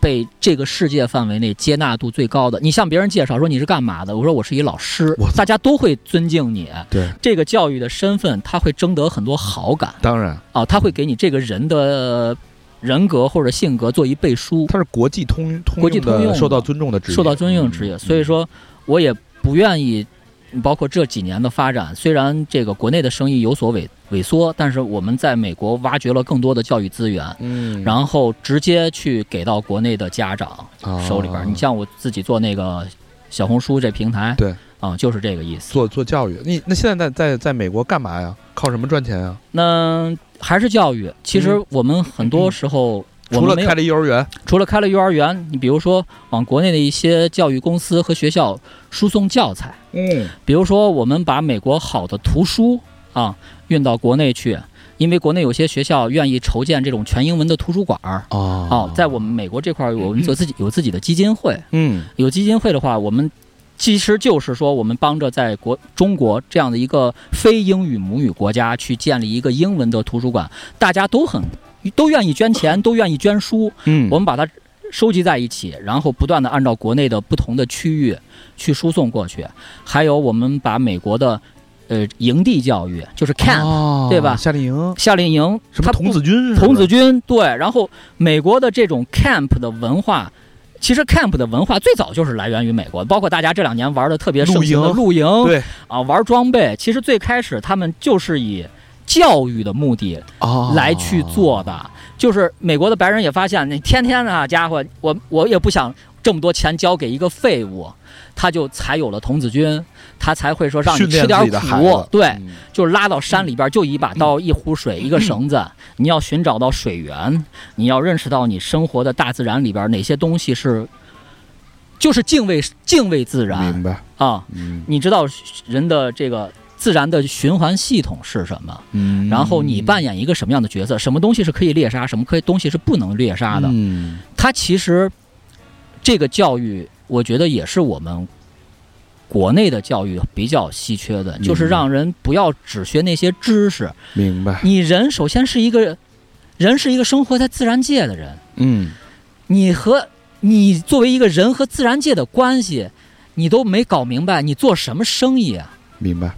Speaker 3: 被这个世界范围内接纳度最高的，你向别人介绍说你是干嘛的，我说我是一老师
Speaker 1: 我，
Speaker 3: 大家都会尊敬你。
Speaker 1: 对，
Speaker 3: 这个教育的身份，他会征得很多好感
Speaker 1: 当然
Speaker 3: 啊，他会给你这个人的人格或者性格做一背书。
Speaker 1: 它是国际通通
Speaker 3: 国际
Speaker 1: 用的
Speaker 3: 通用的
Speaker 1: 受到尊重的职业，
Speaker 3: 受到尊敬职业，
Speaker 1: 嗯
Speaker 3: 所以，说我也不愿意。包括这几年的发展，虽然这个国内的生意有所萎萎缩，但是我们在美国挖掘了更多的教育资源，
Speaker 1: 嗯，
Speaker 3: 然后直接去给到国内的家长
Speaker 1: 后
Speaker 3: 手里边
Speaker 1: 啊
Speaker 3: 儿。你像我自己做那个小红书这平台，
Speaker 1: 对，
Speaker 3: 啊、就是这个意思。
Speaker 1: 做做教育，你那现在在在在美国干嘛呀？靠什么赚钱啊？
Speaker 3: 那还是教育，其实我们很多时候、我
Speaker 1: 嗯除
Speaker 3: 们
Speaker 1: 了
Speaker 3: 没有
Speaker 1: 开了幼儿园，
Speaker 3: 除了开了幼儿园，你比如说往国内的一些教育公司和学校输送教材。
Speaker 1: 嗯，
Speaker 3: 比如说，我们把美国好的图书啊运到国内去，啊因为国内有些学校愿意筹建这种全英文的图书馆儿。
Speaker 1: 哦
Speaker 3: 哦，在我们美国这块儿，我们有自己有自己的基金会，
Speaker 1: 嗯
Speaker 3: 有基金会的话，我们其实就是说，我们帮着在国中国这样的一个非英语母语国家去建立一个英文的图书馆，大家都很都愿意捐钱，都愿意捐书，
Speaker 1: 嗯
Speaker 3: 我们把它收集在一起，然后不断的按照国内的不同的区域去输送过去。还有我们把美国的呃营地教育，就是 camp、
Speaker 1: 哦
Speaker 3: 对吧
Speaker 1: 夏令营
Speaker 3: 夏令营，
Speaker 1: 什么
Speaker 3: 它
Speaker 1: 童
Speaker 3: 不
Speaker 1: 子军是吧，
Speaker 3: 童子军对，然后美国的这种 camp 的文化。其实 camp 的文化最早就是来源于美国，包括大家这两年玩的特别盛行的露营，
Speaker 1: 对
Speaker 3: 啊，玩装备。其实最开始他们就是以教育的目的
Speaker 1: 哦
Speaker 3: 来去做的。就是美国的白人也发现，你天天啊，家伙，我我也不想这么多钱交给一个废物，他就才有了童子军，他才会说让你
Speaker 1: 训练自
Speaker 3: 吃点
Speaker 1: 己的孩
Speaker 3: 苦
Speaker 1: 子，，
Speaker 3: 对，
Speaker 1: 嗯
Speaker 3: 就是拉到山里边，就一把刀、一壶水、一个绳子，你要寻找到水源，你要认识到你生活的大自然里边哪些东西是。就是敬畏敬畏自然
Speaker 1: 明白，
Speaker 3: 啊！
Speaker 1: 嗯
Speaker 3: 你知道人的这个自然的循环系统是什么？
Speaker 1: 嗯
Speaker 3: 然后你扮演一个什么样的角色，什么东西是可以猎杀，什么可以东西是不能猎杀的。
Speaker 1: 嗯
Speaker 3: 它其实这个教育，我觉得也是我们国内的教育比较稀缺的，
Speaker 1: 白
Speaker 3: 就是让人不要只学那些知识。
Speaker 1: 明白，
Speaker 3: 你人首先是一个人，是一个生活在自然界的人，
Speaker 1: 嗯，
Speaker 3: 你和你作为一个人和自然界的关系，你都没搞明白，你做什么生意啊？
Speaker 1: 明白，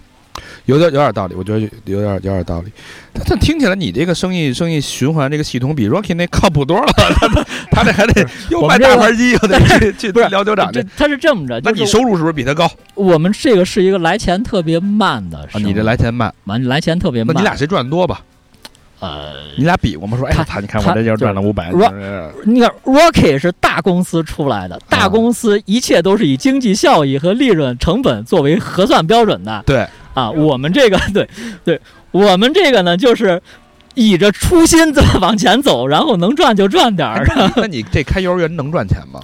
Speaker 1: 有点有点道理，我觉得有点有点道理。但但听起来你这个生意生意循环这个系统比 Rocky 那靠谱多了， 他他这还得又
Speaker 3: 我
Speaker 1: 卖
Speaker 3: 们
Speaker 1: 大
Speaker 3: 这个
Speaker 1: 盘鸡，又得去去
Speaker 3: 不是
Speaker 1: 聊酒展
Speaker 3: 这
Speaker 1: 去。
Speaker 3: 他是这么着，
Speaker 1: 那
Speaker 3: 就是
Speaker 1: 你收入是不是比他高啊？
Speaker 3: 我们这个是一个来钱特别慢的生意，
Speaker 1: 你这来钱慢，
Speaker 3: 完来钱特别
Speaker 1: 那
Speaker 3: 慢。
Speaker 1: 你俩谁赚得多吧？
Speaker 3: 呃，
Speaker 1: 你俩比过吗？说哎
Speaker 3: 他
Speaker 1: 他，你看
Speaker 3: 他
Speaker 1: 我这就赚了五百，
Speaker 3: 就是你看 Rocky 是大公司出来的，
Speaker 1: 啊
Speaker 3: 大公司一切都是以经济效益和利润成本作为核算标准的
Speaker 1: 对，
Speaker 3: 啊。我们这个 对对，我们这个呢就是倚着初心在往前走，然后能赚就赚点
Speaker 1: 哎
Speaker 3: 儿，
Speaker 1: 那你那你这开幼儿园能赚钱吗？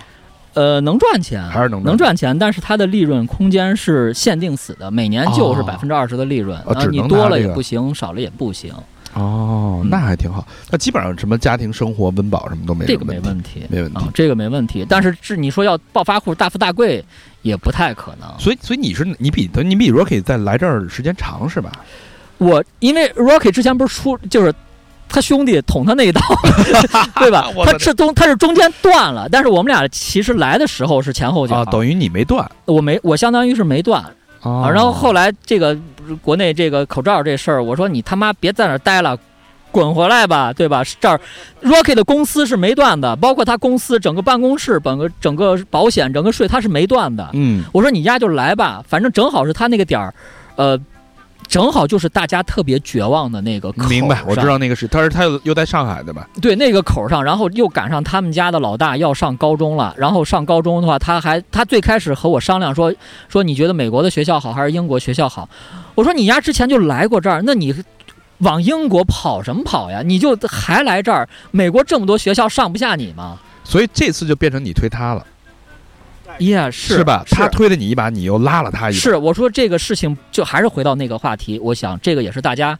Speaker 3: 呃，能赚钱。
Speaker 1: 还是能
Speaker 3: 能？赚钱，但是它的利润空间是限定死的，每年就是
Speaker 1: 哦
Speaker 3: 百分之二十的利润，
Speaker 1: 哦只
Speaker 3: 啊，你
Speaker 1: 能拿
Speaker 3: 多了
Speaker 1: 这
Speaker 3: 也
Speaker 1: 个
Speaker 3: 不行，少了也不行，
Speaker 1: 哦，那还挺好。那基本上什么家庭生活、温饱什么都没
Speaker 3: 这
Speaker 1: 什
Speaker 3: 个
Speaker 1: 么
Speaker 3: 没
Speaker 1: 问题。
Speaker 3: 问题，
Speaker 1: 没问题
Speaker 3: 啊，这个没问题。但是这你说要暴发户、大富大贵，也不太可能。
Speaker 1: 所以，所以你是你比你比 Rocky 在来这儿时间长是吧？
Speaker 3: 我因为 Rocky 之前不是出就是。他兄弟捅他那
Speaker 1: ？
Speaker 3: 一刀，对吧
Speaker 1: 我的
Speaker 3: 他是中他是中间断了，但是我们俩其实来的时候是前后脚，
Speaker 1: 啊，等于你没断
Speaker 3: 我没我相当于是没断，
Speaker 1: 啊
Speaker 3: 啊，然后后来这个呃国内这个口罩这事儿，我说你他妈别在那儿待了。滚回来吧，对吧？这儿，Rocky 的公司是没断的，包括他公司整个办公室、整个整个保险、整个税，他是没断的。
Speaker 1: 嗯
Speaker 3: 我说你丫就来吧，反正正好是他那个点儿，呃，正好就是大家特别绝望的那个口
Speaker 1: 明白，我知
Speaker 3: 上
Speaker 1: 道那个是，但是他又又在上海对吧？
Speaker 3: 对那个口儿上，然后又赶上他们家的老大要上高中了，然后上高中的话，他还他最开始和我商量说说你觉得美国的学校好还是英国学校好？我说你丫之前就来过这儿，那你往英国跑什么跑呀？你就还来这儿，美国这么多学校上不下你吗？
Speaker 1: 所以这次就变成你推他了，
Speaker 3: 耶、是
Speaker 1: 是吧？
Speaker 3: 是
Speaker 1: 他推了你一把，你又拉了他一把，
Speaker 3: 是我说这个事情就还是回到那个话题，我想这个也是大家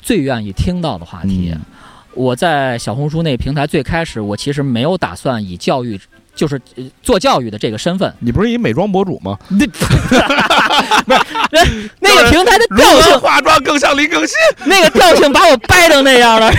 Speaker 3: 最愿意听到的话题。
Speaker 1: 嗯。
Speaker 3: 我在小红书那平台最开始，我其实没有打算以教育，就是呃做教育的这个身份
Speaker 1: 你不是一美妆博主吗？
Speaker 3: 那不是那那个平台的
Speaker 1: 如
Speaker 3: 调
Speaker 1: 何
Speaker 3: 性，
Speaker 1: 化妆更像林更新？
Speaker 3: 那个调性把我掰成那样了，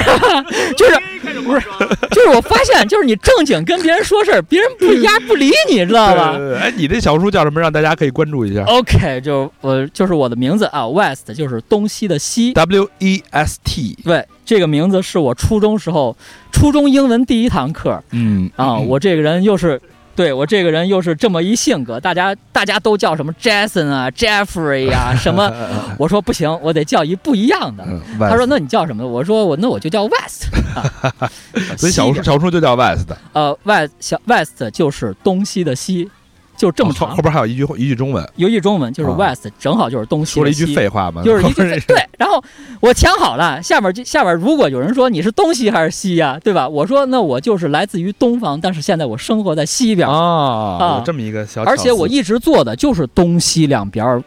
Speaker 3: 就是不是 就是我发现，就是你正经跟别人说事儿，别人不压不理你，知道吧哦
Speaker 1: 对？对对哎，你这小书叫什么？让大家可以关注一下。
Speaker 3: OK，就我就是我的名字啊，West 就是东西的西。
Speaker 1: W E S T，
Speaker 3: 对，这个名字是我初中时候初中英文第一堂课
Speaker 1: 嗯
Speaker 3: 啊，我这个人又是。对我这个人又是这么一性格，大家大家都叫什么 Jason 啊、Jeffrey 啊什么，我说不行，我得叫一不一样的。
Speaker 1: 嗯，
Speaker 3: 他说
Speaker 1: West
Speaker 3: 那你叫什么？我说我那我就叫 West 啊。
Speaker 1: 所以
Speaker 3: 西
Speaker 1: 小
Speaker 3: 一
Speaker 1: 书
Speaker 3: 点
Speaker 1: 小书就叫 West，
Speaker 3: 呃 West 小 West 就是东西的西，就这么
Speaker 1: 哦后
Speaker 3: 长
Speaker 1: 后。边还有一句一句中文，
Speaker 3: 尤其中文就是
Speaker 1: 啊
Speaker 3: West，正好就是东西
Speaker 1: 说了
Speaker 3: 的
Speaker 1: 一
Speaker 3: 西
Speaker 1: 句。废话嘛，
Speaker 3: 就是一句废对。然后我想好了，下面就下面如果有人说你是东西还是西呀、对吧？我说那我就是来自于东方，但是现在我生活在西边，
Speaker 1: 啊，
Speaker 3: 啊
Speaker 1: 有这么一个小巧思，
Speaker 3: 而且我一直做的就是东西两边儿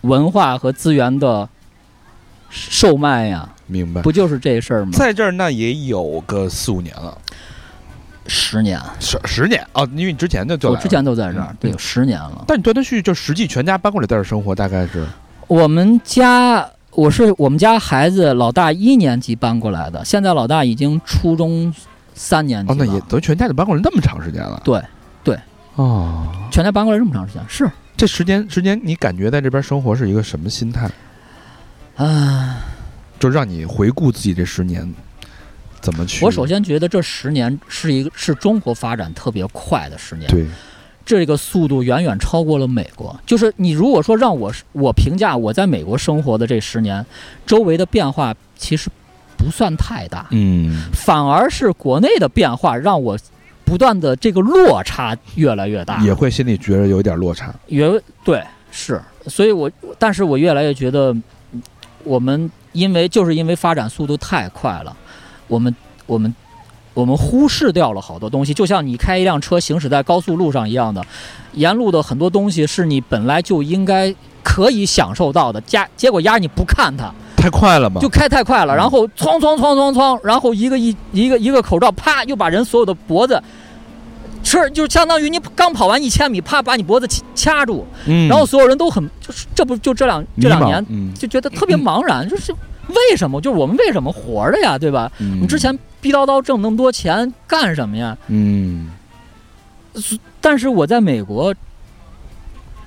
Speaker 3: 文化和资源的售卖呀，
Speaker 1: 明白，
Speaker 3: 不就是这事儿吗？
Speaker 1: 在这儿那也有个四五年了，
Speaker 3: 十年，
Speaker 1: 十十年哦，因为你之前就就
Speaker 3: 我
Speaker 1: 来
Speaker 3: 之
Speaker 1: 了，
Speaker 3: 前都在这儿
Speaker 1: 嗯，
Speaker 3: 对，
Speaker 1: 嗯
Speaker 3: 有十年了。
Speaker 1: 但你断断续续就实际全家搬过来在这儿生活，大概是
Speaker 3: 我们家我是我们家孩子老大一年级搬过来的，现在老大已经初中三年级
Speaker 1: 哦，那
Speaker 3: 了。
Speaker 1: 也等于全家就搬过来那么长时间了，
Speaker 3: 对对
Speaker 1: 哦，
Speaker 3: 全家搬过来这么长时间，是
Speaker 1: 这时间时间你感觉在这边生活是一个什么心态？
Speaker 3: 啊。
Speaker 1: 就让你回顾自己这十年怎么去，
Speaker 3: 我首先觉得这十年是一个是中国发展特别快的十年，
Speaker 1: 对，
Speaker 3: 这个速度远远超过了美国。就是你如果说让我我评价我在美国生活的这十年，周围的变化其实不算太大，
Speaker 1: 嗯，
Speaker 3: 反而是国内的变化让我不断的这个落差越来越大，
Speaker 1: 也会心里觉得有一点落差。
Speaker 3: 也对是，所以我但是我越来越觉得嗯我们因为就是因为发展速度太快了，我们我们我们忽视掉了好多东西，就像你开一辆车行驶在高速路上一样的，沿路的很多东西是你本来就应该可以享受到的，加结果压你不看它，
Speaker 1: 太快了嘛，
Speaker 3: 就开太快了，然后哐哐哐哐哐，然后一个一一个一个口罩，啪又把人所有的脖子。是，就相当于你刚跑完一千米，啪把你脖子掐掐住，
Speaker 1: 嗯
Speaker 3: 然后所有人都很，就是这不就这两这两年
Speaker 1: 嗯，
Speaker 3: 就觉得特别茫然，就是为什么？就是我们为什么活着呀，对吧？
Speaker 1: 嗯
Speaker 3: 我们之前逼叨叨挣那么多钱干什么呀？
Speaker 1: 嗯，
Speaker 3: 但是我在美国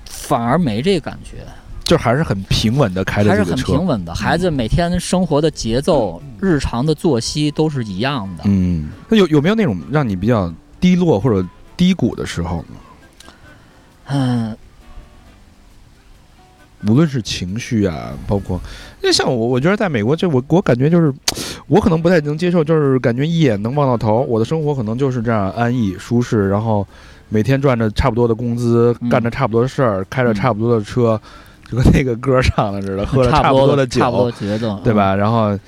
Speaker 3: 反而没这感觉，
Speaker 1: 就还是很平稳的开着
Speaker 3: 还是
Speaker 1: 这个
Speaker 3: 很
Speaker 1: 车，嗯
Speaker 3: 平稳的。孩子每天生活的节奏、日常的作息都是一样的。
Speaker 1: 嗯，那有有没有那种让你比较低落或者低谷的时候呢？
Speaker 3: 嗯，
Speaker 1: 无论是情绪啊，包括，因为像我，我觉得在美国这我我感觉就是，我可能不太能接受，就是感觉一眼能望到头。我的生活可能就是这样安逸舒适，然后每天赚着差不多的工资，
Speaker 3: 嗯
Speaker 1: 干着差不多的事儿，开着
Speaker 3: 嗯
Speaker 1: 差不多的车，就跟那个歌上的似的，喝着
Speaker 3: 差
Speaker 1: 差不
Speaker 3: 不
Speaker 1: 多的
Speaker 3: 的
Speaker 1: 酒，
Speaker 3: 差不多节奏，
Speaker 1: 对
Speaker 3: 嗯
Speaker 1: 吧？然后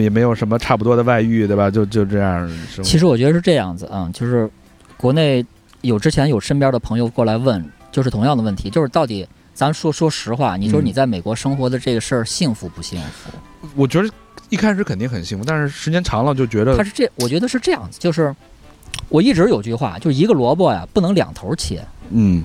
Speaker 1: 也没有什么差不多的外遇，对吧？就就这样生活。
Speaker 3: 其实我觉得是这样子啊、嗯就是国内有之前有身边的朋友过来问，就是同样的问题，就是到底咱说说实话，你说
Speaker 1: 嗯
Speaker 3: 你在美国生活的这个事儿幸福不幸福？
Speaker 1: 我觉得一开始肯定很幸福，但是时间长了就觉
Speaker 3: 他
Speaker 1: 得
Speaker 3: 是这，我觉得是这样子，就是我一直有句话，就是一个萝卜呀不能两头切。
Speaker 1: 嗯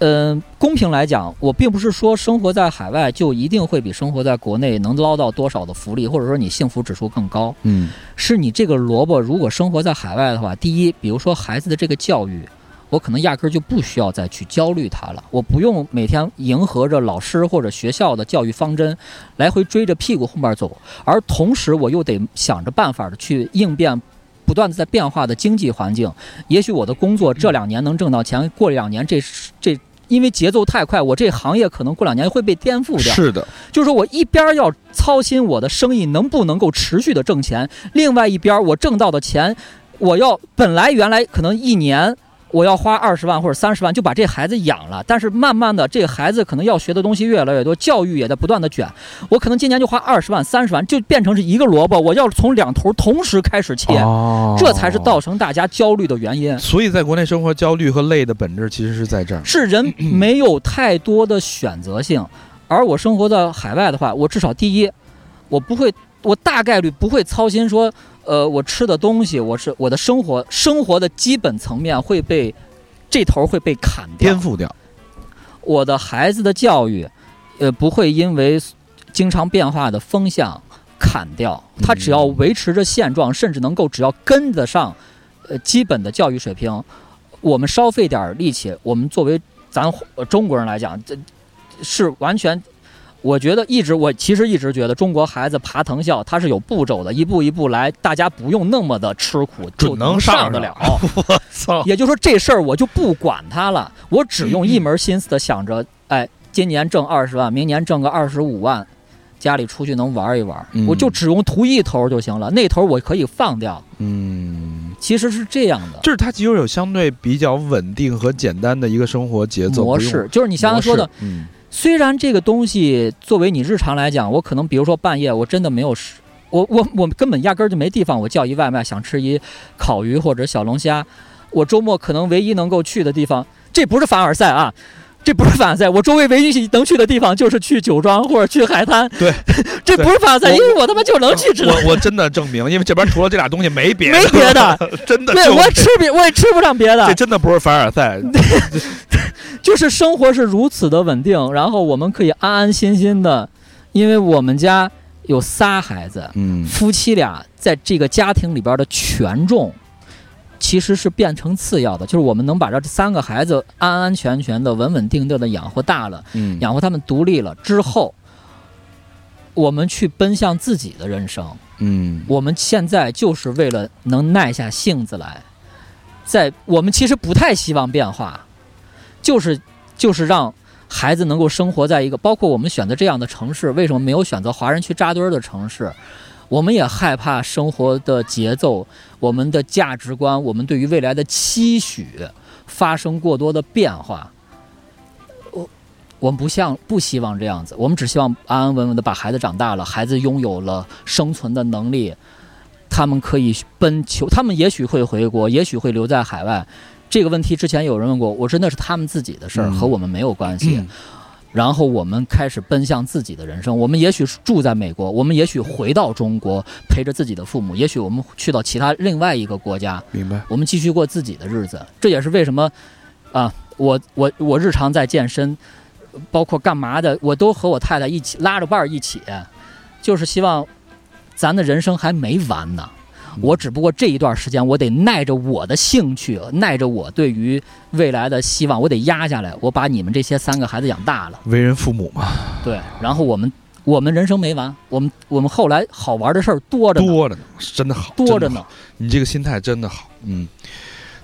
Speaker 3: 嗯，公平来讲，我并不是说生活在海外就一定会比生活在国内能捞到多少的福利，或者说你幸福指数更高。
Speaker 1: 嗯
Speaker 3: 是你这个萝卜如果生活在海外的话，第一，比如说孩子的这个教育，我可能压根儿就不需要再去焦虑它了，我不用每天迎合着老师或者学校的教育方针，来回追着屁股后面走，而同时我又得想着办法的去应变。不断的在变化的经济环境，也许我的工作这两年能挣到钱，过两年这这因为节奏太快，我这行业可能过两年会被颠覆掉。
Speaker 1: 是的，
Speaker 3: 就是说我一边儿要操心我的生意能不能够持续的挣钱，另外一边儿我挣到的钱，我要本来原来可能一年。我要花二十万或者三十万就把这孩子养了，但是慢慢的，这个孩子可能要学的东西越来越多，教育也在不断的卷。我可能今年就花二十万、三十万，就变成是一个萝卜，我要从两头同时开始切，
Speaker 1: 哦
Speaker 3: 这才是造成大家焦虑的原因。
Speaker 1: 所以在国内生活焦虑和累的本质其实是在这儿。
Speaker 3: 是人没有太多的选择性。而我生活在海外的话，我至少第一，我不会，我大概率不会操心说，呃，我吃的东西，我是我的生活生活的基本层面会被这头会被砍掉
Speaker 1: 颠，覆掉，
Speaker 3: 我的孩子的教育，呃，不会因为经常变化的风向砍掉，
Speaker 4: 嗯
Speaker 3: 它只要维持着现状，甚至能够只要跟得上，呃，基本的教育水平，我们稍费点儿力气，我们作为咱呃中国人来讲，这是完全。我觉得一直，我其实一直觉得中国孩子爬藤校，他是有步骤的，一步一步来，大家不用那么的吃苦，就
Speaker 4: 准能上
Speaker 3: 上得了。
Speaker 1: 哦
Speaker 4: 操，
Speaker 3: 也就是说，这事儿我就不管它了，我只用一门心思的想着，
Speaker 1: 嗯
Speaker 3: 哎，今年挣二十万，明年挣个二十五万，家里出去能玩一玩，
Speaker 1: 嗯
Speaker 3: 我就只用图一头就行了，那头我可以放掉。
Speaker 1: 嗯，
Speaker 3: 其实是这样的
Speaker 1: 就是它其实有相对比较稳定和简单的一个生活节奏
Speaker 3: 模，
Speaker 1: 不用
Speaker 3: 式，就是你像刚才说的
Speaker 1: 模，式嗯，
Speaker 3: 虽然这个东西作为你日常来讲，我可能比如说半夜我真的没有时，我我我根本压根儿就没地方，我叫一外卖想吃一烤鱼或者小龙虾，我周末可能唯一能够去的地方，这不是凡尔赛啊。这不是凡尔赛，我周围唯一能去的地方就是去酒庄或者去海滩。
Speaker 1: 对，
Speaker 3: 这不是凡尔赛，
Speaker 1: 我
Speaker 3: 因为我他妈就能去吃，
Speaker 4: 我我真的证明，因为这边除了这俩东西没别的，
Speaker 3: 没别的。
Speaker 4: 真的
Speaker 3: 对
Speaker 4: 就
Speaker 3: 我也吃别我也吃不上别的
Speaker 4: 这，真的不是凡 尔赛，
Speaker 3: 就是生活是如此的稳定，然后我们可以安安心心的，因为我们家有仨孩子，
Speaker 1: 嗯，
Speaker 3: 夫妻俩在这个家庭里边的权重，其实是变成次要的。就是我们能把这三个孩子安安全全的、稳稳定定的养活大了，
Speaker 1: 嗯
Speaker 3: 养活他们独立了之后，我们去奔向自己的人生。
Speaker 1: 嗯，
Speaker 3: 我们现在就是为了能耐下性子来，在我们其实不太希望变化，就是就是让孩子能够生活在一个，包括我们选择这样的城市，为什么没有选择华人区扎堆儿的城市？我们也害怕生活的节奏、我们的价值观、我们对于未来的期许发生过多的变化。我我们不像不希望这样子，我们只希望安安稳稳的把孩子长大了，孩子拥有了生存的能力，他们可以奔求，他们也许会回国，也许会留在海外。这个问题之前有人问过我，真的是他们自己的事儿，
Speaker 1: 嗯
Speaker 3: 和我们没有关系。
Speaker 1: 嗯
Speaker 3: 然后我们开始奔向自己的人生。我们也许是住在美国，我们也许回到中国陪着自己的父母，也许我们去到其他另外一个国家，
Speaker 1: 明白，
Speaker 3: 我们继续过自己的日子。这也是为什么啊，我我我日常在健身，包括干嘛的，我都和我太太一起拉着伴儿一起，就是希望咱的人生还没完呢。
Speaker 1: 嗯
Speaker 3: 我只不过这一段时间，我得耐着我的兴趣，耐着我对于未来的希望，我得压下来，我把你们这些三个孩子养大了。
Speaker 1: 为人父母嘛，
Speaker 3: 对，然后我们我们人生没完，我们我们后来好玩的事儿多着呢，
Speaker 1: 多着呢，真的好，
Speaker 3: 多着
Speaker 1: 真的
Speaker 3: 呢
Speaker 1: 好，。你这个心态真的好，嗯，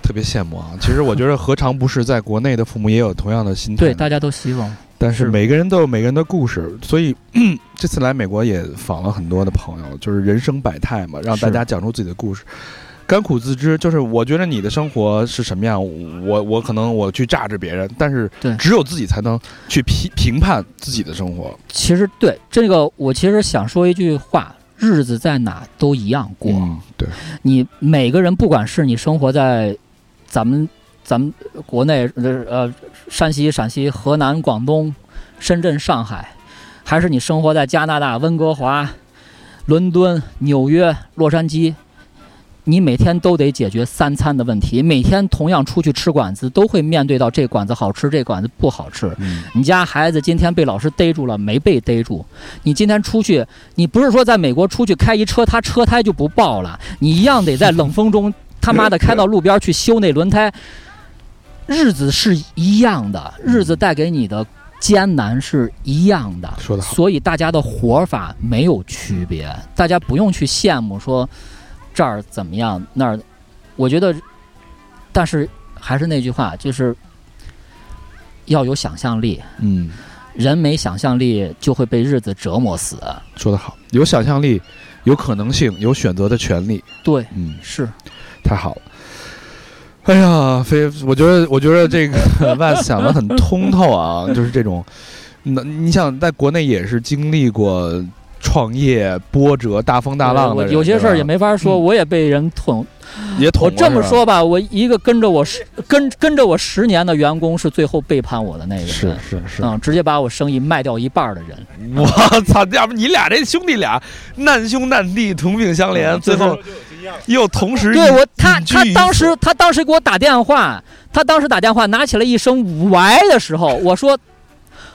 Speaker 1: 特别羡慕啊。其实我觉得何尝不是在国内的父母也有同样的心态呢，
Speaker 3: 对，大家都希望
Speaker 1: 但是
Speaker 3: 是
Speaker 1: 每个人都有每个人的故事，所以 这次来美国也访了很多的朋友，就是人生百态嘛，让大
Speaker 3: 是
Speaker 1: 家讲出自己的故事。甘苦自知，就是我觉得你的生活是什么样，我我可能我去榨制别人，但是
Speaker 3: 对
Speaker 1: 只有自己才能去评评判自己的生活。
Speaker 3: 其实对这个，我其实想说一句话：日子在哪都一样过。
Speaker 1: 嗯对，
Speaker 3: 你每个人，不管是你生活在咱们咱们国内呃呃山西、陕西、河南、广东、深圳、上海，还是你生活在加拿大温哥华、伦敦、纽约、洛杉矶，你每天都得解决三餐的问题，每天同样出去吃馆子，都会面对到这馆子好吃，这馆子不好吃。
Speaker 1: 嗯
Speaker 3: 你家孩子今天被老师逮住了，没被逮住。你今天出去，你不是说在美国出去开一车，他车胎就不爆了，你一样得在冷风中他妈的开到路边去修那轮胎。日子是一样的，日子带给你的艰难是一样的，
Speaker 1: 说得好
Speaker 3: 所以大家的活法没有区别，大家不用去羡慕说这儿怎么样那儿。我觉得，但是还是那句话，就是要有想象力，
Speaker 1: 嗯，
Speaker 3: 人没想象力就会被日子折磨死。
Speaker 1: 说得好，有想象力，有可能性，有选择的权利，
Speaker 3: 对，
Speaker 1: 嗯，
Speaker 3: 是
Speaker 1: 太好了。哎呀，非我觉得，我觉得这个 万想的很通透啊， 就是这种，那你想在国内也是经历过创业波折、大风大浪的
Speaker 3: 我
Speaker 1: 人，
Speaker 3: 有些事儿
Speaker 1: 对
Speaker 3: 也
Speaker 1: 吧
Speaker 3: 没法说，
Speaker 1: 嗯
Speaker 3: 我也被人捅。
Speaker 1: 也捅
Speaker 3: 我
Speaker 1: 过。
Speaker 3: 这么
Speaker 1: 是吧
Speaker 3: 说吧，我一个跟着我十跟跟着我十年的员工是最后背叛我的那个人，
Speaker 1: 是是是，
Speaker 3: 嗯，直接把我生意卖掉一半儿的人。
Speaker 1: 我 操！要不你俩这兄弟俩难兄难弟，同病相
Speaker 3: 啊
Speaker 1: 怜，啊最后又同时
Speaker 3: 对我，他
Speaker 1: 隐居
Speaker 3: 他
Speaker 1: 于
Speaker 3: 当时他当时给我打电话，他当时打电话拿起来一声“喂”的时候，我说，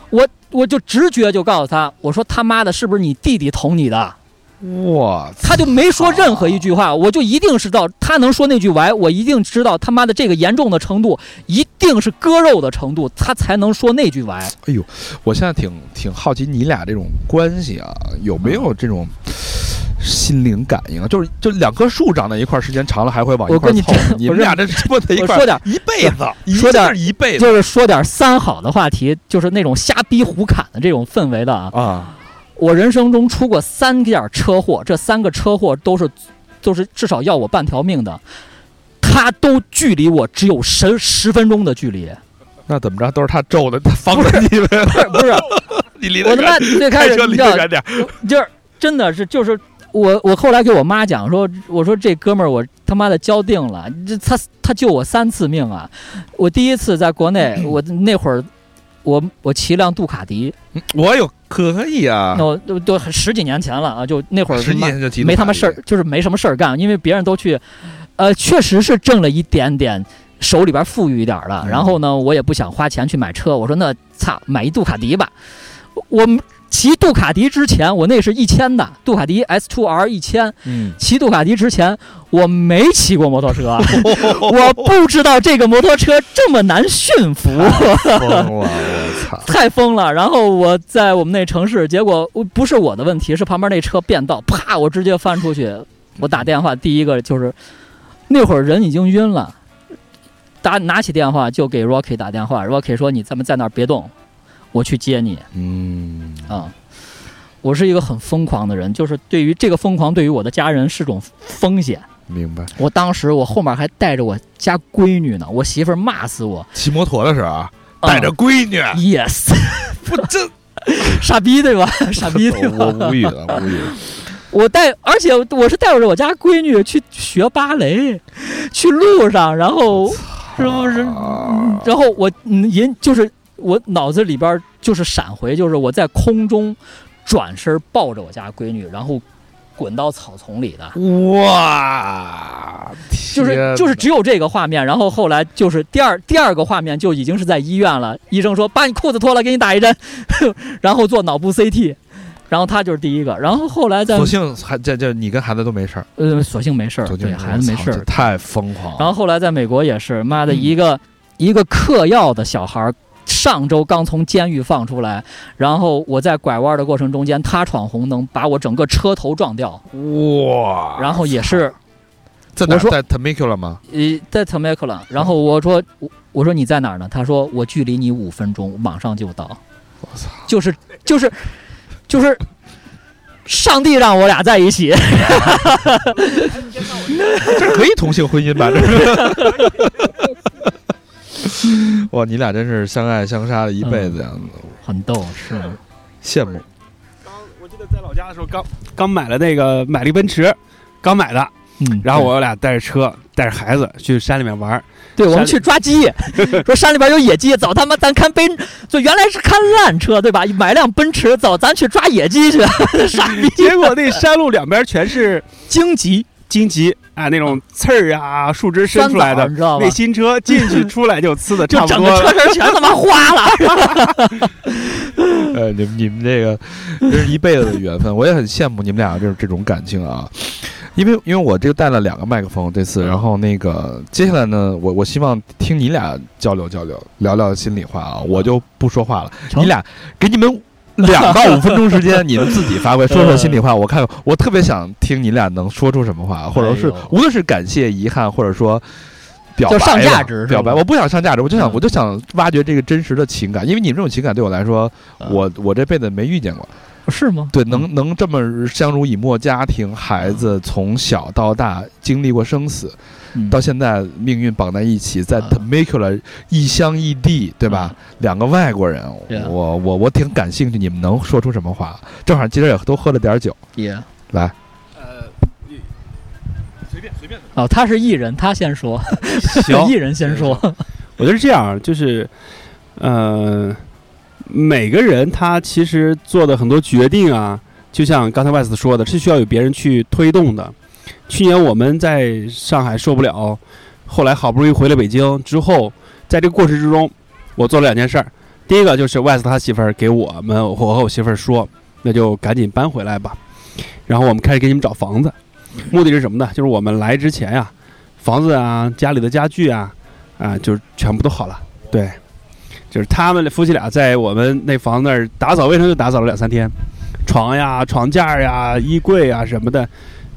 Speaker 3: 我我就直觉就告诉他，我说他妈的，是不是你弟弟捅你
Speaker 1: 啊
Speaker 3: 的？
Speaker 1: 我操
Speaker 3: 他就没说任何一句话，我就一定知道他能说那句“喂”，我一定知道他妈的这个严重的程度，一定是割肉的程度，他才能说那句“喂
Speaker 1: 我现在挺挺好奇你俩这种关系啊，有没有这种心灵感应啊？就是就两棵树长在一块儿，时间长了还会往一
Speaker 3: 我
Speaker 1: 块儿
Speaker 3: 跟你
Speaker 1: 凑。你们
Speaker 3: 我
Speaker 1: 俩这窝在一
Speaker 3: 我
Speaker 1: 块
Speaker 3: 说
Speaker 1: 儿
Speaker 3: 点
Speaker 1: 一辈子，一
Speaker 3: 说点
Speaker 1: 这是一辈”，子
Speaker 3: 就是说点三好的话题，就是那种瞎逼胡侃的这种氛围的啊。
Speaker 1: 啊！
Speaker 3: 我人生中出过三件车祸，这三个车祸都是，都是至少要我半条命的，他都距离我只有十十分钟的 距离。
Speaker 1: 那怎么着都是他咒的，他防着你 们，
Speaker 3: 不是不是，
Speaker 1: 你离得
Speaker 3: 我他
Speaker 1: 远，
Speaker 3: 妈最
Speaker 1: 开
Speaker 3: 开始
Speaker 1: 车
Speaker 3: 你
Speaker 1: 离
Speaker 3: 知道
Speaker 1: 得，远点儿。
Speaker 3: 就是真的是就是我我后来给我妈讲说，我说这哥们儿我他妈的交定了，这他他救我三次命啊！我第一次在 国内，我那会儿我我骑辆杜卡迪，
Speaker 1: 我有可以啊
Speaker 3: 那，我都都十几年前了啊，就那会儿
Speaker 1: 十几
Speaker 3: 他妈
Speaker 1: 年前就提
Speaker 3: 没他妈事儿，就是没什么事儿干，因为别人都去，呃，确实是挣了一点点，手里边富裕一点儿了。
Speaker 1: 嗯
Speaker 3: 然后呢，我也不想花钱去买车，我说那操，买一杜卡迪吧。我们骑杜卡迪之前，我那是一千的杜卡迪 S 2 R 一千。
Speaker 1: 嗯，
Speaker 3: 骑杜卡迪之前，我没骑过摩托车，啊 我不知道这个摩托车这么难驯服。
Speaker 1: 疯了，我操！
Speaker 3: 太疯了。然后我在我们那城市，结果我不是我的问题，是旁边那车变道，啪，我直接翻出去。我打电话，第一个就是那会儿人已经晕了，打拿起电话就给 Rocky 打电话，Rocky 说：“你咱们在那儿别动，我去接你。
Speaker 1: 嗯，”
Speaker 3: 啊。我是一个很疯狂的人，就是对于这个疯狂，对于我的家人是种风险。
Speaker 1: 明白。
Speaker 3: 我当时我后面还带着我家闺女呢，我媳妇儿骂死我，
Speaker 1: 骑摩托的时候啊，
Speaker 3: 啊
Speaker 1: 带着闺女，
Speaker 3: yes，
Speaker 1: 不这
Speaker 3: 傻逼对吧？傻逼对吧？
Speaker 1: 我我无语了，无语了。
Speaker 3: 我带，而且我是带着我家闺女去学芭蕾，去路上，然后是不是？嗯然后我嗯引就是我脑子里边就是闪回，就是我在空中转身抱着我家闺女，然后滚到草丛里的，
Speaker 1: 哇，
Speaker 3: 就是就是只有这个画面。然后后来就是第二第二个画面就已经是在医院了，医生说把你裤子脱了，给你打一针， 然后做脑部 CT，然后他就是第一个，然后后来在
Speaker 1: 索性还这这你跟孩子都没事儿，
Speaker 3: 呃索性没事儿，
Speaker 1: 索性
Speaker 3: 对孩子没事
Speaker 1: 我操嗯
Speaker 3: 儿
Speaker 1: 这，太疯狂了。
Speaker 3: 然后后来在美国也是，妈的一个、一个嗑药的小孩儿，上周刚从监狱放出来，然后我在拐弯的过程中间，他闯红灯把我整个车头撞掉，
Speaker 1: 哇，
Speaker 3: 然后也是
Speaker 1: 在哪儿
Speaker 3: 我说
Speaker 1: 在 Temecula 吗？
Speaker 3: 呃在 t a m e c u l a 然后我说我我说你在哪儿呢？他说我距离你五分钟，马上就到。
Speaker 1: 我操，
Speaker 3: 就是就是就是，上帝让我俩在一 起，
Speaker 1: 这可以同性婚姻吧？这 是。哇，你俩真是相爱相杀了一
Speaker 3: 嗯
Speaker 1: 辈子呀，
Speaker 3: 很逗，是吗
Speaker 1: 羡慕。
Speaker 2: 刚我记得在老家的时候，刚刚买了那个买了一奔驰，刚买的。
Speaker 3: 嗯。
Speaker 2: 然后我俩带着车，带着孩子去山里面玩儿。
Speaker 3: 对，我
Speaker 2: 山
Speaker 3: 们
Speaker 2: 里
Speaker 3: 去抓 鸡，说山里边有野鸡，走他妈咱看奔，就原来是看烂车对吧？买辆奔驰，走咱去抓野鸡去， 傻逼！
Speaker 2: 结果那山路两边全是荆棘，荆棘啊，那种刺儿啊，树枝伸
Speaker 3: 酸
Speaker 2: 出来
Speaker 3: 枣
Speaker 2: 的
Speaker 3: 你。知道吗
Speaker 2: 那？新车进去出来就呲的 差
Speaker 3: 就整
Speaker 2: 不多
Speaker 3: 个
Speaker 2: 了，
Speaker 3: 车身全他妈花 了，
Speaker 1: 呃，你们你们这个这是一辈子的缘分，我也很羡慕你们俩这这种感情啊。因为因为我这个带了两个麦克风这次，然后那个接下来呢，我我希望听你俩交流交流，聊聊心里话啊，我就不说话了，
Speaker 3: 成
Speaker 1: 你俩给你们。两到五分钟时间，你们自己发挥，说说心里话。我看，我特别想听你俩能说出什么话，或者
Speaker 3: 哎
Speaker 1: 是
Speaker 3: 呦
Speaker 1: 无论是感谢、遗憾，或者说表白
Speaker 3: 就上
Speaker 1: 吧
Speaker 3: 价值是
Speaker 1: 表白，
Speaker 3: 吧
Speaker 1: 我不想上价值，我就想
Speaker 3: 嗯
Speaker 1: 我就想挖掘这个真实的情感，因为你们这种情感对我来说，
Speaker 3: 嗯
Speaker 1: 我我这辈子没遇见过。
Speaker 3: 是吗？嗯
Speaker 1: 对，能能这么相濡以沫，家庭、孩子从小到大经历过生死，
Speaker 3: 嗯
Speaker 1: 到现在命运绑在一起，在
Speaker 3: 嗯
Speaker 1: Temecula 异乡异地，对吧？两个外国人，
Speaker 3: Yeah
Speaker 1: 我我我挺感兴趣，你们能说出什么话？正好今儿也都喝了点儿酒，
Speaker 3: 也
Speaker 1: 来，
Speaker 2: 呃随便随便。
Speaker 3: 哦，他是艺人，他先说，
Speaker 2: 行
Speaker 3: 艺人先说，
Speaker 2: 我觉得是这样，就是，呃，每个人他其实做的很多决定啊，就像刚才 West 说的，是需要有别人去推动的。去年我们在上海受不了，后来好不容易回了北京之后，在这个过程之中，我做了两件事儿。第一个就是 West 他媳妇儿给我们，我和我媳妇儿说，那就赶紧搬回来吧。然后我们开始给你们找房子，目的是什么呢？就是我们来之前呀、房子啊，家里的家具啊，啊，就是全部都好了。对，就是他们夫妻俩在我们那房子那儿打扫卫生，就打扫了两三天，床呀、床架呀、衣柜呀什么的，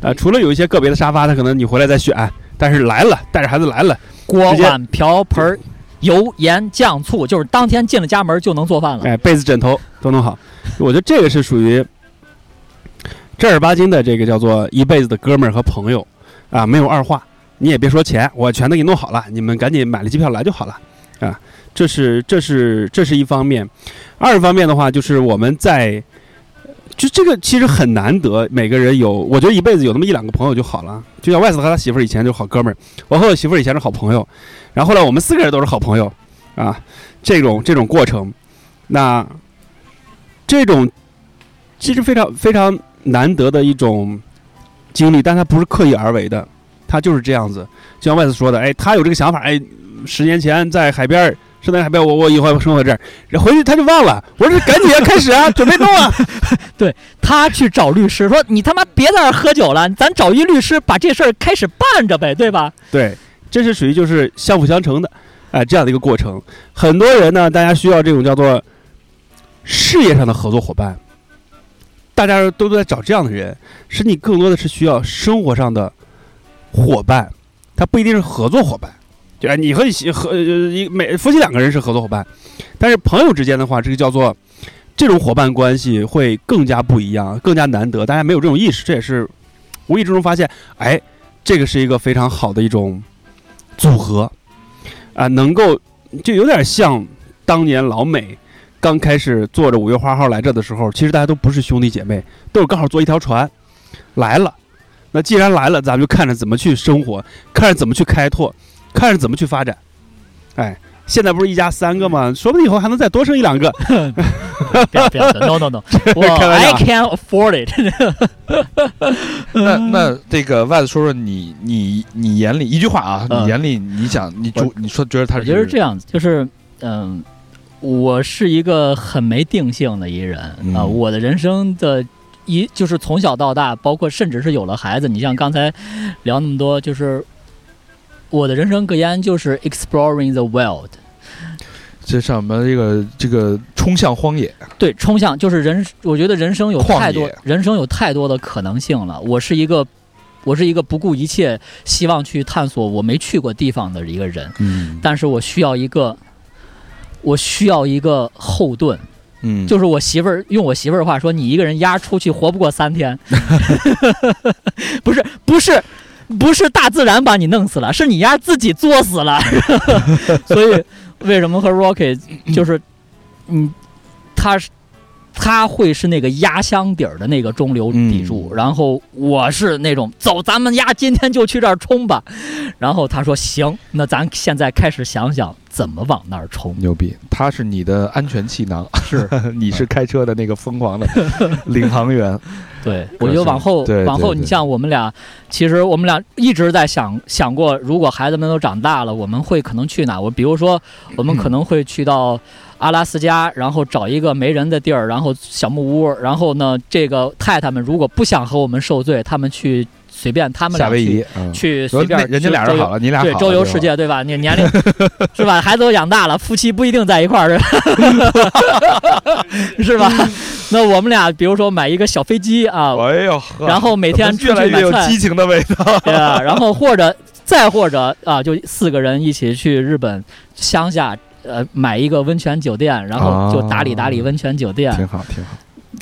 Speaker 2: 啊，除了有一些个别的沙发，他可能你回来再选。但是来了，带着孩子来了，
Speaker 3: 锅
Speaker 2: 直接
Speaker 3: 碗瓢盆儿、油盐酱醋，就是当天进了家门就能做饭了。
Speaker 2: 哎，被子、枕头都弄好。我觉得这个是属于正儿八经的，这个叫做一辈子的哥们儿和朋友啊，没有二话。你也别说钱，我全都给你弄好了，你们赶紧买了机票来就好了啊。这是这是这是一方面，二方面的话就是我们在。就这个其实很难得，每个人有，我觉得一辈子有那么一两个朋友就好了。就像 West 和他媳妇儿以前就是好哥们儿，我和我媳妇儿以前是好朋友，然后后来我们四个人都是好朋友，啊，这种这种过程，那这种其实非常非常难得的一种经历，但它不是刻意而为的，它就是这样子。就像外子说的，哎，他有这个想法，哎，十年前在海边儿，生在海边儿，我我以后要生活在这儿，然后回去他就忘了。我说赶紧啊，开始啊，准备弄啊。
Speaker 3: 他去找律师说：“你他妈别在那儿喝酒了，咱找一律师把这事儿开始办着呗，对吧
Speaker 2: 对，这是属于就是相辅相成的，哎、这样的一个过程。很多人呢，大家需要这种叫做事业上的合作伙伴，大家都都在找这样的人，是你更多的是需要生活上的伙伴，他不一定是合作伙伴。对吧，你和媳和呃一每夫妻两个人是合作伙伴，但是朋友之间的话，这个叫做这种伙伴关系会更加不一样，更加难得。大家没有这种意识，这也是无意之中发现，哎，这个是一个非常好的一种组合啊，能够就有点像当年老美刚开始坐着五月花号来这的时候，其实大家都不是兄弟姐妹，都是刚好坐一条船来了。那既然来了，咱们就看着怎么去生活，看着怎么去开拓，看着怎么去发展。哎，现在不是一家三个吗？说不定以后还能再多生一两个。？”
Speaker 3: 不要不要不要，no no no，我
Speaker 2: 开玩笑
Speaker 3: I
Speaker 2: 啊
Speaker 3: can afford it。
Speaker 1: 那
Speaker 3: 嗯
Speaker 1: 那这个外子说说你你你眼里一句话啊，
Speaker 3: 嗯
Speaker 1: 你眼里你想你就你说觉得他
Speaker 3: 我
Speaker 1: 是
Speaker 3: 觉得是这样子，就是嗯，我是一个很没定性的一人啊、
Speaker 1: 嗯
Speaker 3: 我的人生的。一就是从小到大，包括甚至是有了孩子，你像刚才聊那么多，就是我的人生格言就是 exploring the world，
Speaker 1: 这上什么这个这个冲向荒野，
Speaker 3: 对，冲向就是人，我觉得人生有
Speaker 1: 旷
Speaker 3: 太多
Speaker 1: 野，
Speaker 3: 人生有太多的可能性了。我是一个，我是一个不顾一切希望去探索我没去过地方的一个人，
Speaker 1: 嗯
Speaker 3: 但是我需要一个，我需要一个后盾，
Speaker 1: 嗯，
Speaker 3: 就是我媳妇儿用我媳妇儿的话说，你一个人压出去活不过三天， 不是不是不是大自然把你弄死了，是你丫自己作死了。 所以为什么和 Rocky 就是嗯，他是他会是那个压箱底儿的那个中流砥柱，然后我是那种走，咱们丫今天就去这儿冲吧。然后他说行，那咱现在开始想想怎么往那儿冲。
Speaker 1: 牛逼，他是你的安全气囊，是你是开车的那个疯 狂的领航员，
Speaker 3: 对，
Speaker 1: 可
Speaker 3: 我觉得
Speaker 1: 是
Speaker 3: 往后
Speaker 1: 对
Speaker 3: 往
Speaker 1: 对
Speaker 3: 后，
Speaker 1: 对
Speaker 3: 你像我们俩，其实我们俩一直在想想过，如果孩子们都长大了，我们会可能去哪？我比如说，我们可能会去到阿拉斯加，然后找一个没人的地儿，然后小木屋，然后呢，这个太太们如果不想和我们受罪，他们去随便，他们
Speaker 1: 夏
Speaker 3: 俩
Speaker 1: 威
Speaker 3: 去
Speaker 1: 夷，嗯，
Speaker 3: 去
Speaker 1: 说
Speaker 3: 随便
Speaker 1: 那，人家俩人好。了，你俩
Speaker 3: 对，
Speaker 1: 好了
Speaker 3: 周游世，界，对吧？你年龄是吧？孩子都养大了，夫妻不一定在一块儿，是吧？ 那我们俩，比如说买一个小飞机啊，
Speaker 1: 对吧哎呦，呵
Speaker 3: 然后每天出
Speaker 1: 怎么越来越
Speaker 3: 去买
Speaker 1: 有
Speaker 3: 菜
Speaker 1: 激，情的味道，
Speaker 3: 对啊，然后或者再或者啊，就四个人一起去日本乡下，呃，买一个温泉酒店，然
Speaker 1: 啊
Speaker 3: 后就打理打理温泉酒店，
Speaker 1: 挺好，挺好，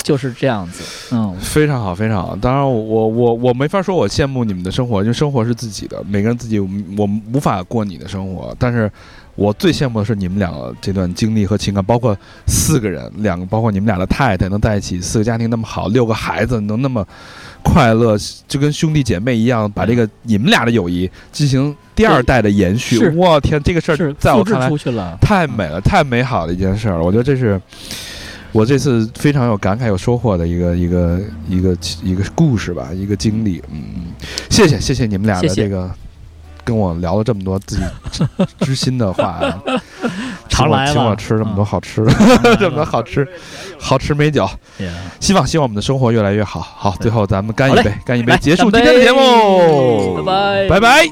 Speaker 3: 就是这样子。嗯，
Speaker 1: 非常好，非常好。当然我，我我我没法说我羡慕你们的生活，因为生活是自己的，每个人自己，我无法过你的生活。但是我最羡慕的是你们俩这段经历和情感，包括四个人，两个，包括你们俩的太太能在一起，四个家庭那么好，六个孩子能那么。快乐就跟兄弟姐妹一样，把这个你们俩的友谊进行第二代的延续。
Speaker 3: 是
Speaker 1: 我天，这个事儿
Speaker 3: 是
Speaker 1: 在我
Speaker 3: 复
Speaker 1: 看
Speaker 3: 制
Speaker 1: 来
Speaker 3: 出去了。
Speaker 1: 太美了，太美好的一件事儿了。我觉得这是我这次非常有感慨、有收获的一个一个一个一个故事吧，一个经历。嗯，谢谢谢谢你们俩的
Speaker 3: 谢谢
Speaker 1: 这个。跟我聊了这么多自己 知心的话 啊，请
Speaker 3: 常
Speaker 1: 我
Speaker 3: 来了嗯
Speaker 1: 请我吃这么多好吃的，这么多好吃，好吃美酒，
Speaker 3: Yeah
Speaker 1: 希望希望我们的生活越来越好。好，最后咱们干一
Speaker 3: 好嘞
Speaker 1: 杯，干一杯，
Speaker 3: 来
Speaker 1: 结束
Speaker 3: 干杯
Speaker 1: 今天的节目，
Speaker 3: 拜拜
Speaker 1: 拜拜，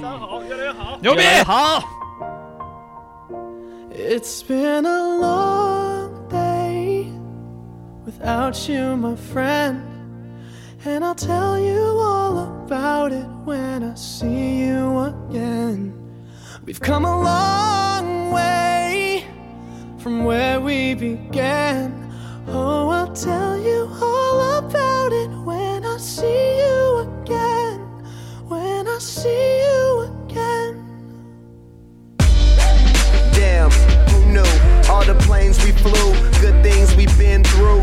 Speaker 1: 牛逼！
Speaker 3: 好。
Speaker 5: It's been a long day without you, my friend. And I'll tell you all about it when I see you again. We've come a long way from where we began. Oh, I'll tell you all about it when I see you again. When I see you again.
Speaker 6: Damn, who knew? All the planes we flew, good things we've been through.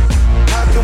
Speaker 6: How can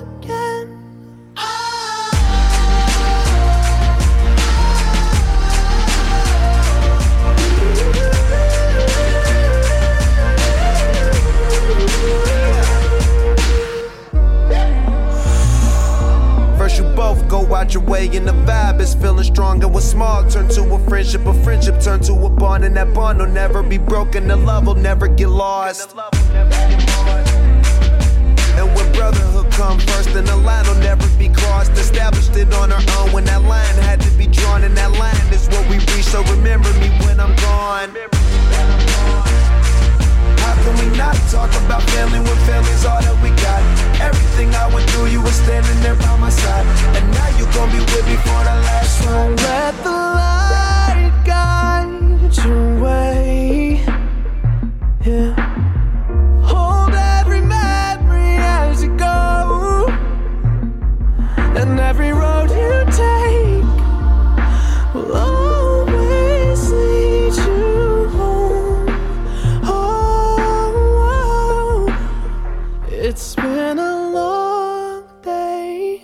Speaker 5: again.
Speaker 6: First you both go out your way and the vibe is feeling strong and what's small turn to a friendship, a friendship turn to a bond and that bond will never be broken, the love will never get lost. And when brotherhood come first then the line will never be crossed, established it on our own when that line had to be drawn and that line is what we reach, so remember me when I'm gone. How can we not talk about family when family's all that we got? Everything I went through, you were standing there by my side. And now you gon' be with me for the last
Speaker 5: So
Speaker 6: one.
Speaker 5: let the light guide your way. Yeah. Hold every memory as you go, and every road you take will always lead you home. Oh, it's been a long day